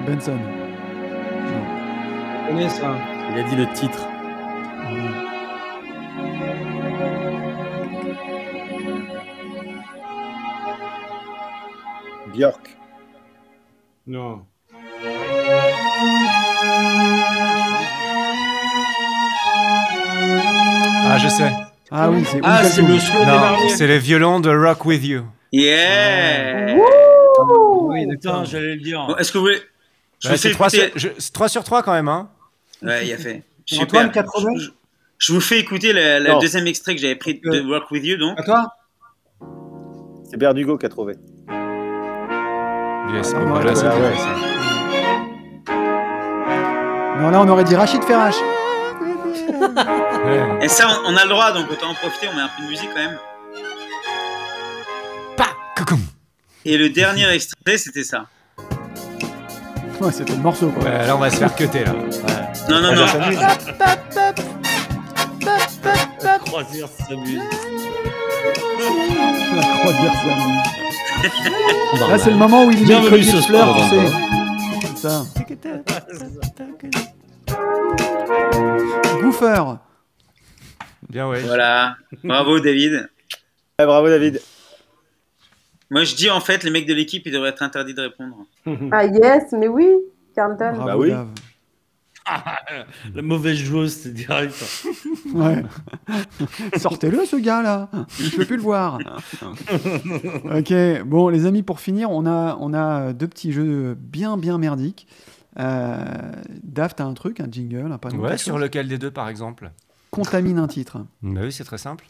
Benson. Je connais ça. Il a dit le titre. Björk. Non. Ah, je sais. Ah oui, c'est Ah, Uncle c'est Boom. le slow des Non, marmiers. c'est les violons de Rock With You. Yeah Ah Oui, Putain, d'accord. j'allais le dire. Bon, Est-ce que vous voulez. Je Ouais, vous fais c'est 3, sur... écouter- je- c'est trois sur 3 quand même. Hein. Ouais, il a fait. Super. Antoine, 80? Je- je- Je vous fais écouter le, le Non. deuxième extrait que j'avais pris de Euh. Work With You, donc. À toi C'est Berdugo qui a trouvé. Yes, bon, bon, ouais, là, c'est ouais, bien, Ah ouais. ça. Non, là, on aurait dit Rachid Ferrach. Ouais. Et ça, on, on a le droit, donc autant en profiter, on met un peu de musique quand même. Pa, coucoum. Et le dernier extrait, c'était ça. Ouais, c'était le morceau, quoi. Ouais, là, on va se faire cuter là. Ah, Non, non, non. Croisière s'amuse. La croix de Versailles. Là, Normal. c'est le moment où il est Bienvenue chronique ce fleur, soir, tu sais. C'est ça. Goofer. Bien, ouais. Voilà. Bravo, David. Ah, bravo David. Moi, je dis en fait, les mecs de l'équipe, ils devraient être interdits de répondre. Ah yes, mais oui, Carlton. Hmm. Bravo, Bah oui. Dave. La mauvaise joueuse, c'est direct. Ouais. Sortez-le, ce gars-là. Je peux plus le voir. ok. Bon, les amis, pour finir, on a, on a deux petits jeux bien, bien merdiques. Euh, Dave, t'as un truc, un jingle, un panneau Ouais, quelque sur chose lequel des deux par exemple Contamine un titre. Bah oui, c'est très simple.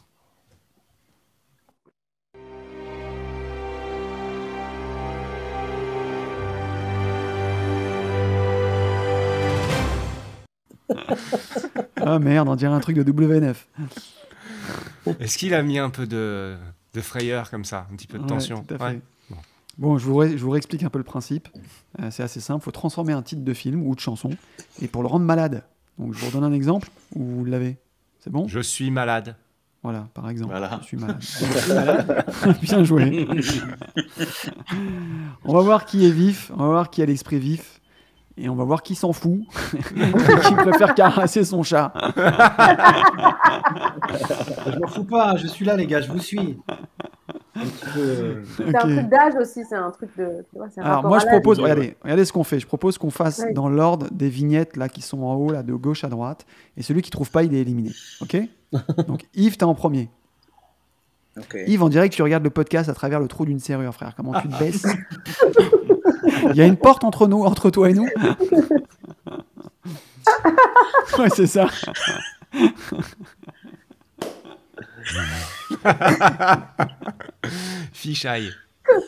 Ah merde, on dirait un truc de WNF. Oh. Est-ce qu'il a mis un peu de, de frayeur comme ça, un petit peu de Ouais, tension tout à fait. Ouais. Bon. Bon, je vous, ré- je vous réexplique un peu le principe. Euh, c'est assez simple. Il faut transformer un titre de film ou de chanson et pour le rendre malade. Donc, je vous redonne un exemple où vous l'avez. C'est bon Je suis malade. Voilà, par exemple. Voilà. Je suis malade. Je suis malade. Bien joué. on va voir qui est vif. On va voir qui a l'esprit vif. Et on va voir qui s'en fout. qui préfère caresser son chat. Je m'en fous pas, je suis là, les gars, je vous suis. Un petit peu, euh, C'est un Ok. truc d'âge aussi, c'est un truc de. tu vois, c'est un Alors rapport moi à je l'âge. propose, regardez, regardez ce qu'on fait. Je propose qu'on fasse Oui. dans l'ordre des vignettes là qui sont en haut là de gauche à droite, et celui qui trouve pas il est éliminé. Ok Donc Yves t'es en premier. Ok. Yves on dirait que tu regardes le podcast à travers le trou d'une serrure, frère. Comment tu te baisses Il y a une porte entre nous, entre toi et nous. ouais c'est ça. Fichaille.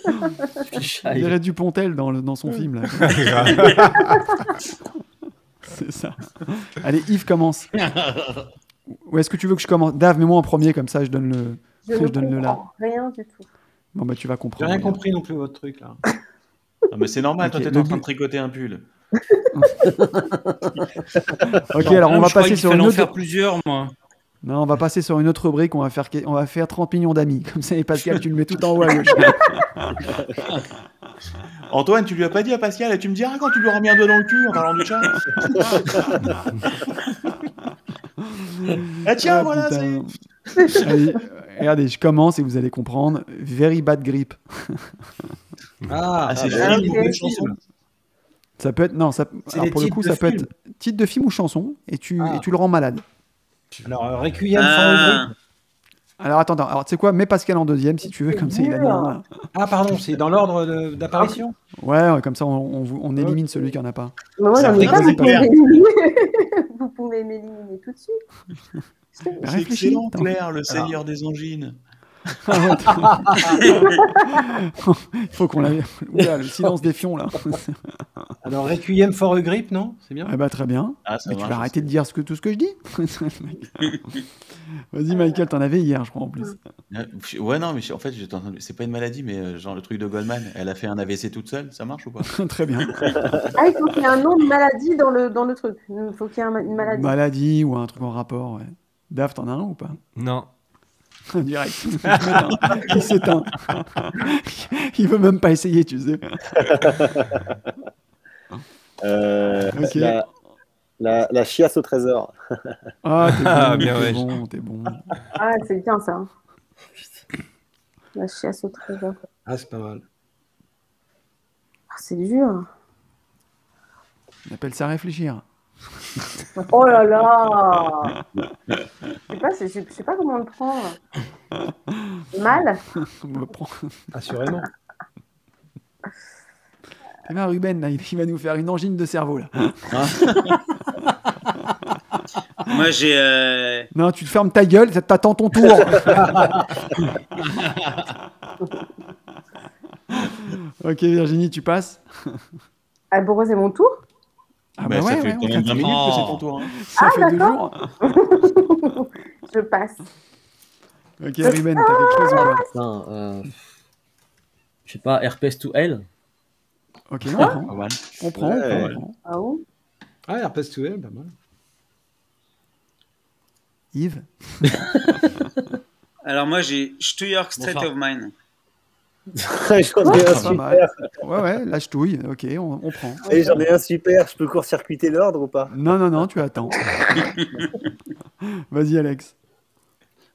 Ah, Il Fichaille. dirait Dupontel dans le, dans son film là. C'est ça. Allez Yves commence. Ou est-ce que tu veux que je commence Dave, mets-moi en premier comme ça, je donne le. Je Après, ne je donne le là. comprends rien du tout. Bon bah tu vas J'ai comprendre. rien alors. compris non plus votre truc là. Ah, mais c'est normal, toi, Ok, t'es le en train but- de tricoter un pull. Ok, alors on va passer sur une en autre. faire plusieurs, moi. Non, on va passer sur une autre rubrique. On va faire, on va faire 30 millions d'amis. Comme ça, et Pascal, tu le mets tout en haut à gauche. Antoine, tu lui as pas dit à Pascal, et tu me dis, ah, quand tu lui auras mis un doigt dans le cul en parlant du chat. ah, tiens, Ah, voilà, c'est. putain. Allez, regardez, je commence et vous allez comprendre. Very bad grip. Ah, Ah, c'est bah, joli, oui, une oui. chanson. Ça peut être non, ça. C'est alors, des pour le titres coup, de ça peut films. être titre de film ou chanson, et tu Ah. et tu le rends malade. Alors, euh, Requiem Ah. for Alors attends, attends. alors tu sais quoi, mets Pascal en deuxième si tu veux, comme ça il a mis un. a Dream. Ah, pardon, c'est dans l'ordre de- d'apparition Ouais, ouais, comme ça on, on vous- on élimine celui qui en a pas. Mais moi Ça Oh, j'en ai fait pas, que vous des pouvez clairs. m'éliminer. vous pouvez m'éliminer tout de suite. Mais C'est réfléchis, excellent, attends. Claire, le seigneur des angines. Il faut qu'on la. Oula, le silence des fions là. Alors, Requiem for a Grip, non C'est bien Eh bah très bien. Ah, ça Mais tu marche. vas arrêter de dire ce que, tout ce que je dis Vas-y, Michael, t'en avais hier, je crois, en plus. Ouais, Ouais, non, mais je- en fait, j'étais en train de- c'est pas une maladie, mais euh, genre le truc de Goldman, elle a fait un AVC toute seule, ça marche ou pas Très bien. Ah, il faut qu'il y ait un nom de maladie dans le, dans le truc. Il faut qu'il y ait un- une maladie. Maladie ou un truc en rapport, ouais. Dave, t'en as un ou pas Non. Direct. Il s'éteint. Il veut même pas essayer, tu sais. Euh, Ok. la, la- la chiasse au trésor. Ah, t'es bon, Ah, t'es bien ouais. bon, t'es bon. Ah, c'est bien ça. hein. La chiasse au trésor. Ah, c'est pas mal. Ah, c'est dur. On appelle ça réfléchir. Oh là là Je sais pas, c'est- je sais pas comment le prendre. Mal On me prend. Assurément. Eh ben, Ruben, là, il il va nous faire une angine de cerveau là. Hein Moi, j'ai. euh, Non, tu te fermes ta gueule, ça- t'attends ton tour. ok Virginie, tu passes. Ah, Bourreau, c'est mon tour Ah Bah, bah ça ouais, fait ouais, quand on même 20 t'attend. minutes que c'est Oh. ton tour. hein. ça fait deux jours. Ah, Je passe. Ok Ruben, t'as quelque chose ou pas Putain, euh, je sais pas, herpes to hell Ok, Hein on prend. Pas mal. On prend, on prend, on prend. Ah bon Ah, Herpes to Hell, pas mal. Yves Alors, moi, j'ai York Straight Bonsoir. of Mine. J'en ai un Pas super. mal. Ouais, ouais, là je touille. Ok, on, on prend. Et j'en ai un super. Je peux court-circuiter l'ordre ou pas Non, non, non, tu attends. Vas-y, Alex.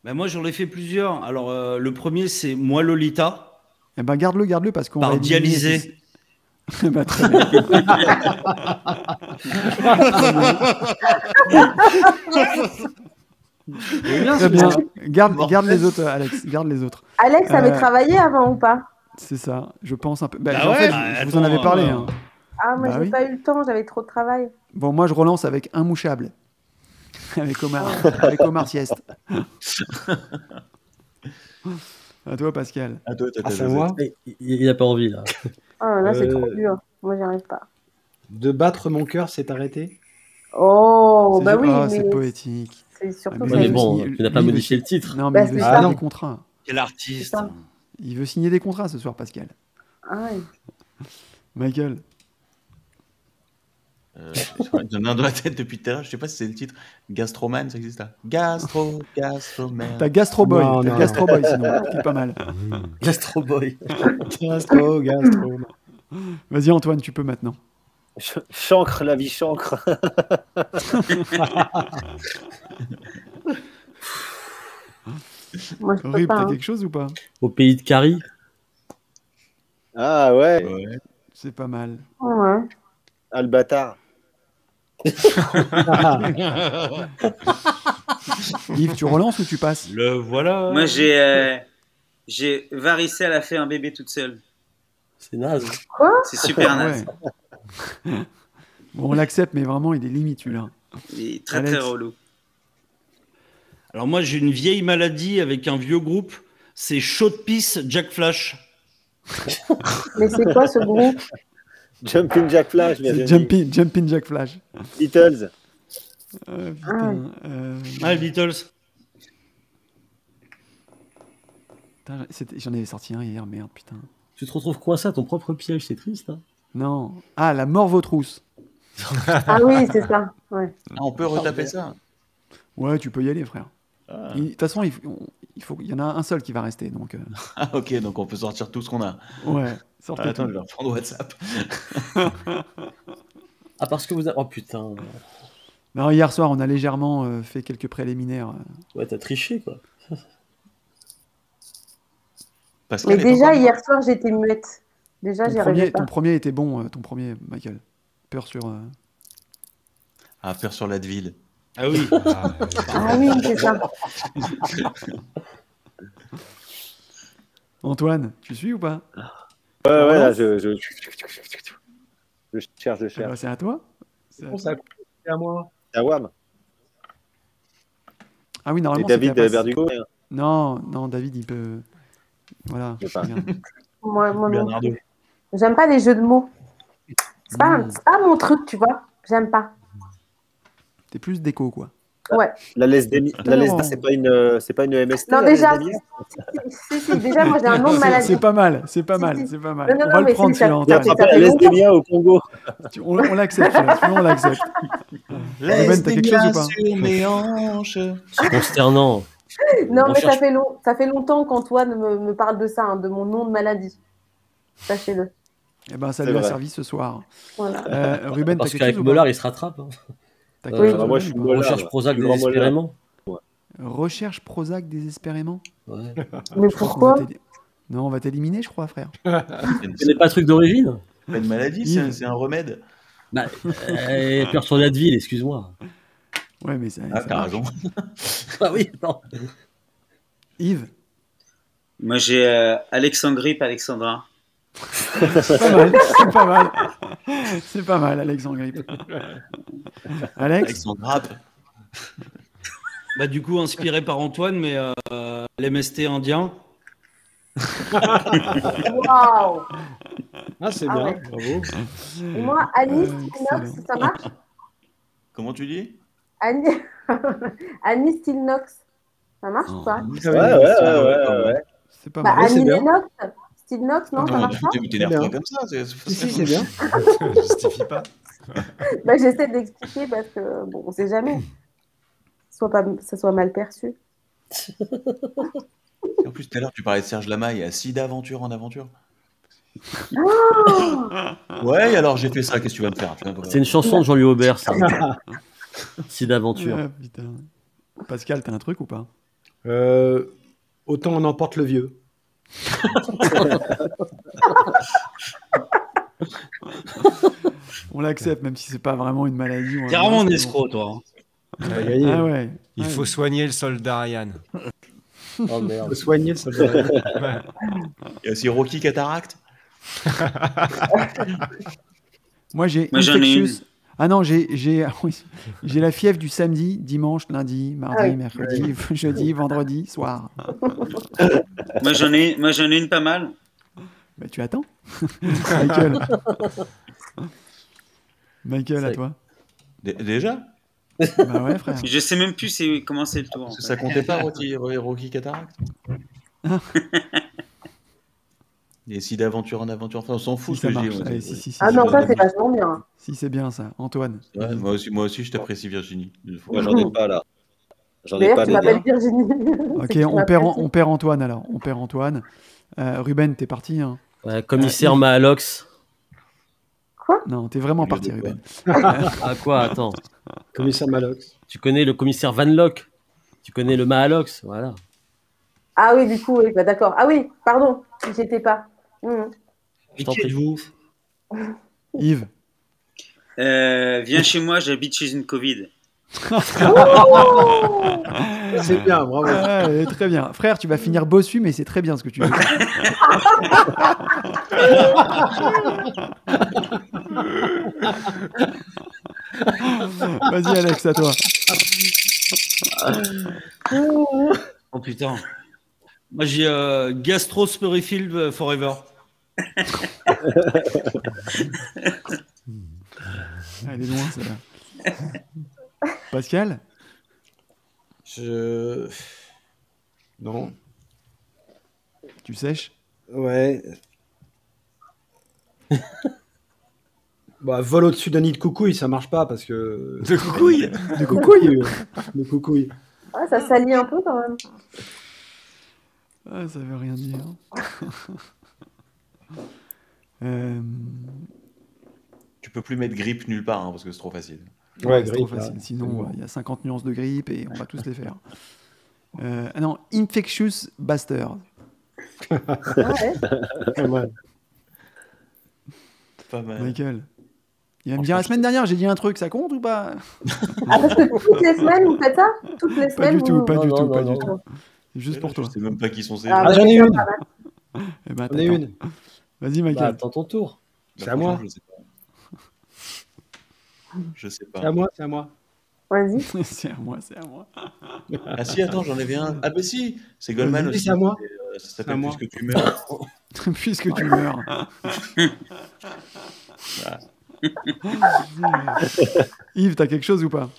Bah, moi, j'en ai fait plusieurs. Alors, euh, le premier, c'est Moi Lolita, Eh ben, garde-le, garde-le, parce qu'on va. par éliminer- Dialysé. Eh ben, très bien. Ah C'est bien, Très c'est bien. bien. Garde, garde les autres, Alex. Garde les autres. Alex avait Euh. travaillé avant ou pas C'est ça, je pense un peu. Bah, Bah en ouais, fait, bah, je vous en attends, avais parlé. bah. hein. Ah, moi, Bah j'ai oui. pas eu le temps, j'avais trop de travail. Bon, moi, je relance avec un mouchable. avec Omar, avec Omar Sieste. à toi, Pascal. À toi, t'as Ah, ta c'est à Josette. moi Eh, Il, il- il a pas envie là. Ah là, c'est Euh. trop dur. Moi, j'y arrive pas. De battre mon cœur, c'est arrêté. Oh, C'est- bah oui, ah, c'est mais poétique. c'est surtout Ah, ça. Ouais, mais il- bon, il- tu n'as pas il- modifié le titre. Non, Bah, mais il c'est veut ça. signer non. des contrats. Quel artiste. Putain. Il veut signer des contrats ce soir, Pascal. Ah ouais. Michael. Euh, J'en ai un dans la tête depuis tout à l'heure. Je sais pas si c'est le titre. Gastroman, ça existe là. Gastro, gastroman. T'as Gastroboy. Non, T'as non, Gastroboy, sinon, qui est pas mal. Gastro Boy. Gastro, gastro. Vas-y, Antoine, tu peux maintenant. Ch- Chancre, la vie chancre. Moi, je peux Rip, pas. t'as hein. quelque chose ou pas Au pays de Carrie. Ah ouais, C'est pas mal. Ouais. ah, le bâtard. Yves, tu relances ou tu passes Le voilà. Moi, j'ai. euh, J'ai Varicelle elle a fait un bébé toute seule. C'est naze. C'est super Ah naze. ouais. Bon, on l'accepte, mais vraiment, il est limite, celui-là. Il est très Alex. très relou. Alors moi j'ai une vieille maladie avec un vieux groupe, c'est Show de Pisse Jack Flash. Mais c'est quoi ce groupe Jumping Jack Flash, bien C'est sûr. Jumping, Jumping Jack Flash. Beatles. Euh, putain, euh, Ah les Beatles. putain, c'était- J'en avais sorti un hier, merde, putain. Tu te retrouves coincé à ton propre piège, c'est triste. hein. Non. Ah, la mort vos trousses. Ah oui, c'est ça. Ouais. Ah, on peut retaper ça. Ouais, tu peux y aller, frère. Ah. Il- De toute façon, il, f- on- il faut, il y en a un seul qui va rester, donc. euh, Ah, ok, donc on peut sortir tout ce qu'on a. ouais, sortez Ah, attends, tout. je vais reprendre WhatsApp. Ah, parce que vous avez. Oh putain. Non, hier soir, on a légèrement euh, fait quelques préliminaires. euh. Ouais, t'as triché quoi. Mais Pascal est déjà, encore- hier soir, j'étais muette. Déjà, j'y arrivais Ton premier, pas. ton premier était bon, euh, ton premier, Michael. Peur sur. euh, Ah, peur sur l'Advil. Ah oui. Ah oui, c'est ça. Antoine, tu suis ou pas Ouais, ouais, là, je, je... je cherche, je Eh ben, cherche. C'est à toi C'est à- Ça a coupé, c'est à moi. Ah, Wam. Ah oui, Et normalement. c'était David à euh, passe. Verdugo. Non, non, David, il peut. Voilà. Je sais pas. regarde. Moi, moi, non. Bernardo. J'aime pas les jeux de mots. C'est pas, Mmh. un- c'est pas mon truc, tu vois. J'aime pas. T'es plus déco, quoi. La Lesdemi- la Non. Lesda, c'est pas une, euh, c'est pas une MST. Non, la déjà, Lesdemia Si, si, déjà, Ah, moi, j'ai un nom de C'est- maladie. C'est pas mal, c'est pas Si, mal, si. c'est pas mal. Non, non, on va non, le mais prendre c'est celui-là, J'ai ça, Antoine. c'est attrapé fait la longtemps. Lesdemia au Congo. Tu- On, on l'accepte, celui-là, celui-là, on l'accepte. Ruben, t'as quelque chose ou pas sur mes hanches. C'est consternant. Non, On mais ça cherche- fait, long- ça fait longtemps qu'Antoine me, me parle de ça, hein, de mon nom de maladie. Sachez-le. Eh ben, ça C'est lui a vrai. servi ce soir. Voilà. Euh, Ruben, t'as Parce quelque qu'avec chose ou pas Mollard, il se rattrape. hein. T'as Euh, quelque chose, bah, moi, je suis Ruben, ou Mollard, Recherche ouais. Prozac Le grand Mollard. désespérément. pas Recherche Prozac désespérément. Ouais. Mais Je pense qu'on pourquoi va t'éli- Non, on va t'éliminer, je crois, frère. Ce n'est pas un truc d'origine. C'est pas une maladie, c'est un, c'est un remède. Bah, euh, peur sur Advil, excuse-moi. Ouais, mais ça. Ah, ça t'as marche. raison. Ah oui, non. Yves, Moi, j'ai euh, Alexandrie, pas Alexandra. c'est pas mal. C'est pas mal. C'est pas mal, Alex en grippe. Ah. Avec Alex, son grappe. Bah, du coup, inspiré par Antoine, mais euh, l'MST indien. Waouh Ah, c'est Ah bien, ouais. bravo. Moi, Anis, Euh, Tilnox, ça marche Comment tu dis Anis, Anis Tilnox, ça marche Oh. ou Ah, pas Ouais, ouais, ouais, ouais, ouais. c'est Ah, pas Bah, mal. c'est Annie bien. Lennox, Stilnox, non, ça Non, marche pas Ah, Tu t'énerves Bien. pas comme ça. c'est- Si, si, c'est bien. justifie pas. Bah, J'essaie d'expliquer parce que, bon, on sait jamais. Soit pas, ça soit mal perçu. En plus, tout à l'heure, tu parlais de Serge Lama, il y a si d'aventure en aventure. Ah, ouais, et alors j'ai fait ça, qu'est-ce que tu vas me faire tu vois, voilà. C'est une chanson de Jean-Louis Aubert, ça. si d'aventure. Ah, putain. Pascal, t'as un truc ou pas Euh, autant on emporte le vieux. On l'accepte, même si c'est pas vraiment une maladie. ou un T'es vraiment un virus, mais bon. escroc, toi. On va gagner. Ah ouais. Il Ouais. faut soigner le soldat Ryan. Oh merde. Faut soigner le soldat. Il y a aussi Rocky Cataracte. Moi, j'ai Moi, j'en ai infectious. Ah non, j'ai j'ai ah oui, j'ai la fièvre du samedi, dimanche, lundi, mardi, Ah oui. mercredi, jeudi, vendredi, soir. Moi, j'en ai, moi, j'en ai une pas mal. Bah, tu attends. Michael. Bah Michael, à C'est- toi. Dé- Déjà Bah ouais, frère. Je sais même plus c'est, comment c'est le tour. en Parce que fait. ça comptait pas, Rocky, Rocky Cataracte Et si d'aventure en aventure, enfin, on s'en fout Si ce ça que marche. je dis. Allez, moi, si, c'est- si, si, Ah si, non, si, ça, si, c'est vachement bien. Si, c'est bien ça. Antoine. Ouais, moi, aussi, moi aussi, je t'apprécie, Virginie. Moi, j'en ai pas là. J'en D'ailleurs, ai pas, tu les gars. m'appelles Virginie. Ok, C'est que tu on perd, m'appelles- on perd Antoine alors. On perd Antoine. Euh, Ruben, t'es parti. Hein. Ouais, commissaire Mahalox. Non, t'es vraiment Je parti, sais pas. Ruben. Ah quoi, attends. Commissaire Malox. Tu connais le commissaire Van Locke Tu connais le Mahalox Voilà. Ah oui, du coup, oui, bah, d'accord. Ah oui, pardon, j'y étais pas. Mhm. Je t'en prie. vous Yves. Euh, viens chez moi, j'habite chez une Covid. C'est bien, bravo. Ah, elle est très bien. Frère, tu vas finir bossu, mais c'est très bien ce que tu dis. Vas-y, Alex, à toi. Oh putain. Moi, j'ai euh, Gastro Spurryfield Forever. Elle est loin, celle-là. Pascal Je. Non. Tu sèches Ouais. bah, vol au-dessus d'un nid de coucouille, ça marche pas parce que. De couille De coucouille De coucouille. Ah, ça salit un peu quand même. ah, Ça veut rien dire. Euh, Tu peux plus mettre grippe nulle part, hein, parce que c'est trop facile. Ouais, c'est grippe, trop facile. là. Sinon, il y a 50 nuances de grippe et on va tous les faire. Euh, ah non, Infectious Bastard. Ah ouais. Pas mal. Pas mal. Michael. Il va me dire la semaine dernière, j'ai dit un truc, ça compte ou pas Ah, parce que toutes les semaines, vous faites ça Toutes les Pas semaines, du tout, vous... pas Non, du non, tout, non, pas non. du tout. C'est Je Juste pour toi. sais même pas qui sont ces Ah, Ah, j'en ai une Eh ben, J'en ai t'attends. une. Vas-y, Bah, Michael. attends ton tour. Bah, C'est à moi. franchement, Je sais pas. Je sais C'est à pas. moi, c'est à moi. Vas-y. c'est à moi, c'est à moi. Ah si, attends, j'en avais un. Ah bah si, c'est Goldman Vas-y, aussi. c'est à moi. Euh, Ça à s'appelle moi. Plus que tu meurs. Puisque tu meurs. Yves, t'as quelque chose ou pas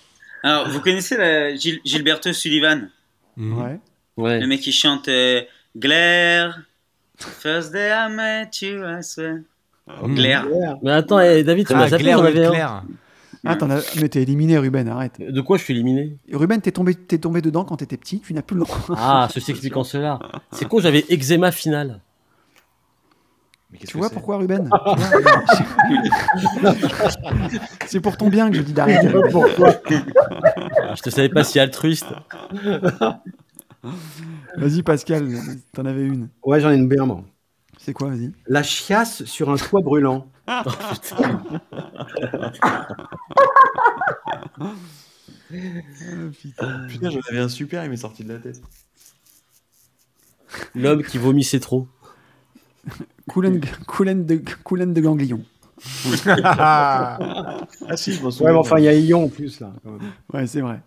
Alors, vous connaissez la Gil- Gilberto Sullivan, Mhm. Ouais. Ouais. le mec qui chante euh, Glare, First day I met you, I swear. Ah Glare. Ouais. Mais attends, eh, David, tu Ah, m'as zappé, Claire, on oui, avait un. Claire. Ah, t'en as... mais t'es éliminé, Ruben, arrête. De quoi je suis éliminé Ruben, t'es tombé, t'es tombé dedans quand t'étais petit, tu n'as plus le droit. Ah, ceci expliquant cela. C'est con, j'avais eczéma final. Tu vois pourquoi, Ruben Tu vois C'est pour ton bien que je dis d'arrêter. Je te savais pas si altruiste. Ah, Vas-y, Pascal, t'en avais une. Ouais, j'en ai une bien, moi. C'est quoi, vas-y La chiasse sur un toit brûlant. Putain, j'en avais un super, il m'est sorti de la tête. L'homme qui vomissait trop. Coulaine, coulaine, de, coulaine de ganglion. ah si, je m'en Ouais, souviens. mais enfin, il y a Ion en plus, là. quand même. Ouais, c'est vrai.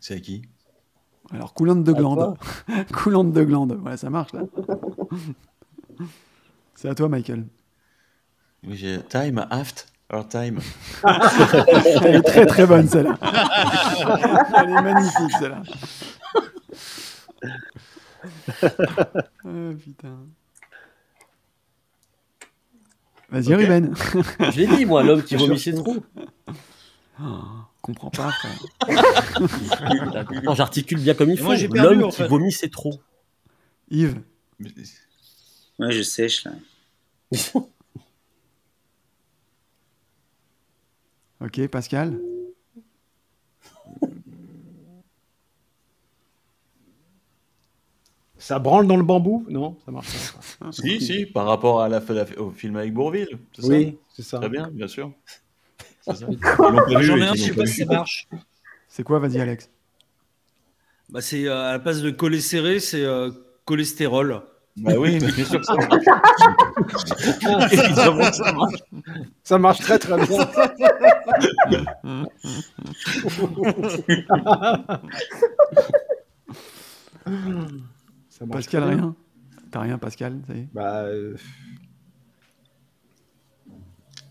C'est à qui Alors, coulante de glande. coulante de glande. Ouais, ça marche, là. C'est à toi, Michael. Oui, j'ai Time, Aft, Our Time. Elle est très, très bonne, celle-là. Elle est magnifique, celle-là. Ah, putain. Vas-y, Ruben. Je l'ai dit, moi, l'homme qui vomissait trop. Oh, Comprends pas, frère. Attends, j'articule bien comme il Mais faut. moi, j'ai perdu, L'homme en qui fait. vomissait trop. Yves. Ouais, je sèche là. Ok, Pascal. Ça branle dans le bambou Non, ça marche pas. si, si, par rapport à la, la- au film avec Bourville. c'est ça Oui, c'est ça. Très bien, bien sûr. C'est ça. Ils l'ont pas vu, J'en ai et un, ils je sais l'ont pas pas si vu. ça marche. C'est quoi Vas-y, Alex. Bah, c'est euh, à la place de coller serré, c'est euh, cholestérol. Bah oui, mais bien sûr que ça marche. Évidemment que ça marche. Ça marche très très bien. Ça marche Pascal, très bien. rien. T'as rien, Pascal, ça y est. Bah, euh,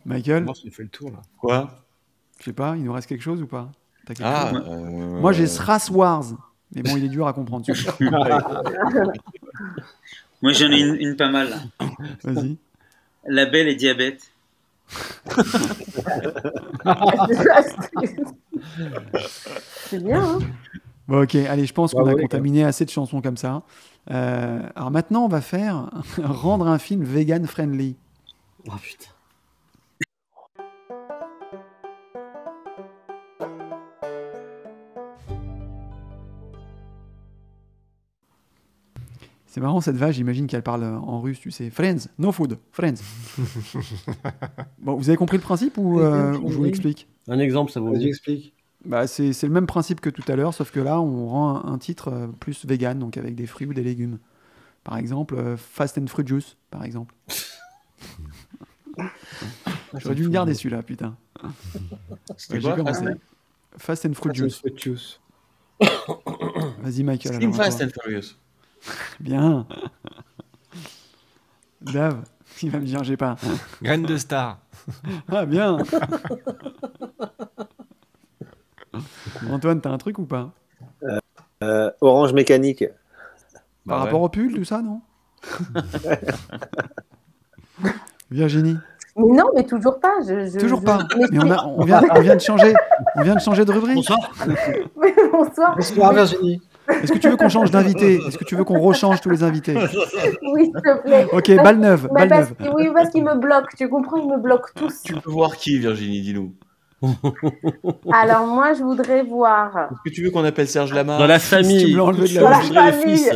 Michael, moi, j'ai fait le tour là. Quoi je sais pas, il nous reste quelque chose ou pas T'as quelque Ah, chose euh, Moi, j'ai Sras Wars. Mais bon, il est dur à comprendre. celui-là. Moi, j'en ai une, une pas mal. là. Vas-y. La belle et diabète. C'est bien, hein Bon, ok, allez, je pense qu'on Bravo, a les gars. contaminé assez de chansons comme ça. Euh, alors maintenant, on va faire rendre un film vegan friendly. Oh putain. C'est marrant cette vache, j'imagine qu'elle parle euh, en russe, tu sais. Friends, no food, friends. bon, vous avez compris le principe ou, euh, ou je vous l'explique Un exemple, ça vaut Vas-y, mieux. explique. Bah, c'est c'est le même principe que tout à l'heure, sauf que là, on rend un, un titre euh, plus vegan, donc avec des fruits ou des légumes. Par exemple, euh, Fast and Fruit Juice, par exemple. J'aurais dû me garder celui-là, putain. C'était J'ai quoi commencé. Fast and Fast Fruit and Juice. Fruit Juice. Vas-y, Michael. Slim alors, à Fast toi. and Furious. Bien. Dave, il va me dire, j'ai pas. Graine de star. Ah, bien. Antoine, t'as un truc ou pas Euh, Orange Bah Mécanique. Par Bah ouais. rapport au pull, tout ça, non Virginie, Mais non, mais toujours pas. Je, je- toujours je- pas. Mais on, a- on vient, on vient de changer, on vient de changer de rubrique. Bonsoir. Mais bonsoir. Bonsoir Virginie. Est-ce que tu veux qu'on change d'invité Est-ce que tu veux qu'on rechange tous les invités Oui, s'il te plaît. Ok, balle neuve, Mais balle parce, neuve. que- oui, parce qu'ils me bloquent, tu comprends, ils me bloquent tous. Tu peux voir qui, Virginie, dis-nous Alors moi, je voudrais voir. Est-ce que tu veux qu'on appelle Serge Lama Dans la Si tu famille. me l'enlèves de la Je bouche. voudrais Dans la le famille. fils.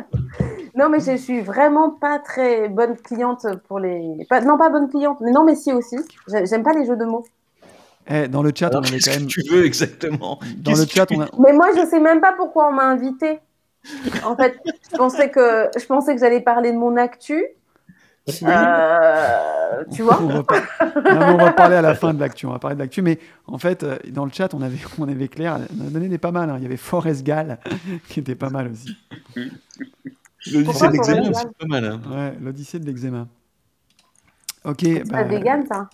Non, mais je, je suis vraiment pas très bonne cliente pour les. pas- non, pas bonne cliente, mais non, mais si aussi. J'ai- J'aime pas les jeux de mots. Eh, dans le chat, on Alors, avait Qu'est-ce quand que même. tu veux exactement Dans le chat, on a. Mais moi, je sais même pas pourquoi on m'a invitée. En fait, je pensais que je pensais que j'allais parler de mon actu. Euh, tu vois On va, pas- Non, mais on va parler à la fin de l'actu. On va parler de l'actu, mais en fait, euh, dans le chat, on avait, on avait Claire. Elle en a donné des pas mal. hein. Il y avait Forrest Gall qui était pas mal aussi. Le lycée Pourquoi de Corinne l'examen, Diaz c'est pas mal. Hein. Ouais, l'Odyssée de l'eczéma. Ok. C'est bah, pas vegan, ça.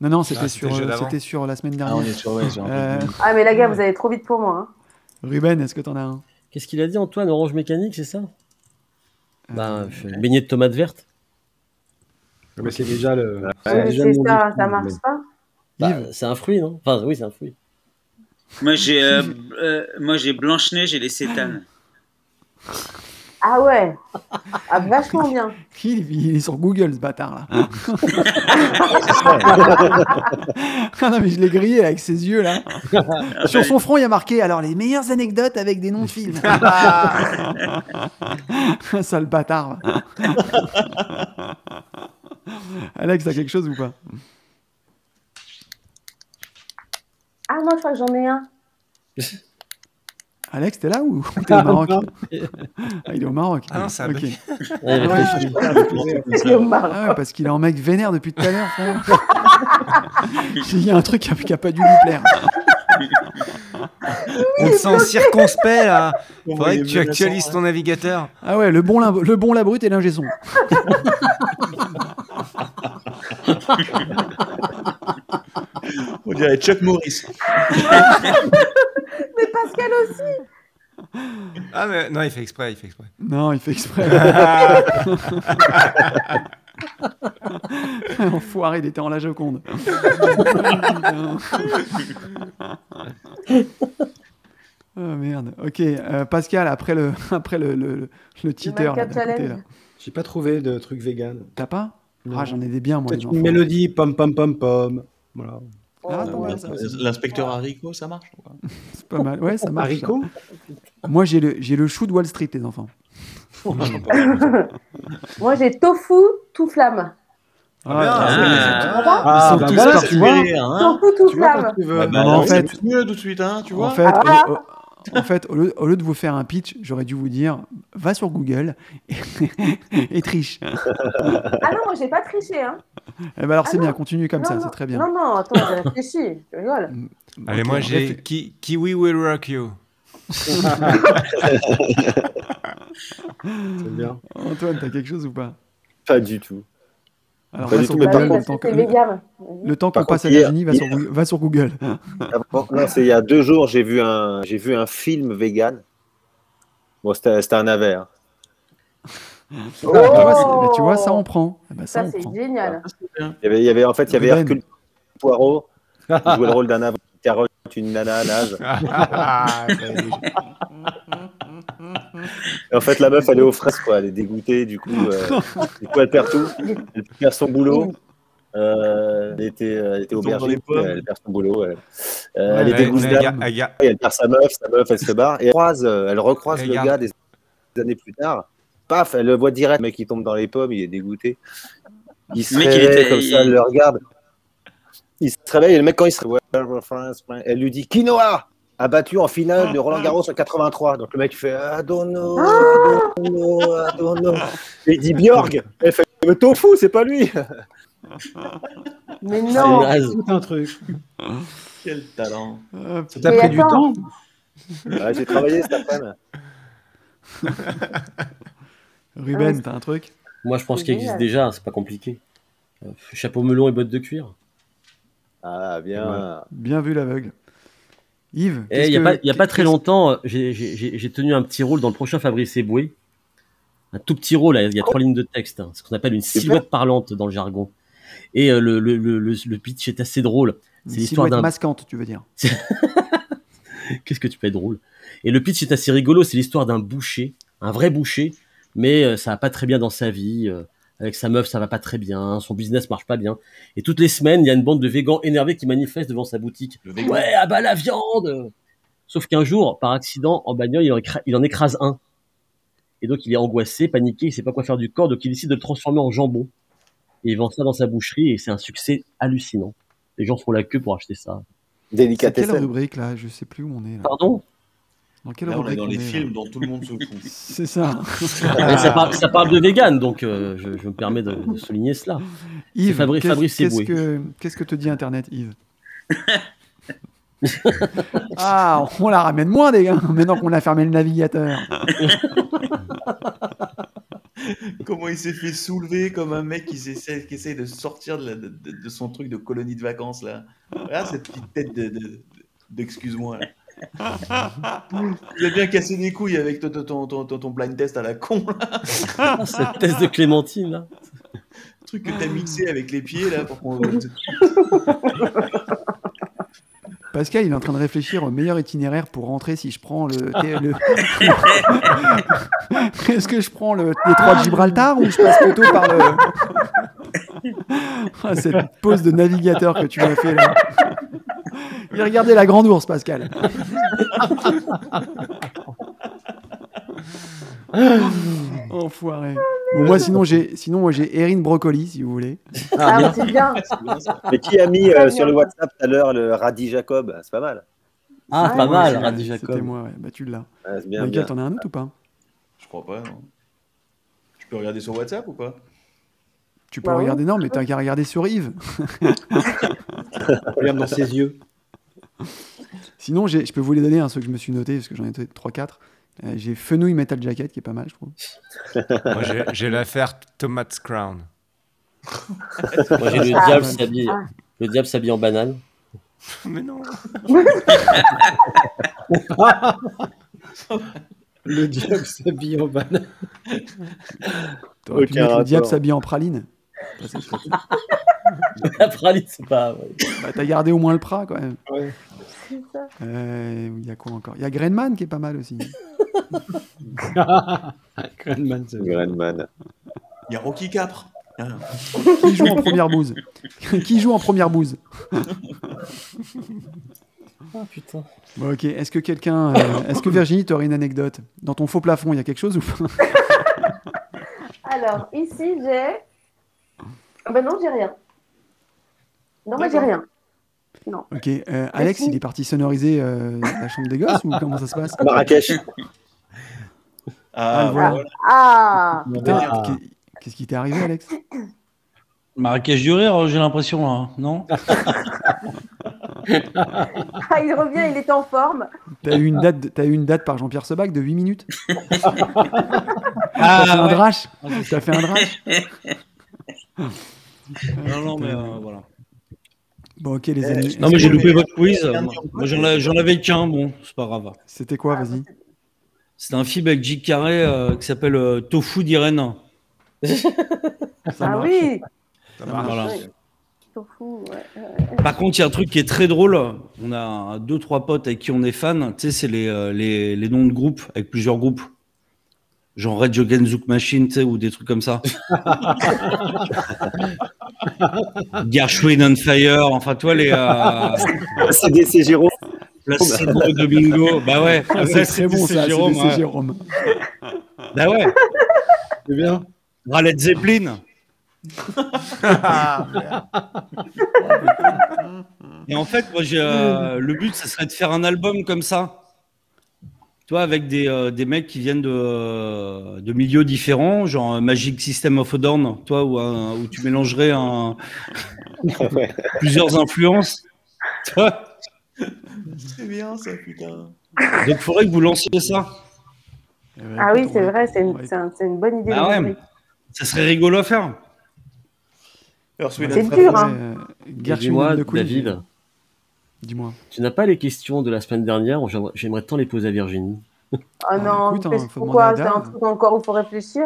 Non, non, c'était Ah, c'était sur, le jeu euh, d'avant. c'était sur la semaine Ah, dernière. on est sur, ouais, j'ai Euh, un peu de- Ah, mais la gars, vous allez trop vite pour moi. hein. Ruben, est-ce que t'en as un Qu'est-ce qu'il a dit, Antoine Orange mécanique, c'est ça Euh, Ben, euh, beignet de tomates vertes. Mais c'est déjà le. Oui, mais déjà c'est mon ça, but. ça marche pas. Ah Bah, Yves. c'est un fruit, non Enfin, oui, c'est un fruit. Moi, j'ai euh, euh, moi, j'ai Blanche-Neige et les Cétanes. Ah ouais, ah, vachement bien. Il, il est sur Google, ce bâtard, Hein là. ah non, mais je l'ai grillé avec ses yeux, là. Ah ben. Sur son front, il y a marqué alors les meilleures anecdotes avec des noms de films. Sale bâtard. va. Alex, t'as quelque chose ou pas Ah, moi, je crois que j'en ai un. Alex, t'es là ou t'es au Maroc Ah, il est au Maroc. Ah non, ça a Ok. bugué. Ouais, il réfléchit. C'est au Maroc. Ah ouais, parce qu'il est en mec vénère depuis tout à l'heure. frère. Il y a un truc qui a, qui a pas dû lui plaire. On te sent circonspect là. Bon, Faudrait il que est tu menaçant, actualises hein. ton navigateur. Ah ouais, le bon, la, le bon la brute et l'ingé son. On dirait Chuck Morris. Mais Pascal aussi. Ah mais non, il fait exprès, il fait exprès. Non, il fait exprès. Enfoiré, il était en la Joconde. oh merde. Ok, euh, Pascal, après le, après le, le, le- le teater, là, Minecraft d'à côté, Challenge. là. J'ai pas trouvé de truc vegan. t'as pas Non. Ah, j'en ai des biens, moi. Peut-être les une enfants. mélodie, pom pom pom pom. Voilà. Ah, pas mal, ça. Euh, L'inspecteur haricot, ça marche ou pas C'est pas mal. Ouais, ça marche. Haricot Moi, j'ai le, j'ai le chou de Wall Street, les enfants. Moi, j'ai tofu, tout flamme. Ah, Ils Ah, sont bah tous voilà, partis. tu vois. tofu, tout Tu vois quand flamme. tu veux. Ah bah, Non, en oui, c'est fait- mieux tout de suite, hein, tu vois. bah, En fait, Ah. au, au- en fait au, lieu, au lieu de vous faire un pitch, j'aurais dû vous dire va sur Google et, et triche. Ah non, moi, j'ai pas triché. Hein. Eh ben alors Ah c'est non. bien, continue comme non, ça, non, c'est très bien. Mm. Non, non, attends, j'ai réfléchi. Je rigole. Allez, Ok, moi alors, j'ai réfl- Ki- Kiwi Will Rock You. C'est bien. Antoine, t'as quelque chose ou pas Pas du tout. Alors Pas va du sur tout, mais Bah par oui, Google contre- le parce temps que que- c'est le, vegan. le temps qu'on Par passe à contre, hier- Virginie, va, sur Google- va sur Google. Ah, bon, non, c'est il y a deux jours, j'ai vu un, j'ai vu un film vegan. Bon, c'était c'était un hein. avers. Ah, Oh. bah, tu, vois, c'est- bah, tu vois, ça on prend. Ah, bah, ça, Ça, on c'est prend. génial. Il y avait, il y avait- en fait, il y avait Ruben. Hercule Poirot qui jouait le rôle d'un aveugle qui carotte une nana à l'âge. Ah, Et en fait, la meuf, elle est aux fraises, quoi. Elle est dégoûtée, du coup, euh, du coup, elle perd tout. Elle perd son boulot. Euh, elle était, elle était Elle tombe dans les aubergine, pommes. elle perd son boulot. Elle, Euh, Ouais, elle est ouais, dégoûtée, ouais, Aga, elle perd sa meuf, sa meuf, elle se barre. Et elle, croise, euh, elle recroise le Regarde. gars des années plus tard. Paf, elle le voit direct, le mec qui tombe dans les pommes, il est dégoûté. Il se Le mec, il réveille était- comme ça, il- elle le regarde. Il se réveille, et le mec, quand il se réveille, Well, France, man. elle lui dit Quinoa a battu en finale de Roland Garros en 83. Donc le mec il fait I don't know, I don't know, I don't know. Et il dit Bjorg. Elle fait Le tofu, c'est pas lui. Mais C'est non. naze. Tout un truc. Quel talent. Ah, putain. T'as Mais pris du attends. temps Ouais, J'ai travaillé cet après-midi. Ah, Ruben, t'as un truc Moi, je pense C'est qu'il existe génial. déjà, hein, c'est pas compliqué. Euh, Chapeau melon et bottes de cuir. Ah, bien. Bien vu l'aveugle. Et Yves, il qu'est-ce n'y a, que- pas- il Eh, y a pas très qu'est-ce- longtemps, euh, j'ai- j'ai j'ai- j'ai tenu un petit rôle dans le prochain Fabrice Eboué. Un tout petit rôle, là, il y a trois lignes de texte, hein, ce qu'on appelle une silhouette parlante dans le jargon. Et euh, le, le, le, le- le pitch est assez drôle. Une C'est l'histoire silhouette d'un- masquante, tu veux dire. Qu'est-ce que tu peux être drôle Et le pitch est assez rigolo, c'est l'histoire d'un boucher, un vrai boucher, mais euh, ça va pas très bien dans sa vie. euh, avec sa meuf, ça va pas très bien, son business marche pas bien. Et toutes les semaines, il y a une bande de végans énervés qui manifestent devant sa boutique. Le vegan. Ouais, ah bah la viande Sauf qu'un jour, par accident, en bagnole, il en, écra- il en écrase un. Et donc il est angoissé, paniqué, il sait pas quoi faire du corps, donc il décide de le transformer en jambon. Et il vend ça dans sa boucherie et c'est un succès hallucinant. Les gens font la queue pour acheter ça. C'est quelle Délicatessen. rubrique là Je sais plus où on est. Là. Pardon Dans quelle Là, on est rubrique dans on les est, là films dont tout le monde se fout. C'est ça. Mais ça, parle, ça parle de vegan, donc euh, je, je me permets de, de souligner cela. Yves, Fabri- qu'est- Fabrice qu'est-ce Eboué. que qu'est-ce que te dit Internet, Yves Ah, on la ramène moins, les gars, maintenant qu'on a fermé le navigateur. Comment il s'est fait soulever comme un mec qui essaie, qui essaie de sortir de, la- de- de son truc de colonie de vacances là. Regarde cette petite tête de, de- de- d'excuse-moi. là. Il a bien cassé des couilles avec ton, ton, ton, ton- ton blind test à la con, là. Ah, cette thèse de Clémentine, hein. là. le truc que t'as mixé avec les pieds là pour qu'on. Pas Pascal, il est en train de réfléchir au meilleur itinéraire pour rentrer si je prends le. le- Est-ce que je prends le détroit de Gibraltar ou je passe plutôt par le. Ah, cette pause de navigateur que tu m'as fait là. Il regardait la grande ours, Pascal. Ah, Enfoiré. Bon, moi, sinon, j'ai sinon, moi, j'ai Erin Brocoli, si vous voulez. Ah, mais c'est bien. Mais qui a mis Très euh, bien. sur le WhatsApp tout à l'heure le Radi Jacob C'est pas mal. Ah, Ouais, pas moi mal, aussi, Radi ouais, Jacob. C'était moi, ouais. Bah, tu l'as. Ouais, c'est bien, Michael, bien. t'en as un autre ou pas Je crois pas. non. Je peux regarder sur WhatsApp ou pas Tu peux Bah ouais. regarder, non, mais t'as qu'à regarder sur Yves. Regarde dans ses yeux. Sinon, j'ai- je peux vous les donner, hein, ceux que je me suis notés, parce que j'en ai 3-4. Euh, j'ai Fenouil Metal Jacket, qui est pas mal, je trouve. Moi, j'ai- j'ai l'affaire Thomas Crown. Moi, j'ai le Ah, diable ouais. s'habille. Le diable s'habille en banane. Mais non. Le diable s'habille en banane. T'aurais pu Aucun mettre le rapport. diable s'habille en praline. Bah, ça, c'est- La praline, c'est pas. ouais. bah, t'as gardé au moins le pra, quand même. Ouais. Euh, Il y a quoi encore Il y a Greenman qui est pas mal aussi. Grandman, c'est vrai. Grandman. Il y a Rocky Capre. Ah, Qui joue en première bouse Qui joue en première bouse Ah, putain. Bon, ok. Est-ce que quelqu'un. euh, Est-ce que Virginie, t'aurais une anecdote Dans ton faux plafond, il y a quelque chose ou pas Alors, ici, j'ai. Ah ben non, j'ai rien. Non, mais j'ai rien. Ok. euh, Alex, il est parti sonoriser euh, la chambre des gosses ou comment ça se passe Marrakech. Ah, le voilà. voilà. Ah Putain, Ah. qu'est- qu'est-ce qui t'est arrivé, Alex Marrakech du rire, j'ai l'impression, là, non Ah, il revient, il est en forme. T'as eu une date, de- t'as eu une date par Jean-Pierre Sebac de 8 minutes. T'as fait Ah, un ouais. drache. T'as fait un Ah, drache. Non, non, mais euh, voilà. Bon, ok, les amis. Non, mais j'ai loupé votre quiz. Moi, j'en ai- j'en avais qu'un, bon, c'est pas grave. C'était quoi, vas-y Ah, C'est un film avec J. Carré euh, qui s'appelle euh, Tofu d'Irène. Ça ah marche. oui Ça Ça marche. marche. Voilà. Oui. Tofu, ouais. Par contre, il y a un truc qui est très drôle. On a deux, trois potes avec qui on est fan. Tu sais, c'est les, euh, les, les noms de groupes, avec plusieurs groupes. Genre Red Jogen Zouk Machine, tu sais, ou des trucs comme ça. Gershwin on Fire, enfin, toi, les. Euh, C'est des- c'est Jérôme. la Cédro de Bingo. Bah ouais, Ah, Ouais, c'est très bon, c'est ça. C'est Jérôme, de- c'est ouais. Jérôme. Bah ouais, C'est bien. Ralette Zeppelin. Et en fait, moi, j'ai, euh, le but, ce serait de faire un album comme ça. Toi, avec des, euh, des mecs qui viennent de, euh, de milieux différents, genre euh, Magic System of a Down, toi, où, un- où tu mélangerais un- plusieurs influences. Toi. C'est bien ça, putain. Donc, il faudrait que vous lanciez ça. Eh ben, Ah oui, écoute, on c'est va- vrai, c'est on une, va- c'est un- c'est une bonne idée. Bah de ouais. rubrique. Ça serait rigolo à faire. Alors, celui-là, C'est très- dur, hein. Euh, Gershwin Dis-moi, de Queen. David, Dis-moi. tu n'as pas les questions de la semaine dernière J'aimerais- J'aimerais tant les poser à Virginie. Ah non, écoute, hein, qu'est-ce- faut pourquoi C'est demander à un Dave. truc encore où il faut réfléchir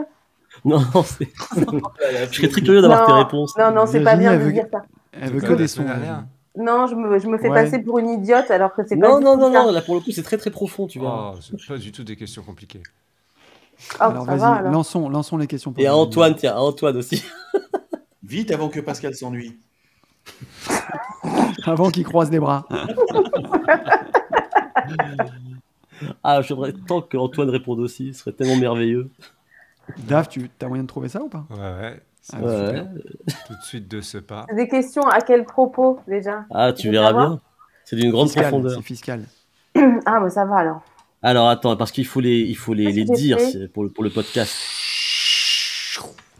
Non, c'est- Voilà, je serais très curieux d'avoir tes réponses. Non, non, c'est pas Virginie, bien elle de veut- dire ça. Elle veut C'était que la des sons. semaine dernière. hein. Non, je me, je me fais Ouais. passer pour une idiote alors que c'est pas Non, du non, tout non, ça. non, là pour le coup, c'est très très profond, tu vois. Oh, c'est pas du tout des questions compliquées. Oh, Alors, ça va, vas-y, alors. lançons, lançons les questions. pour Et à Virginie. Ah, Antoine, tiens, à Antoine aussi. Vite avant que Pascal s'ennuie. Avant qu'il croise les bras. Ah, j'aimerais tant que Antoine réponde aussi, ce serait tellement merveilleux. Dave, tu as moyen de trouver ça ou pas Ouais, ouais. C'est Ah, super. Ouais. Tout de suite de ce pas. C'est Des questions à quel propos déjà Ah, tu Je veux verras savoir. bien. C'est d'une grande Fiscal, profondeur. C'est fiscal. Ah, bah ça va alors. Alors attends, parce qu'il faut les, il faut les, Qu'est-ce les que j'ai dire fait c'est pour le, pour le podcast.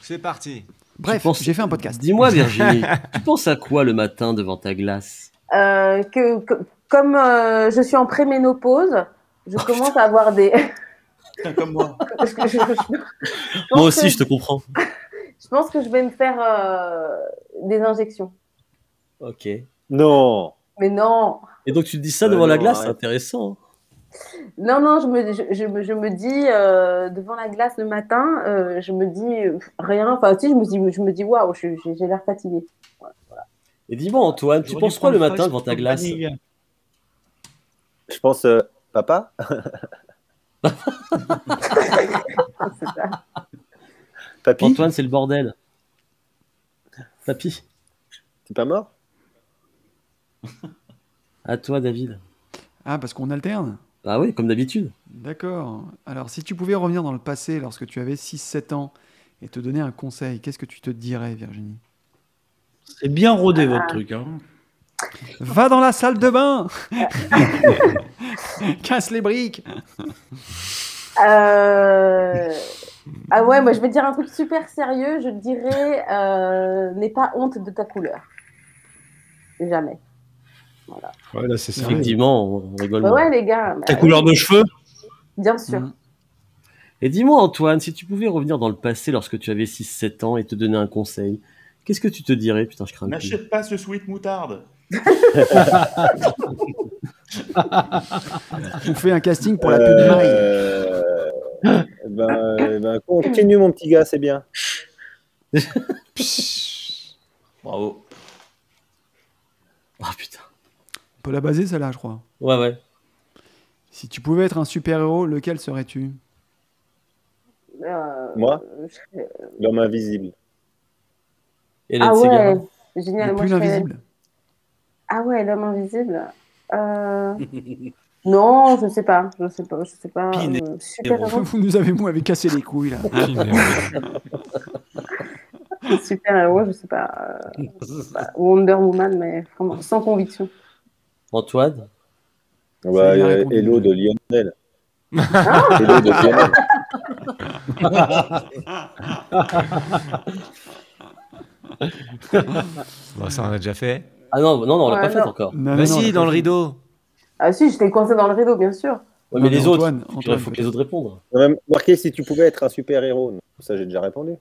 C'est parti. Bref, penses- j'ai fait un podcast. Dis-moi Virginie, tu penses à quoi le matin devant ta glace Euh, que, que- comme euh, je suis en préménopause, je Oh, commence à avoir des. Putain, comme moi. je, je- je- je pense Moi aussi, que- je te comprends. je pense que je vais me faire euh, des injections. Ok. Et Non. Mais non, donc tu te dis ça Bah devant la non, glace, c'est arrête. intéressant. hein. non, non, je me, je, je me, je me dis euh, devant la glace le matin, euh, je me dis euh, rien. Enfin, si, je me dis, je me dis waouh, je suis- j'ai j'ai l'air fatiguée. Et dis-moi Antoine, tu J'aurais dû penses quoi le prendre matin Fox devant ta pour glace panier. Je pense, euh, papa Ah, Papy Antoine, c'est le bordel. Papy, T'es pas mort à toi, David. Ah, parce qu'on alterne. Ah oui, comme d'habitude. D'accord. Alors, si tu pouvais revenir dans le passé lorsque tu avais 6-7 ans et te donner un conseil, qu'est-ce que tu te dirais, Virginie C'est bien rodé votre truc. Hein. Va dans la salle de bain Casse les briques Euh, Ah ouais, moi je vais te dire un truc super sérieux. Je te dirais, euh, n'aie pas honte de ta couleur. Jamais. Ouais, là, c'est ça. Effectivement, on rigole. Bah moins. ouais, les gars. bah Ta oui, couleur de cheveux Bien sûr. Mm. Et dis-moi, Antoine, si tu pouvais revenir dans le passé lorsque tu avais 6-7 ans et te donner un conseil, qu'est-ce que tu te dirais Putain, je crains. le cul. N'achète pas ce sweat moutarde. On fait un casting pour la pub de Marie. Euh, eh ben, eh ben, Continue, mon petit gars, c'est bien. Bravo. Ah putain. On peut la baser, celle-là, je crois. Ouais, ouais. Si tu pouvais être un super-héros, lequel serais-tu Euh, Moi je serais- L'homme invisible. Et Ah la ouais, cigarette. génial. Le Moi, plus je serais- invisible. Ah ouais, l'homme invisible. Euh, non, je sais pas. Je sais pas. Je sais pas. Piné- euh, super héros. Vous nous avez, vous avez cassé les couilles, là. Ah, Super héros, je sais pas. euh, bah, Wonder Woman, mais vraiment sans conviction. Antoine Bah, il a euh, répondu. hello de Lionel. hello de Lionel. Bon, ça, on a déjà fait. Ah non, non, non, on l'a Ouais, pas fait non. encore. Non, non, Mais non, Bah si, on a dans le compris. rideau. Ah si, j'étais coincé dans le rideau, bien sûr. Ouais, Non, mais les autres, Antoine, il Antoine, faut que les autres répondent. On a marqué si tu pouvais être un super-héros. Non, Ça, j'ai déjà répondu.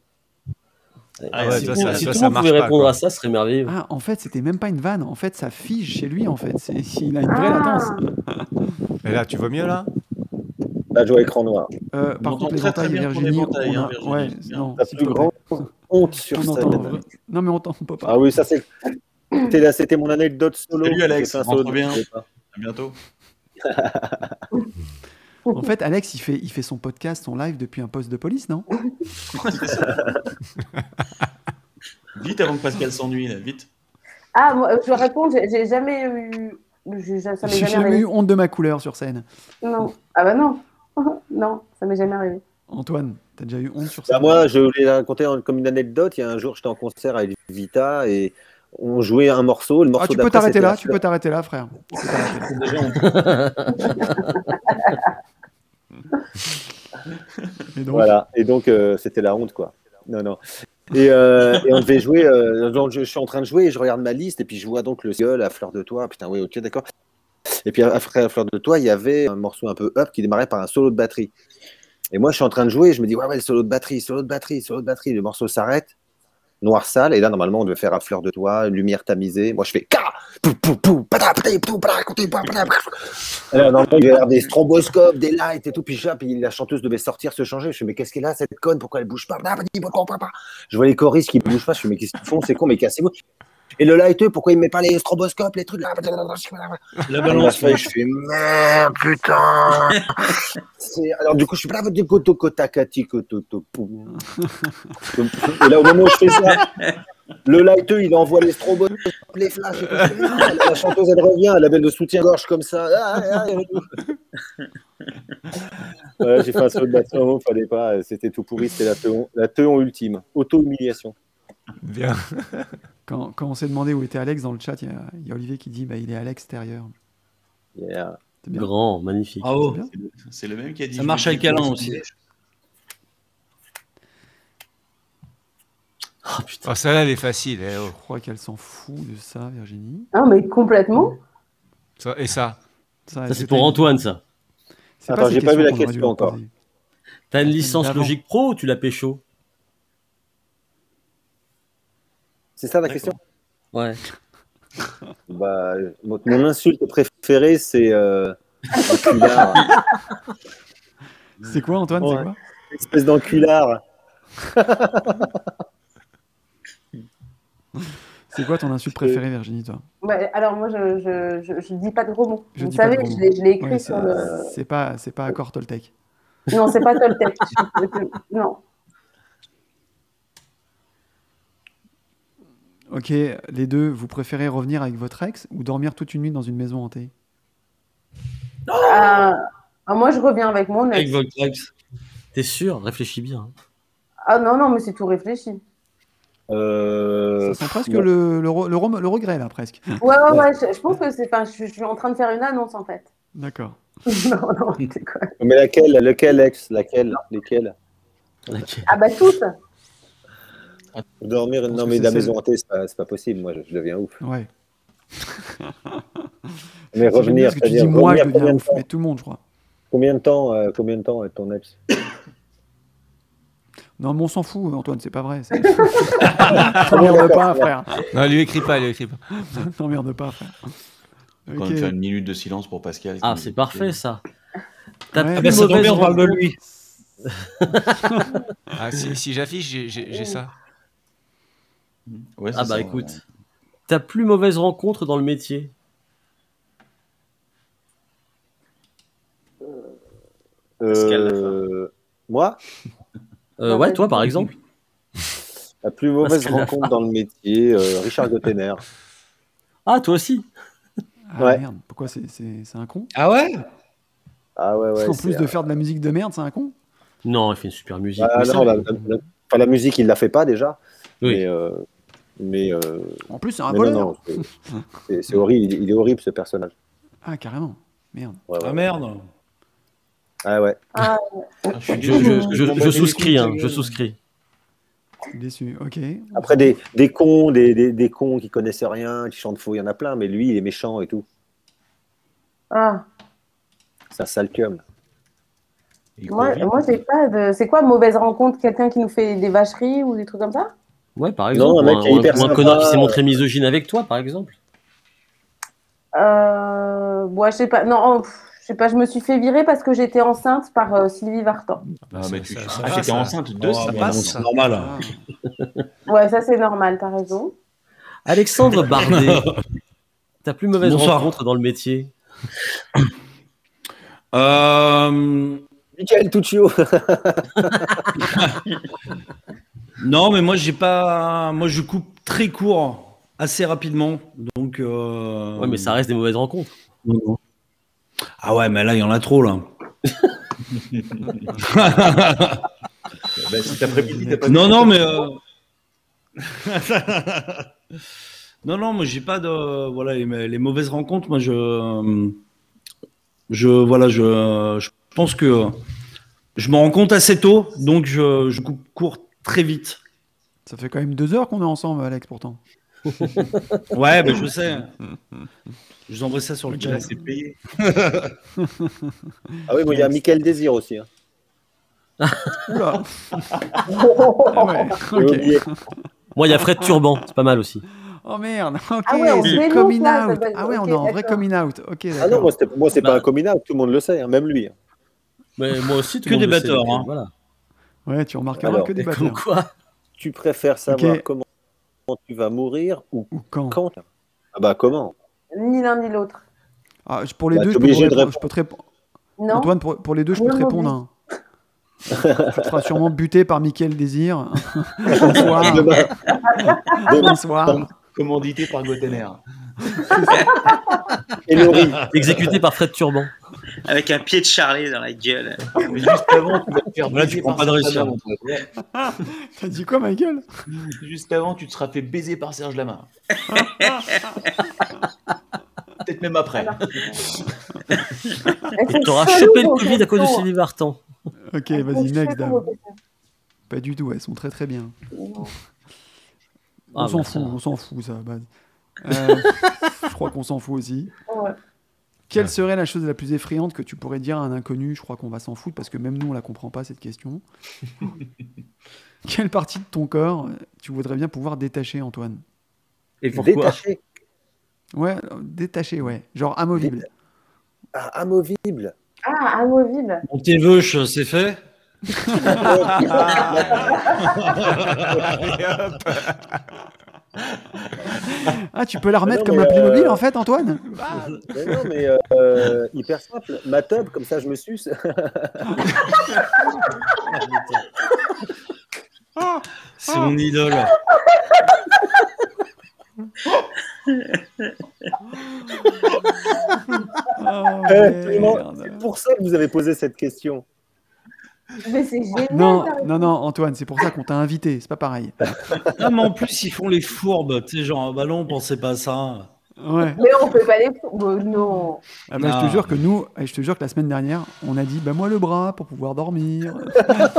Ah ouais, si toi, vous- ça- si toi, tout ça le monde pouvait marche pas, répondre quoi. à ça, ce serait merveilleux. Ah, en fait, c'était même pas une vanne. En fait, ça fige chez lui, en fait. C'est- Il a une vraie Ah. latence. Et là, tu vas mieux, là La joue à écran noir. Euh, par contre, On entend les très, très entailles, bien pour les Virginie, entailles, on a- hein, Virginie. ouais, Bien. non, La s'il plus te plaît. grande honte sur On scène. entend, vrai. Non, mais on entend, on peut pas. Ah oui, ça c'est. C'était là, c'était mon anecdote solo. Salut, Alex, J'ai fait un rentre solo de- bien. je sais pas. À bientôt. En fait, Alex, il fait, il fait son podcast, son live depuis un poste de police, non Vite avant que Pascal s'ennuie, là, vite. Ah, moi, je réponds, j'ai j'ai jamais eu. j'ai- Ça m'est J'ai jamais jamais eu arrivé. honte de ma couleur sur scène. Non. Ah bah non. non, ça m'est jamais arrivé. Antoine, t'as déjà eu honte sur Bah, scène moi, je voulais la raconter en- comme une anecdote. Il y a un jour, j'étais en concert avec Vita et on jouait un morceau. Le morceau Ah, tu peux d'après, t'arrêter c'était là, un tu peux t'arrêter là, frère. Tu peux t'arrêter là. Et donc, Voilà, et donc euh, c'était la honte, quoi. Non, non. Et, euh, et on devait jouer, euh, donc, je, je suis en train de jouer et je regarde ma liste et puis je vois donc le gueule à Fleur de Toi. Putain, oui, ok, d'accord. Et puis après à Fleur de Toi, il y avait un morceau un peu up qui démarrait par un solo de batterie. Et moi, je suis en train de jouer et je me dis, ouais, ouais, le solo de batterie, solo de batterie, solo de batterie. Le morceau s'arrête, noir sale, et là, normalement, on devait faire à Fleur de Toi, lumière tamisée. Moi, je fais, ka, pou, pou, pou, pata, pata, pou, pata, pou, pata, pata, pou. Alors, normalement, il y a des stroboscopes, des lights et tout, puis, là, puis la chanteuse devait sortir, se changer. Je fais, mais qu'est-ce qu'elle a, cette conne Pourquoi elle bouge pas Bah, Je vois les choristes qui bougent pas, je fais, mais qu'est-ce qu'ils font C'est con, mais cassez-vous. Et le lighter, pourquoi il met pas les stroboscopes, les trucs là La Et là, je balance. fais, je fais, merde, putain C'est- Alors, du coup, je suis pas là, du koto kotakati kototo poum. Et là, au moment où je fais ça, le lighteux, il envoie les strobos, les flashs. et tout. La chanteuse, elle revient, elle avait le soutien-gorge comme ça. Ah, ah, ah. Ouais, J'ai fait un saut de baston, fallait pas, c'était tout pourri, c'était la teon, la teon ultime, auto-humiliation. Bien. quand, quand on s'est demandé où était Alex dans le chat, il y a, il y a Olivier qui dit bah, il est à l'extérieur. Yeah. C'est bien. Grand, magnifique. C'est Bravo. bien. C'est le même qui a dit. Ça marche avec Alain aussi. Ah putain. Oh, celle-là, elle est facile. eh, Je oh. crois qu'elle s'en fout de ça, Virginie. Non, mais complètement. Ça- et ça Ah, Ça, c'est pour Antoine, ça. C'est Attends, ces j'ai pas vu la questions qu'on aurait dû question leur encore. poser. T'as une Celle licence d'avant. Logic Pro ou tu l'as pécho C'est ça la question Ouais. Bah, mon, mon insulte préférée, c'est euh, enculard. C'est quoi, Antoine C'est Ouais. quoi espèce d'enculard. C'est quoi ton insulte préférée, Virginie, toi Ouais, Bah, alors moi, je je, je, je dis pas de gros mots. Je Vous dis pas savez, de gros je mots. l'ai- je l'ai écrit Ouais, sur c'est- le. C'est pas, c'est pas accord Toltec. Non, c'est pas Toltec. Je- je- non. Ok, les deux, vous préférez revenir avec votre ex ou dormir toute une nuit dans une maison hantée Ah, ah, moi, je reviens avec mon ex. T'es sûr Réfléchis bien. hein. Ah non, non, mais c'est tout réfléchi. Euh, Ça sent presque ouais. le, le, re- le re- le regret, là, presque. Ouais, ouais, ouais. Je, je pense que c'est. Enfin, je, je suis en train de faire une annonce, en fait. D'accord. non, non, c'est quoi Mais laquelle Lequel ex Laquelle Lesquels Ah bah toutes. Dormir pense Non, que mais c'est la celle- maison hantée, c'est pas, c'est pas possible. Moi, je, je deviens ouf. Ouais. Mais J'aime bien revenir, ce que tu c'est-à-dire dis, moi, je revenir deviens combien de ouf, temps mais tout le monde, je crois. Combien de temps, euh, combien de temps est ton ex Non, mais on s'en fout, Antoine, c'est pas vrai. c'est- T'emmerdes pas, frère. Non, lui écris pas, lui écris pas. T'emmerdes pas, frère. Faut Quand Ok. même faire une minute de silence pour Pascal. Ah, qui- c'est parfait ça. Ouais. T'as Ah plus bah, ça tombe mauvaise bien, on parle de rencontre. lui. Ah, si si j'affiche, j'ai- j'ai j'ai ça. Ouais, c'est Ah bah ça, écoute, ouais. t'as plus mauvaise rencontre dans le métier. Euh, Pascal, la Euh, Moi Euh, ouais, toi par exemple. La plus mauvaise Pascal rencontre dans le métier, euh, Richard Gottener. Ah, toi aussi. Ah, Ouais. merde, pourquoi c'est- c'est c'est un con Ah ouais Ah ouais, ouais. En c'est plus un- de faire de la musique de merde, c'est un con Non, il fait une super musique. Ah Mais ça- non, la, la- la- enfin, la musique, il la fait pas déjà. Oui. Mais, euh, mais, euh, En plus, c'est un mais non, voleur non, c'est- c'est- c'est horrible. Il, il est horrible ce personnage. Ah, carrément. Merde. Ouais, ouais. Ah merde. Ah ouais. Ah, je suis Je, désolé. je- je- bah, je souscris, hein, euh, je souscris. Déçu, ok. Après des, des cons, des, des, des cons qui connaissaient rien, qui chantent faux, il y en a plein. Mais lui, il est méchant et tout. Ah. C'est un sale cum. Il Moi, convient. moi j'ai pas de. C'est quoi mauvaise rencontre Quelqu'un qui nous fait des vacheries ou des trucs comme ça Ouais, par exemple. Non, un mec ou qui est ou hyper ou un sympa. connard euh. qui s'est montré misogyne avec toi, par exemple. Euh, ouais, je sais pas. Non, oh, pff, je sais pas. Je me suis fait virer parce que j'étais enceinte par euh, Sylvie Vartan. Ah, mais tu Ça- ça ah, passe, t'étais ça. enceinte de Ça ça. passe, ça. Normal. hein. Ah. Ouais, ça c'est normal, t'as raison. Alexandre Bardet. T'as plus mauvaise Bonsoir. rencontre dans le métier. Euh, Michael Tuccio. non, mais moi j'ai pas. Moi je coupe très court, assez rapidement. Donc. euh, Ouais, mais ça reste des mauvaises rencontres. Non, non. Ah ouais, mais là il y en a trop là. Ah. Bah, si t'as prévu, t'as pas Non, non, mais. euh, non, non, moi j'ai pas de. Voilà, les, les mauvaises rencontres, moi je. Je, voilà, je, je pense que je m'en rends compte assez tôt, donc je, je coupe court très vite. Ça fait quand même deux heures qu'on est ensemble, Alex, pourtant. Ouais, mais je sais. Je vous envoie ça sur le chat. C'est payé. Ah oui, bon, il y a Michael Désir aussi. Hein. Oula Ah ouais, J'ai ok. oublié. Moi, il y a Fred Turban, c'est pas mal aussi. Oh merde, ok, Ah ouais, on c'est se dénonce, coming là, ça out. doit être- Ah ouais, on ok, est en vrai d'accord. coming out. Ok, Ah non, d'accord. moi, c'était- moi, c'est Bah. pas un coming out, Tout le monde le sait, hein, même lui. hein. Mais moi aussi, tout Que le monde des le sait, bâtards, donc, hein. Voilà. Ouais, tu remarqueras Alors, que des Comme batteurs. quoi Tu préfères savoir Ok. comment tu vas mourir ou Ou quand quand Ah bah comment Ni l'un ni l'autre. Ah, je- Pour les Bah, deux, t'es je peux, obligé te de répondre- je peux te répondre. Non. Antoine, pour, pour les deux, je peux Ouais, te mauvais. répondre. hein. tu te feras sûrement buté par Michael Désir un soir. Demain. un Demain. soir. Commandité par Gotener. Et Laurie, Exécuté par Fred Turban. Avec un pied de Charlie dans la gueule. Mais juste avant, tu vas te faire Voilà, baiser tu prends par pas de Serge risque, hein. Lama. T'as dit quoi, Michael Juste avant, tu te seras fait baiser par Serge Lama. Peut-être même après. Elles Et sont t'auras chelous, chopé le vos Covid à cause de questions. Sylvie Vartan. Ok, Elles sont vas-y, next, chelous, dame. vos questions. Pas du tout, elles sont très très bien. Ah, on s'en bah, ça fout, va. on s'en fout, ça, à la base. Euh, je crois qu'on s'en fout aussi. Ouais. Quelle serait la chose la plus effrayante que tu pourrais dire à un inconnu Je crois qu'on va s'en foutre parce que même nous, on la comprend pas cette question. Quelle partie de ton corps euh, tu voudrais bien pouvoir détacher, Antoine Et pourquoi détaché, Ouais, euh, détacher, ouais. Genre amovible. Ah, amovible. Ah, amovible. Mon téveuche, c'est fait. Ah, Ah, tu peux la remettre Non, comme mais, appli euh, mobile en fait, Antoine Bah, Mais non, mais euh, euh, hyper simple. Ma tub, comme ça, je me suce. Eh, C'est mon idole. Eh, Ah, tout le Oh, monde, c'est pour ça que vous avez posé cette question. Mais c'est génial. Non, t'as raison. non, non, Antoine, c'est pour ça qu'on t'a invité, c'est pas pareil. Non, Ah, mais en plus, ils font les fourbes. Tu sais, genre, ah bah non, on pensait pas à ça. Ouais. Mais on peut pas les. Bon, non. Ah bah, je Non. te jure que nous, et je te jure que la semaine dernière, on a dit bah moi le bras pour pouvoir dormir.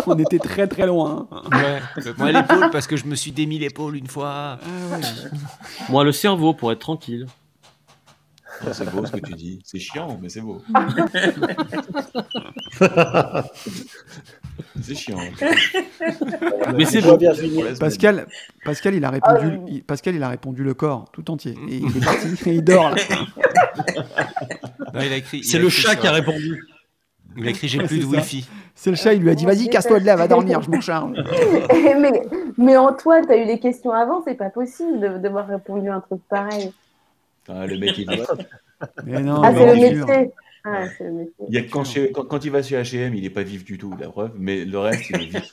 on était très très loin. Ouais. Moi, l'épaule, parce que je me suis démis l'épaule une Ah fois. ouais. Moi, le cerveau, pour être tranquille. Oh, c'est beau ce que tu dis. C'est chiant, mais c'est beau. c'est chiant. Ah, Mais c'est Je vois beau. Virginie. Pascal, Pascal, il a répondu, Ah, oui. il- Pascal, il a répondu le corps tout entier. Et il est parti, et il dort là. Non, il a écrit- il C'est a le écrit chat sur- qui a répondu. Il a écrit J'ai plus c'est de ça. wifi. C'est le chat, il lui a dit vas-y, casse-toi de là, va dormir, je m'en charge. mais, mais Antoine, t'as eu les questions avant, c'est pas possible de devoir répondre à un truc pareil. Ah, le mec, il Mais non, Ah, mais c'est le bien sûr. métier. Ah, c'est le métier. Il y a que quand, chez- quand- quand il va chez H&M, il est pas vif du tout, la preuve, mais le reste, il est vif.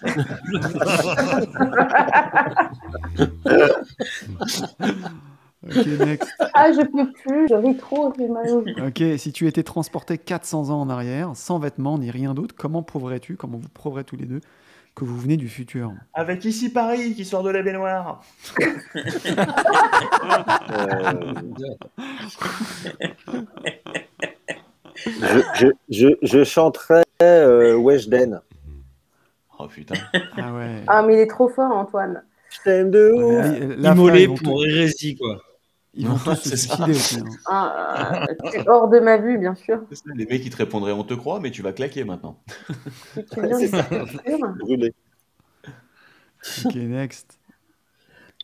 Ok, next. Ah, je peux plus, je ris trop, j'ai mal au Ok, si tu étais transporté 400 ans en arrière, sans vêtements ni rien d'autre, comment prouverais-tu, comment vous prouverez tous les deux que vous venez du futur Avec ici Paris qui sort de la baignoire. Euh, je, je, je, je chanterai euh, Weshden. Oh putain. Ah ouais. Ah, mais il est trop fort, Antoine. Je t'aime de Ah, ouf. euh, là, frère, Immolé ils vont, tous- pour hérésie, quoi. ils vont tous se C'est ça. suicider aussi. hein. Ah, c'est hors de ma vue, bien sûr. C'est ça, euh, Les mecs, ils te répondraient, on te croit, mais tu vas claquer maintenant. Si tu viens, C'est je suis sûre. Brûlé. Ok, next.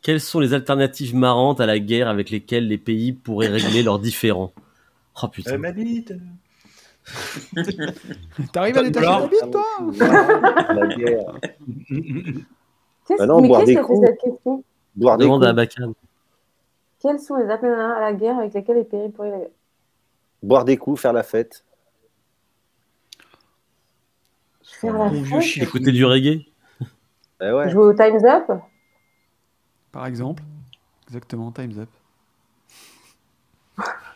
Quelles sont les alternatives marrantes à la guerre avec lesquelles les pays pourraient régler leurs différends Oh Eh, Euh, putain. ma bite. T'arrives à Bah, détacher Alors la bite, toi La guerre. Qu'est-ce- Bah non, mais boire qu'est-ce des que c'est coups. cette question Boire des Demande à coups. Bakan. Quels sont les appels à la guerre avec lesquels les pays pourraient. Boire des coups, faire la fête. Faire la Mon vieux fête chien. Écoutez du reggae Eh ouais. Jouer au Time's Up Par exemple. Exactement, time's up.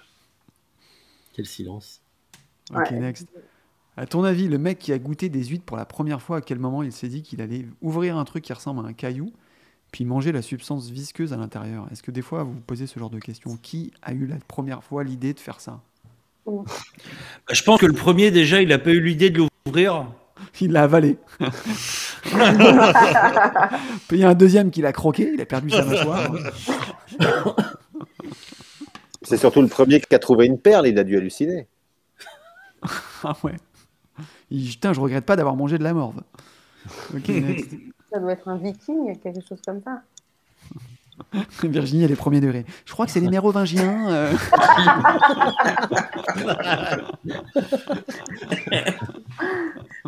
Quel silence. Ok, Ouais. next. À ton avis, le mec qui a goûté des huîtres pour la première fois, à quel moment il s'est dit qu'il allait ouvrir un truc qui ressemble à un caillou, puis manger la substance visqueuse à l'intérieur Est-ce que des fois vous vous posez ce genre de questions Qui a eu la première fois l'idée de faire ça Bah, Je pense que le premier, déjà, il a pas eu l'idée de l'ouvrir. Il l'a avalé. Puis il y a un deuxième qui l'a croqué, il a perdu sa mâchoire. C'est surtout le premier qui a trouvé une perle, il a dû halluciner. Ah ouais. Il dit, Putain, je regrette pas d'avoir mangé de la morve. Ok, next. Ça doit être un viking, quelque chose comme ça. Virginie, elle est premier degré. Je crois que c'est les mérovingiens. euh.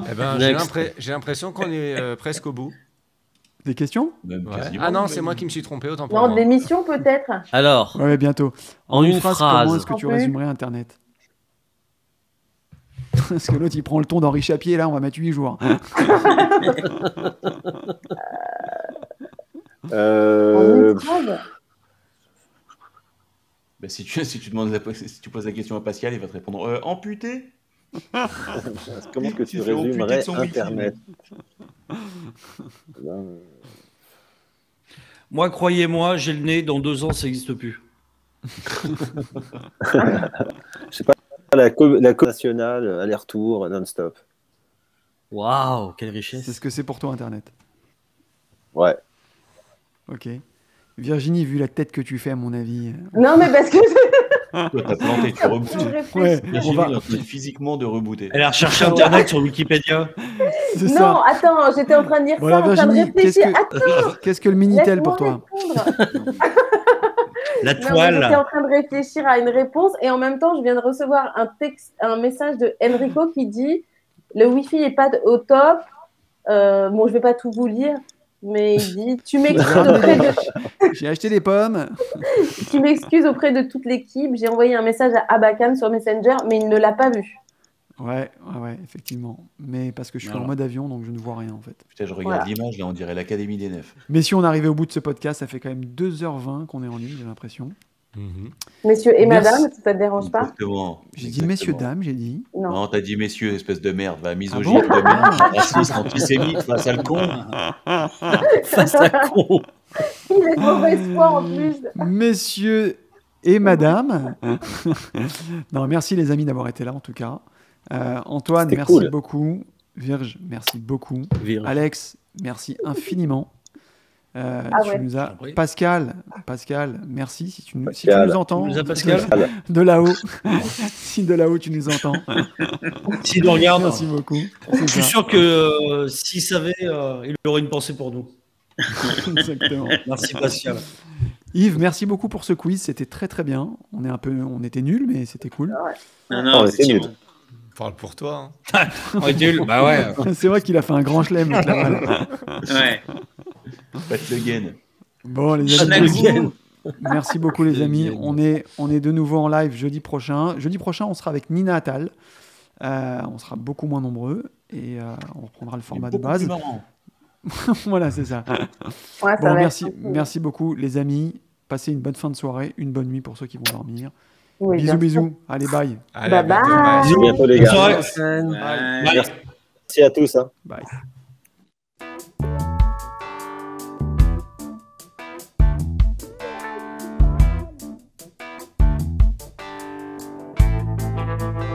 Eh ben, j'ai Next. l'impré- j'ai l'impression qu'on est euh, presque au bout. Des questions Même Ouais. quasiment. Ah non, c'est moi qui me suis trompé, autant pour Non, de moi. l'émission peut-être. Alors, Ouais, bientôt. en une comment phrase, est-ce que tu En plus. résumerais Internet Parce que l'autre, il prend le ton d'Henri Chapier, là, on va mettre 8 jours. Euh, En microbe. Bah, si, tu, si, tu demandes la- si tu poses la question à Pascal, il va te répondre euh, amputé Comment est-ce que tu Il s'est fait amputer de résumerais son wifi. Internet Ben, Moi, croyez-moi, j'ai le nez, dans deux ans, ça n'existe plus. Je sais pas, la co- la co nationale, euh, aller-retour, non-stop. waouh, quelle C'est richesse. ce que c'est pour toi, Internet. Ouais. Ok. Virginie, vu la tête que tu fais, à mon avis. euh, Non, mais parce que Ah. Toi, t'as planté, tu je rebootes. réfléchis. Ouais, on Virginie, va. elle est en train de- physiquement de rebooter. Elle a recherché Internet sur Wikipédia. C'est Non, ça. attends, j'étais en train de dire Voilà, ça, en train de Virginie, qu'est-ce réfléchir. Attends, que, qu'est-ce que le Minitel laisse-moi pour toi répondre. La Non, mais J'étais en toile. train de réfléchir à une réponse et en même temps, je viens de recevoir un texte, un message de Enrico qui dit le Wi-Fi est pas au top. Euh, bon, je vais pas tout vous lire, mais il dit Tu m'excuses auprès de J'ai acheté des pommes. Tu m'excuses auprès de toute l'équipe, j'ai envoyé un message à Abakan sur Messenger, mais il ne l'a pas vu. Ouais, ouais, ouais, effectivement. Mais parce que je suis Voilà. en mode avion, donc je ne vois rien en fait. Putain, je regarde Voilà. l'image, là, on dirait l'Académie des Nefs. Mais si on arrivait au bout de ce podcast, ça fait quand même 2h20 qu'on est en ligne, j'ai l'impression. Messieurs et Merci. madame, ça te dérange pas Exactement. Mhm. J'ai dit messieurs, Exactement. dames, j'ai dit. Ah Non. Non, Oh, t'as dit messieurs, espèce de merde, va, bon misogyne, de merde, raciste, antisémite, va, sale con. Face à con. Il est de mauvaise foi en plus. Messieurs et madame. non, merci les amis d'avoir été là en tout cas. Euh, Antoine, C'était merci cool. beaucoup. Virge, merci beaucoup. Virgile. Alex, merci infiniment. Euh, Ah tu ouais. nous as... t'en prie. Pascal, Pascal, merci si tu, nous- si tu Pascal. nous entends. nous as, Pascal de là-haut. si de là-haut tu nous entends. Si nous regarde, Merci beaucoup. je suis sûr que euh, s'il savait, euh, il aurait une pensée pour nous. Exactement. Merci Pascal. Yves, merci beaucoup pour ce quiz. C'était très très bien. On est un peu, on était nuls, mais c'était cool. Non, Oh, non, mais c'est c'est sûr. nul. Parle pour toi. hein. On est nul. Bah ouais. C'est vrai qu'il a fait un grand chelem. le Clamal. Ouais. Pat Le Guen. Bon les Chanel amis, Guen. merci beaucoup les amis. On est, on est de nouveau en live jeudi prochain. Jeudi prochain, on sera avec Nina Attal. Euh, on sera beaucoup moins nombreux et euh, on reprendra le format de Beaucoup base. plus marrant. voilà, c'est ça. Ouais, ça Bon, va merci, être- merci beaucoup les amis. Passez une bonne fin de soirée, une bonne nuit pour ceux qui vont dormir. Oui, bisous, bien sûr. bisous. Allez, bye. Allez, à Bye bye. bientôt, À bientôt, les Bonne gars. soirée. Ouais. Merci à tous. hein. Bye. Mm.